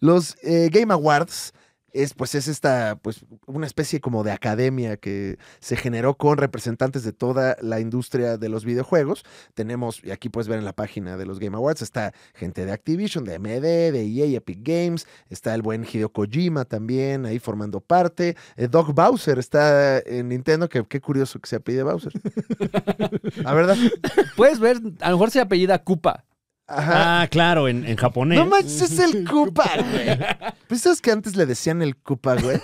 los eh, Game Awards es pues es esta pues una especie como de academia que se generó con representantes de toda la industria de los videojuegos. Tenemos y aquí puedes ver en la página de los Game Awards está gente de Activision, de AMD, de EA, Epic Games, está el buen Hideo Kojima también ahí formando parte. Eh, Doc Bowser está en Nintendo, que qué curioso que se apellide Bowser. La verdad.
Puedes ver, a lo mejor se apellida Koopa.
Ajá.
Ah, claro, en, en japonés.
No manches, es el Koopa, güey. Pues sabes que antes le decían el Koopa, güey.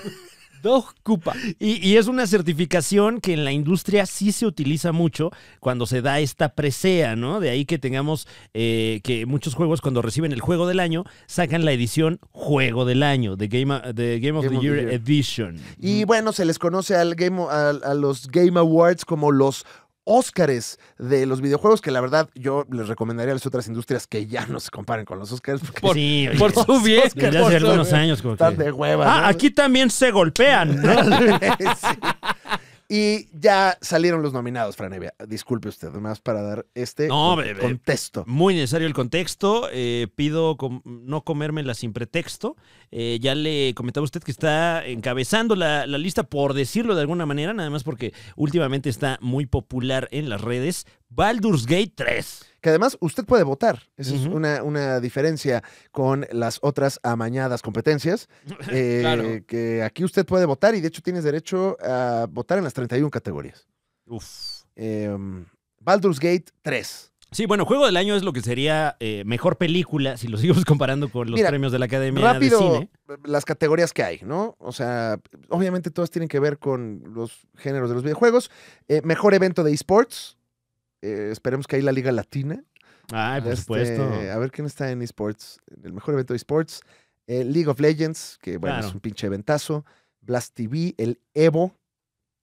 Dog Koopa.
Y, y es una certificación que en la industria sí se utiliza mucho cuando se da esta presea, ¿no? De ahí que tengamos eh, que muchos juegos cuando reciben el juego del año sacan la edición Juego del Año, de Game, de Game of the Year Edition.
Y bueno, se les conoce al game, a, a los Game Awards como los Óscares de los videojuegos, que la verdad yo les recomendaría a las otras industrias que ya no se comparen con los Óscares porque
Por-
sí, oye,
Por su bien.
desde
por
hace
su
algunos
bien.
años. como que-
están de hueva.
Ah,
¿no?
aquí también se golpean, ¿no?
Sí. Y ya salieron los nominados, Franevia. Disculpe usted, más para dar este
No,
con-
bebé.
contexto.
Muy necesario el contexto. eh, pido com- no comérmela sin pretexto. Eh, ya le comentaba usted que está encabezando la, la lista, por decirlo de alguna manera, nada más porque últimamente está muy popular en las redes. Baldur's Gate 3.
Que además usted puede votar. Esa es
Ujú.
una, una diferencia con las otras amañadas competencias. eh,
Claro.
Que aquí usted puede votar y de hecho tienes derecho a votar en las 31 categorías.
Uf.
Em, Baldur's Gate 3.
Sí, bueno, Juego del Año es lo que sería eh, mejor película, si lo seguimos comparando con los
Mira,
premios de la Academia de
Rápido
Cine.
las categorías que hay, ¿no? O sea, obviamente todas tienen que ver con los géneros de los videojuegos. Eh, mejor evento de esports. Eh, esperemos que ahí la Liga Latina.
Ay, Eh, por
Este,
supuesto.
A ver quién está en esports. El mejor evento de esports. eh, League of Legends, que bueno,
Claro.
es un pinche ventazo. Blast TV, el Evo,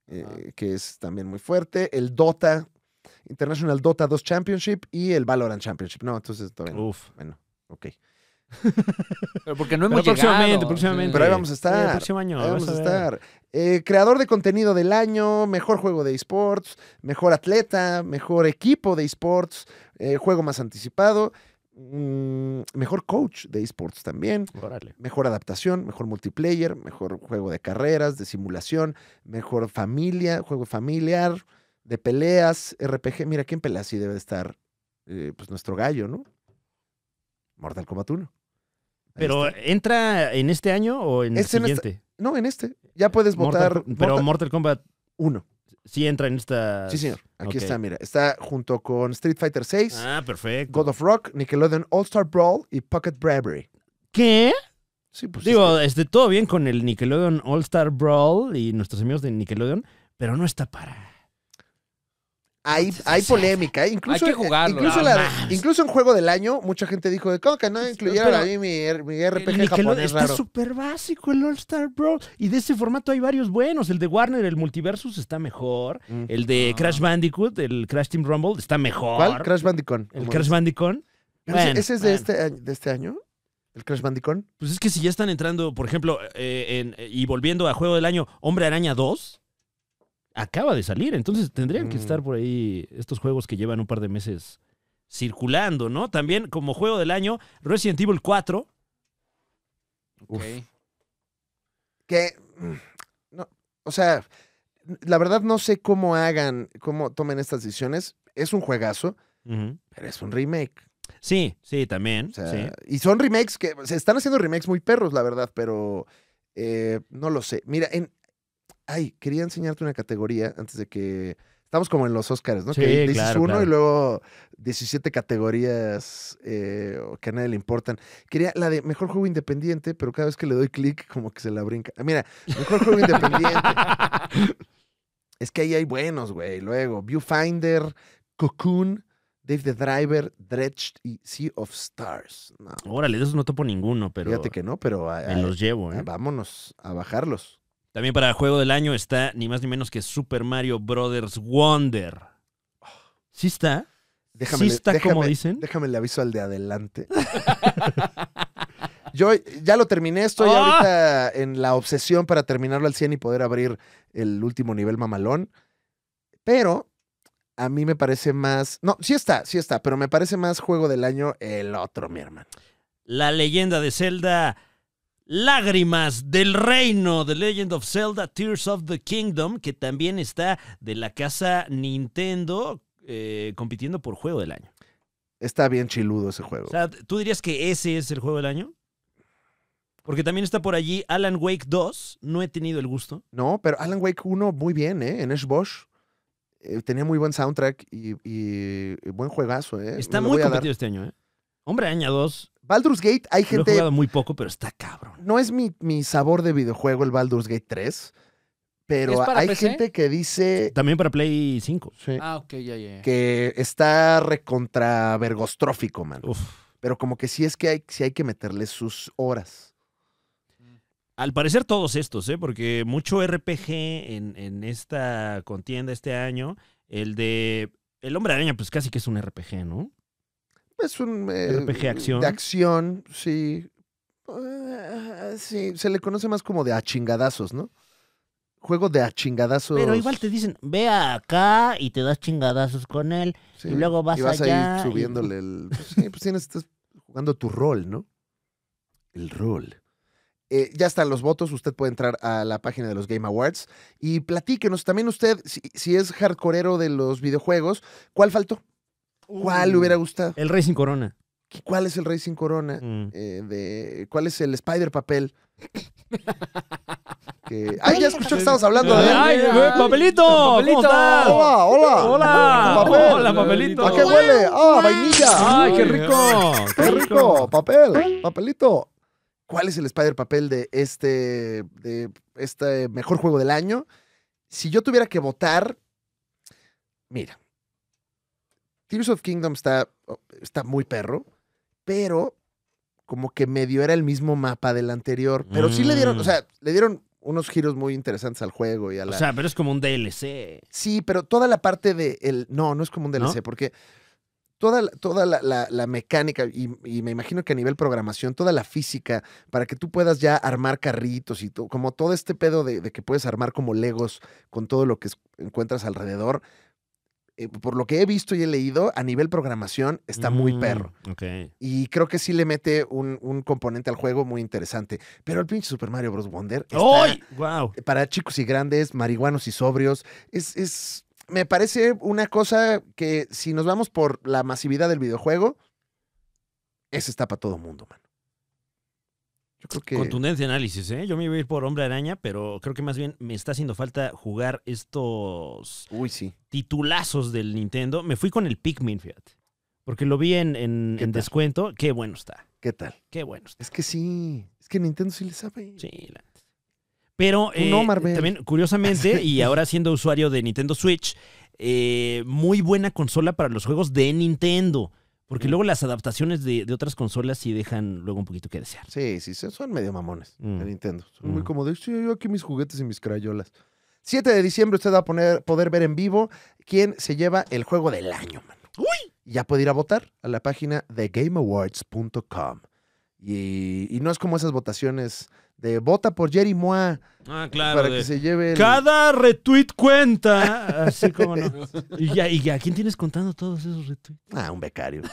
eh, que es también muy fuerte. El Dota, International Dota 2 Championship y el Valorant Championship. No, entonces todavía no.
Uf.
Bueno, ok.
Pero porque no
Pero
hemos
próximamente,
llegado.
próximamente.
Pero ahí vamos a
Sí, el
estar.
próximo año.
Ahí vamos a
vas ver.
estar. Eh, creador de contenido del año, mejor juego de esports, mejor atleta, mejor equipo de esports, eh, juego más anticipado, mm, mejor coach de esports también,
Órale.
mejor adaptación, mejor multiplayer, mejor juego de carreras, de simulación, mejor familia, juego familiar, de peleas, RPG. Mira, ¿quién pelea sí debe de estar? eh, pues nuestro gallo, ¿no? Mortal Kombat 1. Ahí
Pero eh,
está.
entra en este año o en el
Este en esta-
siguiente.
No, en este. Ya puedes votar.
Mortal- pero
Mortal
Mortal Kombat
1.
sí entra en esta.
Sí, señor. Aquí
Ok.
está, mira. Está junto con Street Fighter VI,
Ah, perfecto.
God of Rock, Nickelodeon All Star Brawl y Pocket Bravery.
¿Qué?
Sí, pues.
Digo, este, todo bien con el Nickelodeon All Star Brawl y nuestros amigos de Nickelodeon, pero no está para.
hay, hay polémica. ¿eh? Incluso,
Hay que jugarlo,
incluso,
nada
la- incluso en Juego del Año, mucha gente dijo de cómo que no incluyeron
Pero-
a mí mi, R- mi
El
RPG
Nickelodeon este
japonés
está
raro.
súper básico el All Star Brawl. Y de ese formato hay varios buenos. El de Warner, el Multiversus, está mejor.
Mm.
El de Crash Bandicoot, el Crash Team Rumble, está mejor.
¿Cuál? Crash Bandicoot.
El
como
Crash
dice.
Bandicoot.
Pero ese-
Bueno,
¿Ese es de
bueno.
este, año- de este año? ¿El Crash Bandicoot?
Pues es que si ya están entrando, por ejemplo, eh, en- eh, y volviendo a Juego del Año, Hombre Araña 2, acaba de salir. Entonces tendrían que
Mm.
estar por ahí estos juegos que llevan un par de meses circulando, ¿no? También como Juego del Año, Resident Evil 4.
Uf.
Ok.
Que, mm, no, o sea, la verdad no sé cómo hagan, cómo tomen estas decisiones. Es un juegazo, pero es un remake.
Sí, sí, también.
O sea,
sí.
Y son remakes que se están haciendo remakes muy perros, la verdad, pero eh, no lo sé. Mira, en. Ay, quería enseñarte una categoría antes de que. Estamos como en los Oscars, ¿no?
Sí,
que dices
claro,
uno
claro.
y luego 17 categorías eh, que a nadie le importan. Quería la de mejor juego independiente, pero cada vez que le doy clic, como que se la brinca. Ah, Mira, mejor juego independiente. es que ahí hay buenos, güey. Luego, Viewfinder, Cocoon, Dave the Driver, Dredged y Sea of Stars. No.
Órale, de esos no topo ninguno, pero
Fíjate que no, pero a-
me
a-
los llevo,
a-
¿eh?
vámonos a bajarlos.
También para Juego del Año está ni más ni menos que Super Mario Brothers Wonder.
Oh.
¿Sí está?
Déjame,
está
déjame-
como dicen?
Déjame le aviso al de adelante. Yo ya lo terminé, estoy
¡Ah!
ahorita en la obsesión para terminarlo al 100 y poder abrir el último nivel mamalón. Pero a mí me parece más. No, sí está, sí está, pero me parece más juego del año el otro, mi hermano.
La leyenda de Zelda, Lágrimas del Reino, The Legend of Zelda, Tears of the Kingdom, que también está de la casa Nintendo eh, compitiendo por Juego del Año.
Está bien chiludo ese juego.
O sea, ¿tú dirías que ese es el Juego del Año? Porque también está por allí Alan Wake 2, no he tenido el gusto.
No, pero Alan Wake 1 muy bien, ¿eh? En Ash Bosch. Eh, tenía muy buen soundtrack y, y- y buen juegazo, ¿eh?
Está
Me lo
muy
voy a dar.
competido este año, ¿eh? Hombre, Aña 2,
Baldur's Gate, hay
lo he
gente.
jugado muy poco, pero está cabrón.
No es mi, mi sabor de videojuego el Baldur's Gate 3, pero
¿Es para
hay
PC?
gente que dice
También para Play 5.
sí,
Ah, ok, ya, ya. ya.
que está recontra vergostrófico, man.
Uf.
Pero como que sí es que hay, sí hay que meterle sus horas.
Al parecer todos estos, ¿eh? porque mucho RPG en, en esta contienda este año, el de El Hombre Araña, pues casi que es un RPG, ¿no?
Es un eh,
RPG acción.
De acción, sí. Eh, sí, se le conoce más como de achingadazos, ¿no? Juego de achingadazos.
Pero igual te dicen, ve acá y te das chingadazos con él.
Sí,
y luego vas
y vas
allá
ahí
y-
subiéndole el. pues sí, pues tienes, estás jugando tu rol, ¿no? El rol. Eh, ya están los votos. Usted puede entrar a la página de los Game Awards y platíquenos también usted, si, si es hardcoreero de los videojuegos, ¿cuál faltó? ¿Cuál le hubiera gustado?
El Rey sin Corona.
¿Cuál es el Rey sin Corona?
Mm.
Eh, de, ¿Cuál es el Spider Papel? Que- ¡Ay, ya escuchó que estabas hablando de él!
Ay,
Ay,
güey,
ay,
papelito,
papelito.
¿cómo estás?
¡Hola, hola!
Hola,
Papel.
hola, papelito.
¿A qué huele? ¡Ah, vainilla!
Ay, qué rico.
¡Qué rico! ¡Papel! ¡Papelito! ¿Cuál es el Spider Papel de este, de este mejor juego del año? Si yo tuviera que votar, mira, Tears of Kingdom está, oh, está muy perro, pero como que medio era el mismo mapa del anterior. Pero sí le dieron,
Mm.
o sea, le dieron unos giros muy interesantes al juego y a
O
la...
sea, pero es como un DLC.
Sí, pero toda la parte de el. No, no es como un DLC, porque toda, la- toda la, la- la mecánica, y, y me imagino que a nivel programación, toda la física, para que tú puedas ya armar carritos y todo, como todo este pedo de, de que puedes armar como Legos con todo lo que es- encuentras alrededor. eh, por lo que he visto y he leído, a nivel programación está muy
Mm,
perro.
Ok.
Y creo que sí le mete un, un componente al juego muy interesante. Pero el pinche Super Mario Bros. Wonder. está-
¡Ay! ¡Wow!
para chicos y grandes, marihuanos y sobrios. Es, es, me parece una cosa que si nos vamos por la masividad del videojuego, ese está para todo mundo, mano. Yo creo que...
Contundente análisis, ¿eh? Yo me iba a ir por Hombre Araña, pero creo que más bien me está haciendo falta jugar estos
Uy, sí.
titulazos del Nintendo, me fui con el Pikmin, fíjate. Porque lo vi en, en-
¿Qué
en
tal?
descuento. Qué bueno está.
¿Qué tal?
Qué bueno está.
Es que sí. Es que Nintendo sí le sabe.
Sí, la neta. Pero eh,
no, Marvel.
también, curiosamente, y ahora siendo usuario de Nintendo Switch, eh, muy buena consola para los juegos de Nintendo. Porque luego las adaptaciones de, de otras consolas sí dejan luego un poquito que desear.
Sí, sí, son- son medio mamones
Mm.
de Nintendo. Son muy
Mm.
como de, sí, yo aquí mis juguetes y mis crayolas. 7 de diciembre usted va a poner, poder ver en vivo quién se lleva el juego del año, mano. ¡Uy! Ya puede ir a votar a la página de GameAwards.com. Y, y no es como esas votaciones de vota por Jerry Moa
Ah, claro.
para
de-
que se lleve el-
Cada retweet cuenta. Así como no. ¿Y ya, y a quién tienes contando todos esos retweets?
Ah, un becario.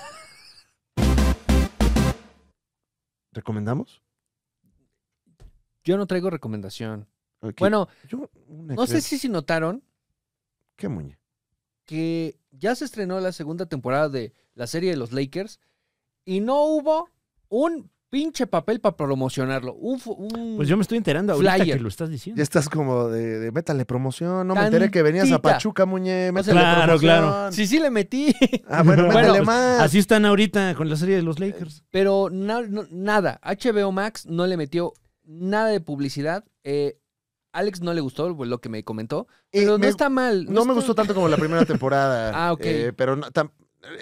¿Recomendamos?
Yo no traigo recomendación.
Ok.
Bueno,
Yo, una
no sé
creo-
si si notaron
¿Qué muñe?
que ya se estrenó la segunda temporada de la serie de los Lakers y no hubo un pinche papel para promocionarlo. Un, fu- un-
Pues yo me estoy enterando ahorita
Flyer.
que lo estás diciendo.
Ya estás como de, de métale promoción. No me
Tantita.
enteré que venías a Pachuca, muñe. Métale
Claro,
promoción.
claro.
Sí, sí le metí,
Ah, bueno,
Bueno,
métele
pues,
más.
Así están ahorita con la serie de los Lakers.
pero na- no- nada. HBO Max no le metió nada de publicidad. Eh, Alex no le gustó pues, lo que me comentó,
Eh,
pero no
me-
está mal.
no me
está-
gustó tanto como la primera temporada.
Ah, ok.
eh, pero no tam-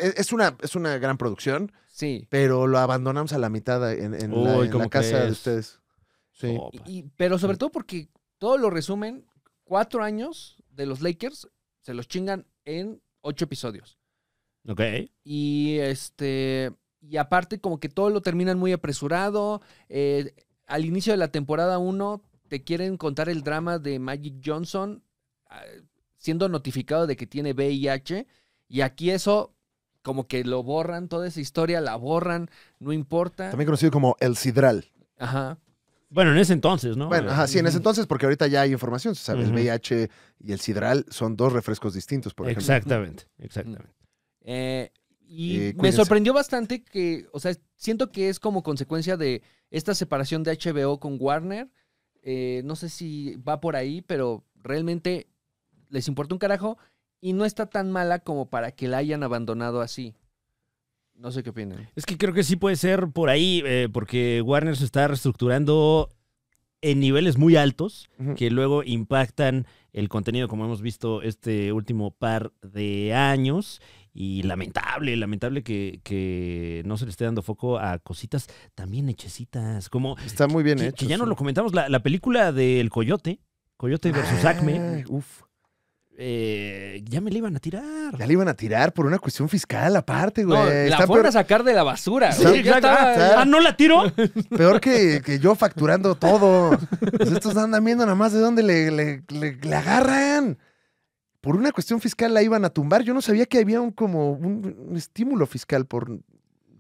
eh, es, una, es una gran producción,
Sí.
pero lo abandonamos a la mitad en, en la,
Uy,
en
¿cómo
la casa de
crees? Oh.
ustedes. Eh, Sí.
Sopa.
Y- y- pero sobre todo porque todo lo resumen, cuatro años de los Lakers se los chingan en ocho episodios.
Ok.
Y este. Y aparte, como que todo lo terminan muy apresurado. Eh, al inicio de la temporada 1, te quieren contar el drama de Magic Johnson ah, siendo notificado de que tiene VIH. Y aquí eso, como que lo borran, toda esa historia la borran, no importa.
También conocido como El Sidral.
Ajá.
Bueno, en ese entonces, ¿no?
Bueno, ajá, sí, en ese entonces, porque ahorita ya hay información, se sabe, el
Ujú.
VIH y el sidral son dos refrescos distintos, por ejemplo. Mm.
Exactamente, exactamente.
Eh, y
Eh,
me
cuídense.
sorprendió bastante que, o sea, siento que es como consecuencia de esta separación de HBO con Warner. Eh, no sé si va por ahí, pero realmente les importa un carajo y no está tan mala como para que la hayan abandonado así. No sé qué opinan.
Es que creo que sí puede ser por ahí, eh, porque Warner se está reestructurando en niveles muy altos
Ujú.
que luego impactan el contenido, como hemos visto este último par de años. Y lamentable, lamentable que, que no se le esté dando foco a cositas también hechecitas, como
Está muy bien
que,
hecho.
que ya no
sí.
lo comentamos, la, la película del Coyote, Coyote versus
Ah,
Acme,
Uf,
eh, ya me la iban a tirar.
ya le iban a tirar por una cuestión fiscal aparte, güey.
No, la
Está
fueron a
peor,
sacar de la basura.
Sí,
güey. Ya
exacto.
estaba-
está-
Ah, ¿no la tiro?
peor que, que yo facturando todo. Pues estos andan viendo nada más de dónde le, le- le- le agarran. Por una cuestión fiscal la iban a tumbar. Yo no sabía que había un como un, un estímulo fiscal por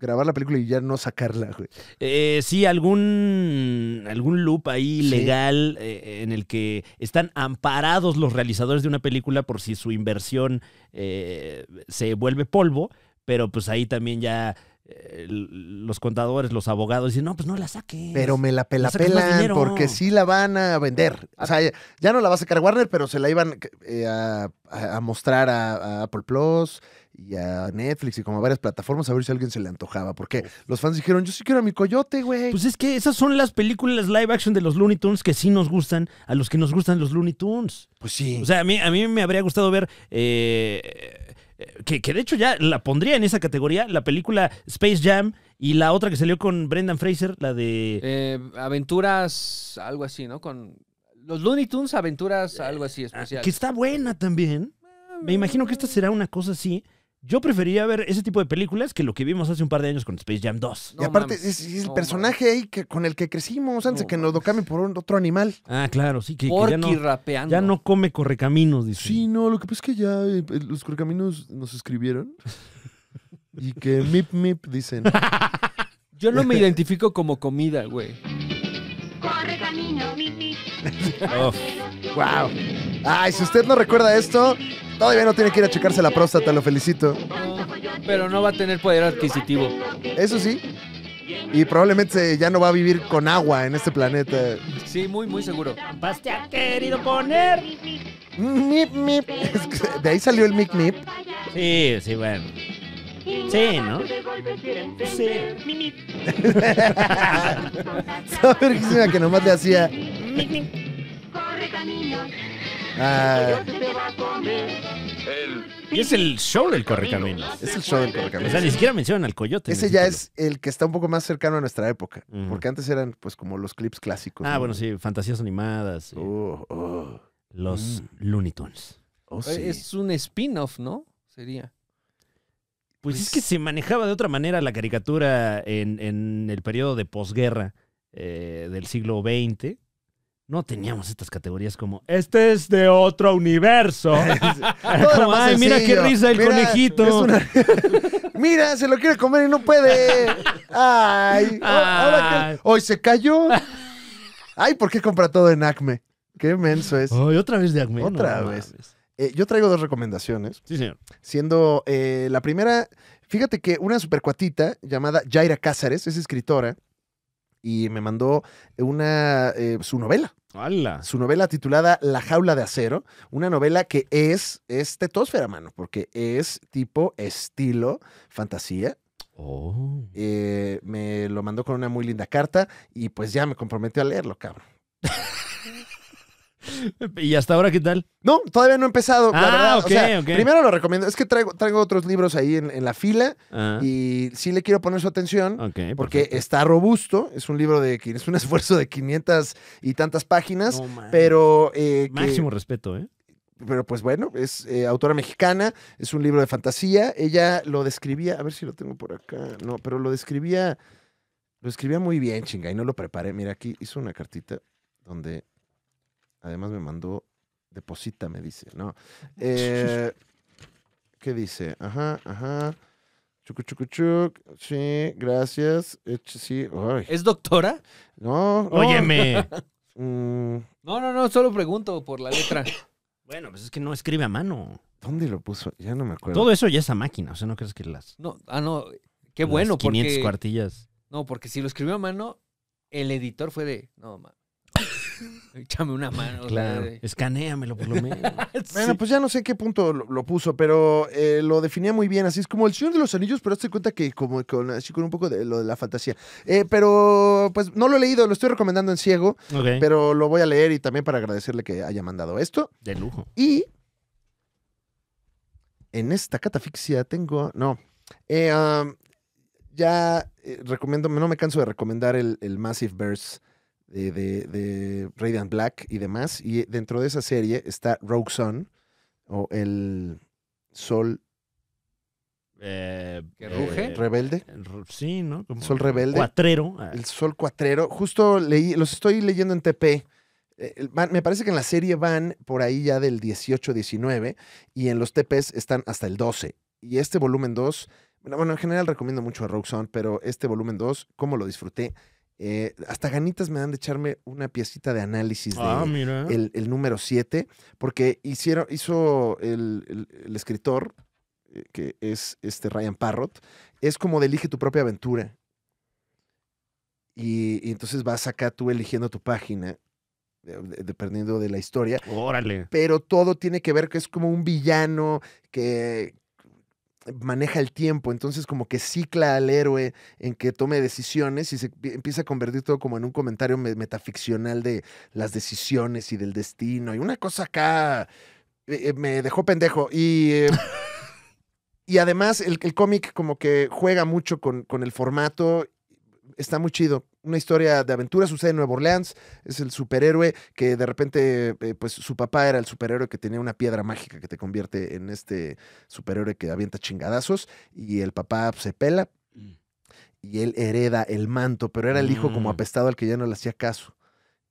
grabar la película y ya no sacarla, güey.
Eh, sí, algún, algún loop ahí
Sí.
legal eh, en el que están amparados los realizadores de una película por si su inversión eh, se vuelve polvo, pero pues ahí también ya eh, l- los contadores, los abogados dicen, no, pues no la saques.
Pero me la
sacas más
pelapelan
dinero.
porque sí la van a vender. O sea, ya no la va a sacar Warner, pero se la iban eh, a, a- a mostrar a, a Apple Plus y a Netflix y como a varias plataformas a ver si a alguien se le antojaba. Porque los fans dijeron, yo sí quiero a mi coyote, güey.
Pues es que esas son las películas live action de los Looney Tunes que sí nos gustan, a los que nos gustan los Looney Tunes.
Pues sí.
O sea, a mí, a mí me habría gustado ver. eh, eh, que, que de hecho ya la pondría en esa categoría, la película Space Jam y la otra que salió con Brendan Fraser, la de.
Eh, aventuras, algo así, ¿no? Con los Looney Tunes, aventuras, algo así
ah,
especial.
que está buena también. Me imagino que esta será una cosa así. Yo preferiría ver ese tipo de películas que lo que vimos hace un par de años con Space Jam 2.
y
no
aparte
mames,
es, es el
no
personaje ahí que, con el que crecimos antes de
No
que nos lo cambien por un- otro animal.
Ah, claro, sí, que, que
Porky
ya, no,
rapeando.
ya no come correcaminos, dice.
Sí, no, lo que pasa es que ya eh, los correcaminos nos escribieron y que mip mip dicen.
Yo no me identifico como comida, güey.
Uf.
¡Wow! Ay, si usted no recuerda esto, todavía no tiene que ir a checarse la próstata, lo felicito.
Pero no va a tener poder adquisitivo.
Eso sí. Y probablemente ya no va a vivir con agua en este planeta.
Sí, muy, muy seguro.
Mip, mip. Es que De ahí salió el mip, mip.
Sí, sí, bueno. Sí, ¿no? Sí.
Está verguísima que nomás le hacía. Ah,
Y es el show del correcaminos.
es el show del
O sea, ni
correcaminos.
siquiera mencionan al coyote. en
Ese
el
ya
título.
es el que está un poco más cercano a nuestra época.
Ujú.
Porque antes eran, pues, como los clips clásicos.
Ah,
¿no?
bueno, sí, fantasías animadas. sí.
Oh, oh,
Los Looney Tunes.
oh, sí.
Es un spin-off, ¿no? Sería.
Pues, es que se manejaba de otra manera la caricatura en, en el periodo de posguerra eh, del siglo XX. No teníamos estas categorías como, este es de otro universo.
Todo era
Como,
más
"Ay, mira qué
sencillo.
risa el
Mira,
conejito".
es una- mira, se lo quiere comer y no puede. Ay,
Ah.
ahora que- hoy se cayó. Ay, ¿por qué compra todo en Acme? Qué menso es.
Ay, otra vez de Acme.
Otra
No
vez.
mames.
Eh, yo traigo dos recomendaciones.
Sí, señor.
Siendo eh, la primera, fíjate que una supercuatita llamada Jaira Cázares es escritora y me mandó una eh, su novela
¡Hala!
su novela titulada La jaula de acero, una novela que es, es tetósfera, mano, porque es tipo estilo fantasía.
Oh.
Eh, me lo mandó con una muy linda carta y pues ya me comprometió a leerlo, cabrón.
¿Y hasta ahora qué tal?
No, todavía no he empezado, la
Ah,
verdad. O
ok,
sea,
ok.
Primero lo recomiendo. Es que traigo, traigo otros libros ahí en, en la fila
Ah,
y sí le quiero poner su atención.
ok,
Porque
perfecto.
está robusto, es un libro de qui- es un esfuerzo de 500 y tantas páginas,
No mames.
pero eh, que-
Máximo respeto, ¿eh?
pero pues bueno, es eh, autora mexicana, es un libro de fantasía. Ella lo describía, a ver si lo tengo por acá, no, pero lo describía, lo escribía muy bien, chinga, y no lo preparé. Mira, aquí hizo una cartita donde además me mandó deposita, me dice, ¿no? Eh, ¿Qué dice? Ajá, ajá. Chucu, chucu, chuc. Sí, gracias. Eh, Sí, ay,
¿Es doctora?
no, no.
Óyeme.
Mm,
No, no, no, solo pregunto por la letra.
bueno, pues es que no escribe a mano.
¿Dónde lo puso? Ya no me acuerdo.
Todo eso ya es a máquina, o sea, no crees que las.
No, ah, no, qué
las
bueno,
500
porque...
cuartillas.
No, porque si lo escribió a mano, el editor fue de, no, ma. Échame una mano. o sea,
Claro.
de-
Escanéamelo por lo menos.
Bueno, pues ya no sé en qué punto lo, lo puso, pero eh, lo definía muy bien. Así es como el Señor de los Anillos, pero hazte cuenta que como con, así con un poco de lo de la fantasía. Eh, pero pues no lo he leído, lo estoy recomendando en ciego,
ok.
pero lo voy a leer y también para agradecerle que haya mandado esto.
De lujo.
Y en esta catafixia tengo, no, eh, um, ya eh, recomiendo, no me canso de recomendar el, el Massive Verse de, de, de Radiant Black y demás. Y dentro de esa serie está Rogue Sun o el Sol
Eh,
¿Que ruge?
eh,
Rebelde.
r- sí, ¿no? Como
Sol rebelde.
Cuatrero. Ah,
El Sol Cuatrero. Justo leí, los estoy leyendo en TP. Eh, el- van- me parece que en la serie van por ahí ya del 18-19 y en los TPs están hasta el 12. Y este volumen 2, bueno, bueno, en general recomiendo mucho a Roxanne, pero este volumen 2, ¿cómo lo disfruté? Eh, hasta ganitas me dan de echarme una piecita de análisis de,
Ah, mira.
el, el número 7, porque hicieron, hizo el, el- el escritor, eh, que es este Ryan Parrott, es como de elige tu propia aventura. Y, y entonces vas acá tú eligiendo tu página, de- de- dependiendo de la historia,
Órale.
pero todo tiene que ver que es como un villano que maneja el tiempo, entonces como que cicla al héroe en que tome decisiones y se pi- empieza a convertir todo como en un comentario me- metaficcional de las decisiones y del destino y una cosa acá eh, eh, me dejó pendejo y eh, y además el, el cómic como que juega mucho con, con el formato está muy chido una historia de aventura sucede en Nueva Orleans es el superhéroe que de repente, eh, pues su papá era el superhéroe que tenía una piedra mágica que te convierte en este superhéroe que avienta chingadazos y el papá pues, se pela y él hereda el manto, pero era el hijo como
Mm.
apestado al que ya no le hacía caso.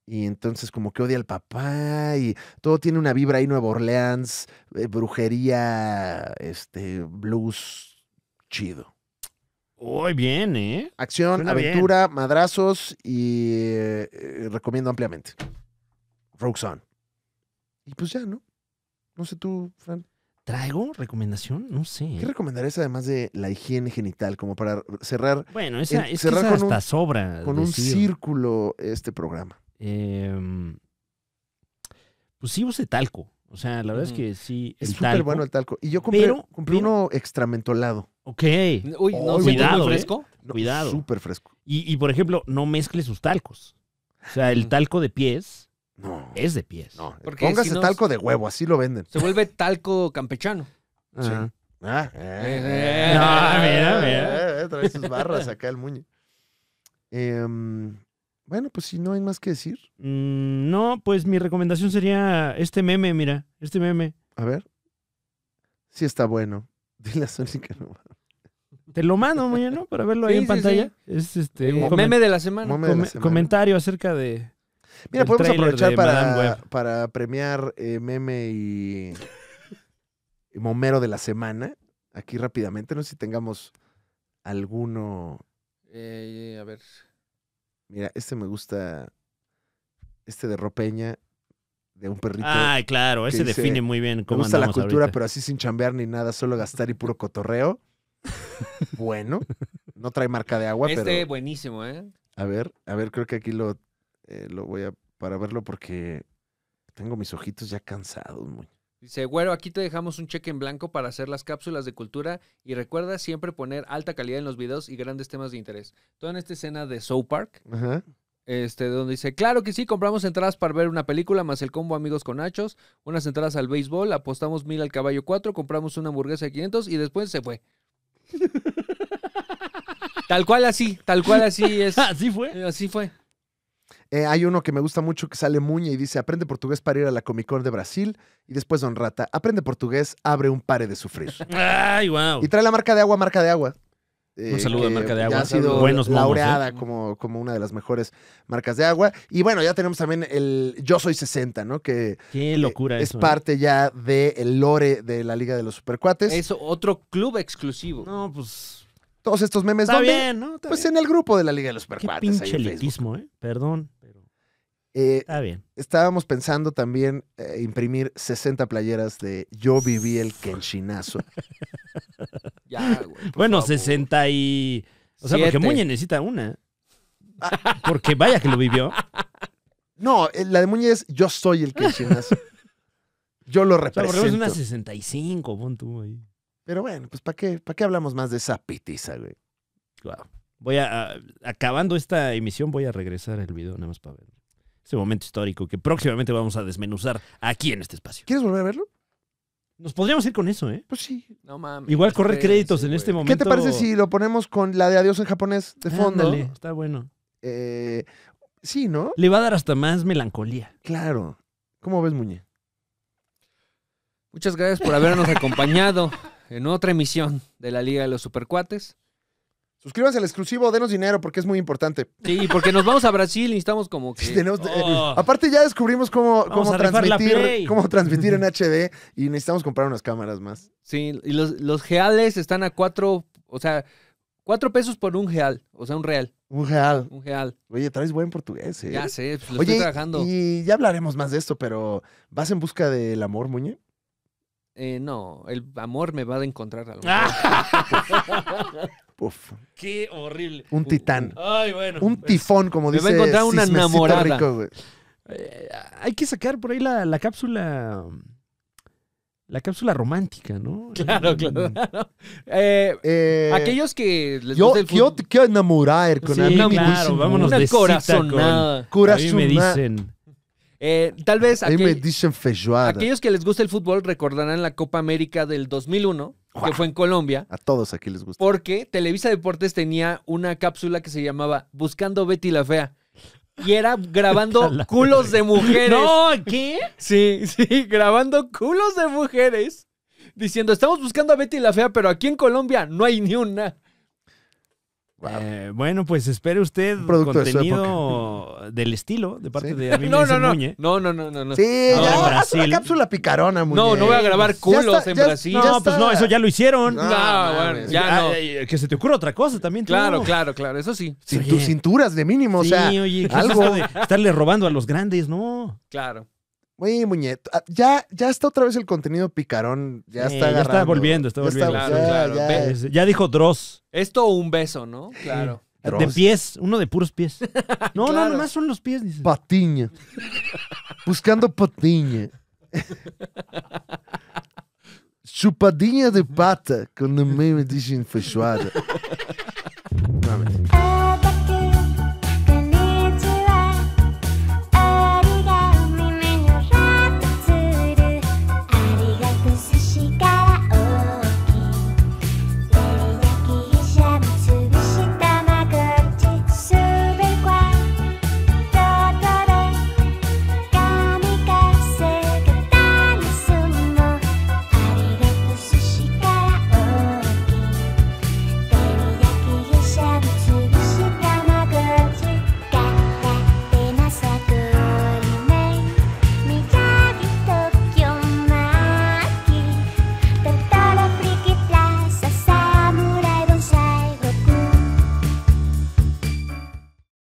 Y entonces como que odia al papá y todo tiene una vibra ahí Nueva Orleans, eh, brujería, este blues chido.
Muy bien, ¿eh?
Acción,
Suena bien.
aventura, madrazos y eh, eh, recomiendo ampliamente. Roxanne. Y pues ya, ¿no? No sé tú, Fran.
¿Traigo recomendación? No sé.
¿Qué recomendarías además de la higiene genital? Como para cerrar
Bueno, esa,
El-
es que
cerrar
esa
con
hasta
un-
sobra.
con un
decir.
círculo este programa.
Em, pues sí use talco. O sea, la verdad es
Ujú.
que sí.
Es
el
súper
talco.
bueno el talco. Y yo compré,
Pero-
compré
pero-
uno extramentolado.
Ok.
Uy, no,
Oh,
¿sientes muy
cuidado, ¿eh?
fresco?
No,
Cuidado.
Súper fresco.
Y, y, por ejemplo, no mezcle sus talcos. O sea, el
Mm.
talco de pies
No.
es de pies.
no. eh,
Porque
Póngase
si no-
talco de huevo, así lo venden.
Se vuelve talco campechano.
Ajá.
Ah,
Eh,
no, mira, mira.
eh, eh, trae sus barras acá el muñe. Em, bueno, pues si no hay más que decir.
Mm, no, pues mi recomendación sería este meme, mira. Este meme.
A ver. Sí está bueno. Dile a Sony que no.
Te lo mando mañana para verlo ahí
Sí,
en
sí,
pantalla.
sí.
Es este, un
Eh,
comen-
meme de la semana.
Mome de la
come-
semana.
comentario acerca de.
Mira,
del
podemos
tráiler
aprovechar
de Madame
para,
Web.
para premiar eh, meme y, y momero de la semana. Aquí rápidamente, no sé si tengamos alguno.
Eh, a ver.
Mira, este me gusta. Este de Ropeña, de un perrito.
Ay, claro, ese
que dice,
define muy bien
me
cómo
gusta la
andamos
cultura,
ahorita.
pero así sin chambear ni nada, solo gastar y puro cotorreo. bueno, no trae marca de agua,
este
pero.
buenísimo, ¿eh?
A ver, a ver, creo que aquí lo, eh, lo voy a. para verlo porque tengo mis ojitos ya cansados, muy.
Dice, güero, aquí te dejamos un cheque en blanco para hacer las cápsulas de cultura y recuerda siempre poner alta calidad en los videos y grandes temas de interés. Toda en esta escena de South Park,
Ajá.
este, donde dice, claro que sí, compramos entradas para ver una película, más el combo Amigos con Nachos, unas entradas al béisbol, apostamos mil al caballo 4, compramos una hamburguesa de 500 y después se fue. tal cual así, tal cual así es.
Así Ah, fue.
Así fue.
Eh, hay uno que me gusta mucho que sale Muña y dice: Aprende portugués para ir a la Comic Con de Brasil. Y después Don Rata: Aprende portugués, abre un pare de sufrir.
Ay, wow.
Y trae la marca de agua, marca de agua. eh,
Un saludo a
que
Marca de
Ya
Agua.
ha sido
Buenos momos, ¿eh?
laureada como, como una de las mejores marcas de agua. Y bueno, ya tenemos también el Yo Soy 60, ¿no? Que
Qué locura
es
eso. ¿eh?
parte ya del lore de la Liga de los Supercuates.
Es otro club exclusivo.
No, pues.
Todos estos memes,
Está
¿dónde?
bien, ¿no? Está
Pues
bien.
en el grupo de la Liga de los
Qué
Supercuates. ahí en
pinche
Facebook.
elitismo, ¿eh? Perdón, pero
Eh,
está bien.
estábamos pensando también eh, imprimir 60 playeras de Yo viví el Kenshinazo.
Ya, güey, por
Bueno,
favor.
60 y... O sea,
Siete.
porque Muñe necesita una. Porque vaya que lo vivió.
No, eh, la de Muñe es Yo soy el Kenshinazo. Yo lo
O sea, porque es
represento.
una 65, pon tú ahí.
Pero bueno, pues ¿para qué, ¿para qué hablamos más de esa pitiza, güey?
Guau. Voy a, a- Acabando esta emisión, voy a regresar el video nada más para ver. Ese momento histórico que próximamente vamos a desmenuzar aquí en este espacio.
¿Quieres volver a verlo?
Nos podríamos ir con eso, ¿eh?
Pues sí.
No mames.
Igual correr
espérense,
créditos en
güey.
este momento.
¿Qué te parece si lo ponemos con la de Adiós en japonés de fondo?
Ándale, está bueno.
Eh, sí, ¿no?
Le va a dar hasta más melancolía.
Claro. ¿Cómo ves, Muñe?
Muchas gracias por habernos acompañado en otra emisión de la Liga de los Supercuates.
Suscríbanse al exclusivo, denos dinero porque es muy importante.
Sí, porque nos vamos a Brasil y necesitamos como que...
Sí, tenemos- eh,
Oh.
aparte ya descubrimos cómo,
Vamos
cómo
a rifar la
transmitir,
Play.
cómo transmitir en HD y necesitamos comprar unas cámaras más.
Sí, y los, los geales están a cuatro, o sea, cuatro pesos por un geal, o sea, un real,
Un real.
un geal.
Oye, traes buen portugués, ¿eh?
Ya sé, pues, lo
Oye,
estoy trabajando.
y ya hablaremos más de esto, pero ¿vas en busca del amor, Muñe?
Eh, no, el amor me va a encontrar algo.
Ah,
Ah. Uf,
¡Qué horrible!
un titán.
Ay, bueno.
Un tifón, como
Me
dice.
va a encontrar una
Cismecito
enamorada.
Rico, güey.
Eh, hay que sacar por ahí la, la cápsula. La cápsula romántica, ¿no?
Claro, claro. Eh,
Eh,
aquellos que les
Yo,
gusta el
yo
fútbol-
te quiero enamorar con
Sí,
amigo.
claro, vámonos
una
de
corazonada.
corazón. A mí
Corazonada.
me dicen.
Eh, tal vez
Ahí me
aquel-
dicen feijoada.
aquellos que les gusta el fútbol recordarán la Copa América del 2001, que fue en Colombia.
A todos aquí les gusta.
Porque Televisa Deportes tenía una cápsula que se llamaba Buscando Betty la Fea. Y era grabando
la
culos de mujeres.
No, ¿qué?
Sí, sí, grabando culos de mujeres. Diciendo, estamos buscando a Betty la Fea, pero aquí en Colombia no hay ni una.
Wow.
Eh, bueno, pues espere usted
Un producto de su
contenido del estilo de parte
Sí.
de a mí
No,
me
no,
dicen
no.
Muñe.
No, no, no, no, no.
Sí,
No, en
ya, haz una
Brasil.
cápsula picarona, Muñe.
No, no voy a grabar
Ya
culos
está,
en
ya-
Brasil.
no,
No, pues
está.
no, eso ya lo hicieron.
No,
no,
bueno,
mames.
ya no.
Ay, ay, eh, que se te ocurra otra cosa también. tú.
Claro, claro, claro, eso sí.
Sin
Oye.
tus cinturas de mínimo,
sí,
o sea.
oye, ¿qué
algo.
es eso de estarle robando a los grandes? No.
Claro.
Oye, Muñe, ah, ya, ya está otra vez el contenido picarón. Ya
Sí,
está
ya está
agarrando.
volviendo, está
Eh, volviendo.
ya,
Claro,
ya.
claro.
Es- ya dijo Dross.
Esto o un beso, ¿no? Claro.
De
Dross.
pies, uno de puros pies. No,
Claro.
no, nomás son los pies, dice.
Patiño. Buscando patiño. Chupadinha de pata, quando me dicen feijoada. Mames.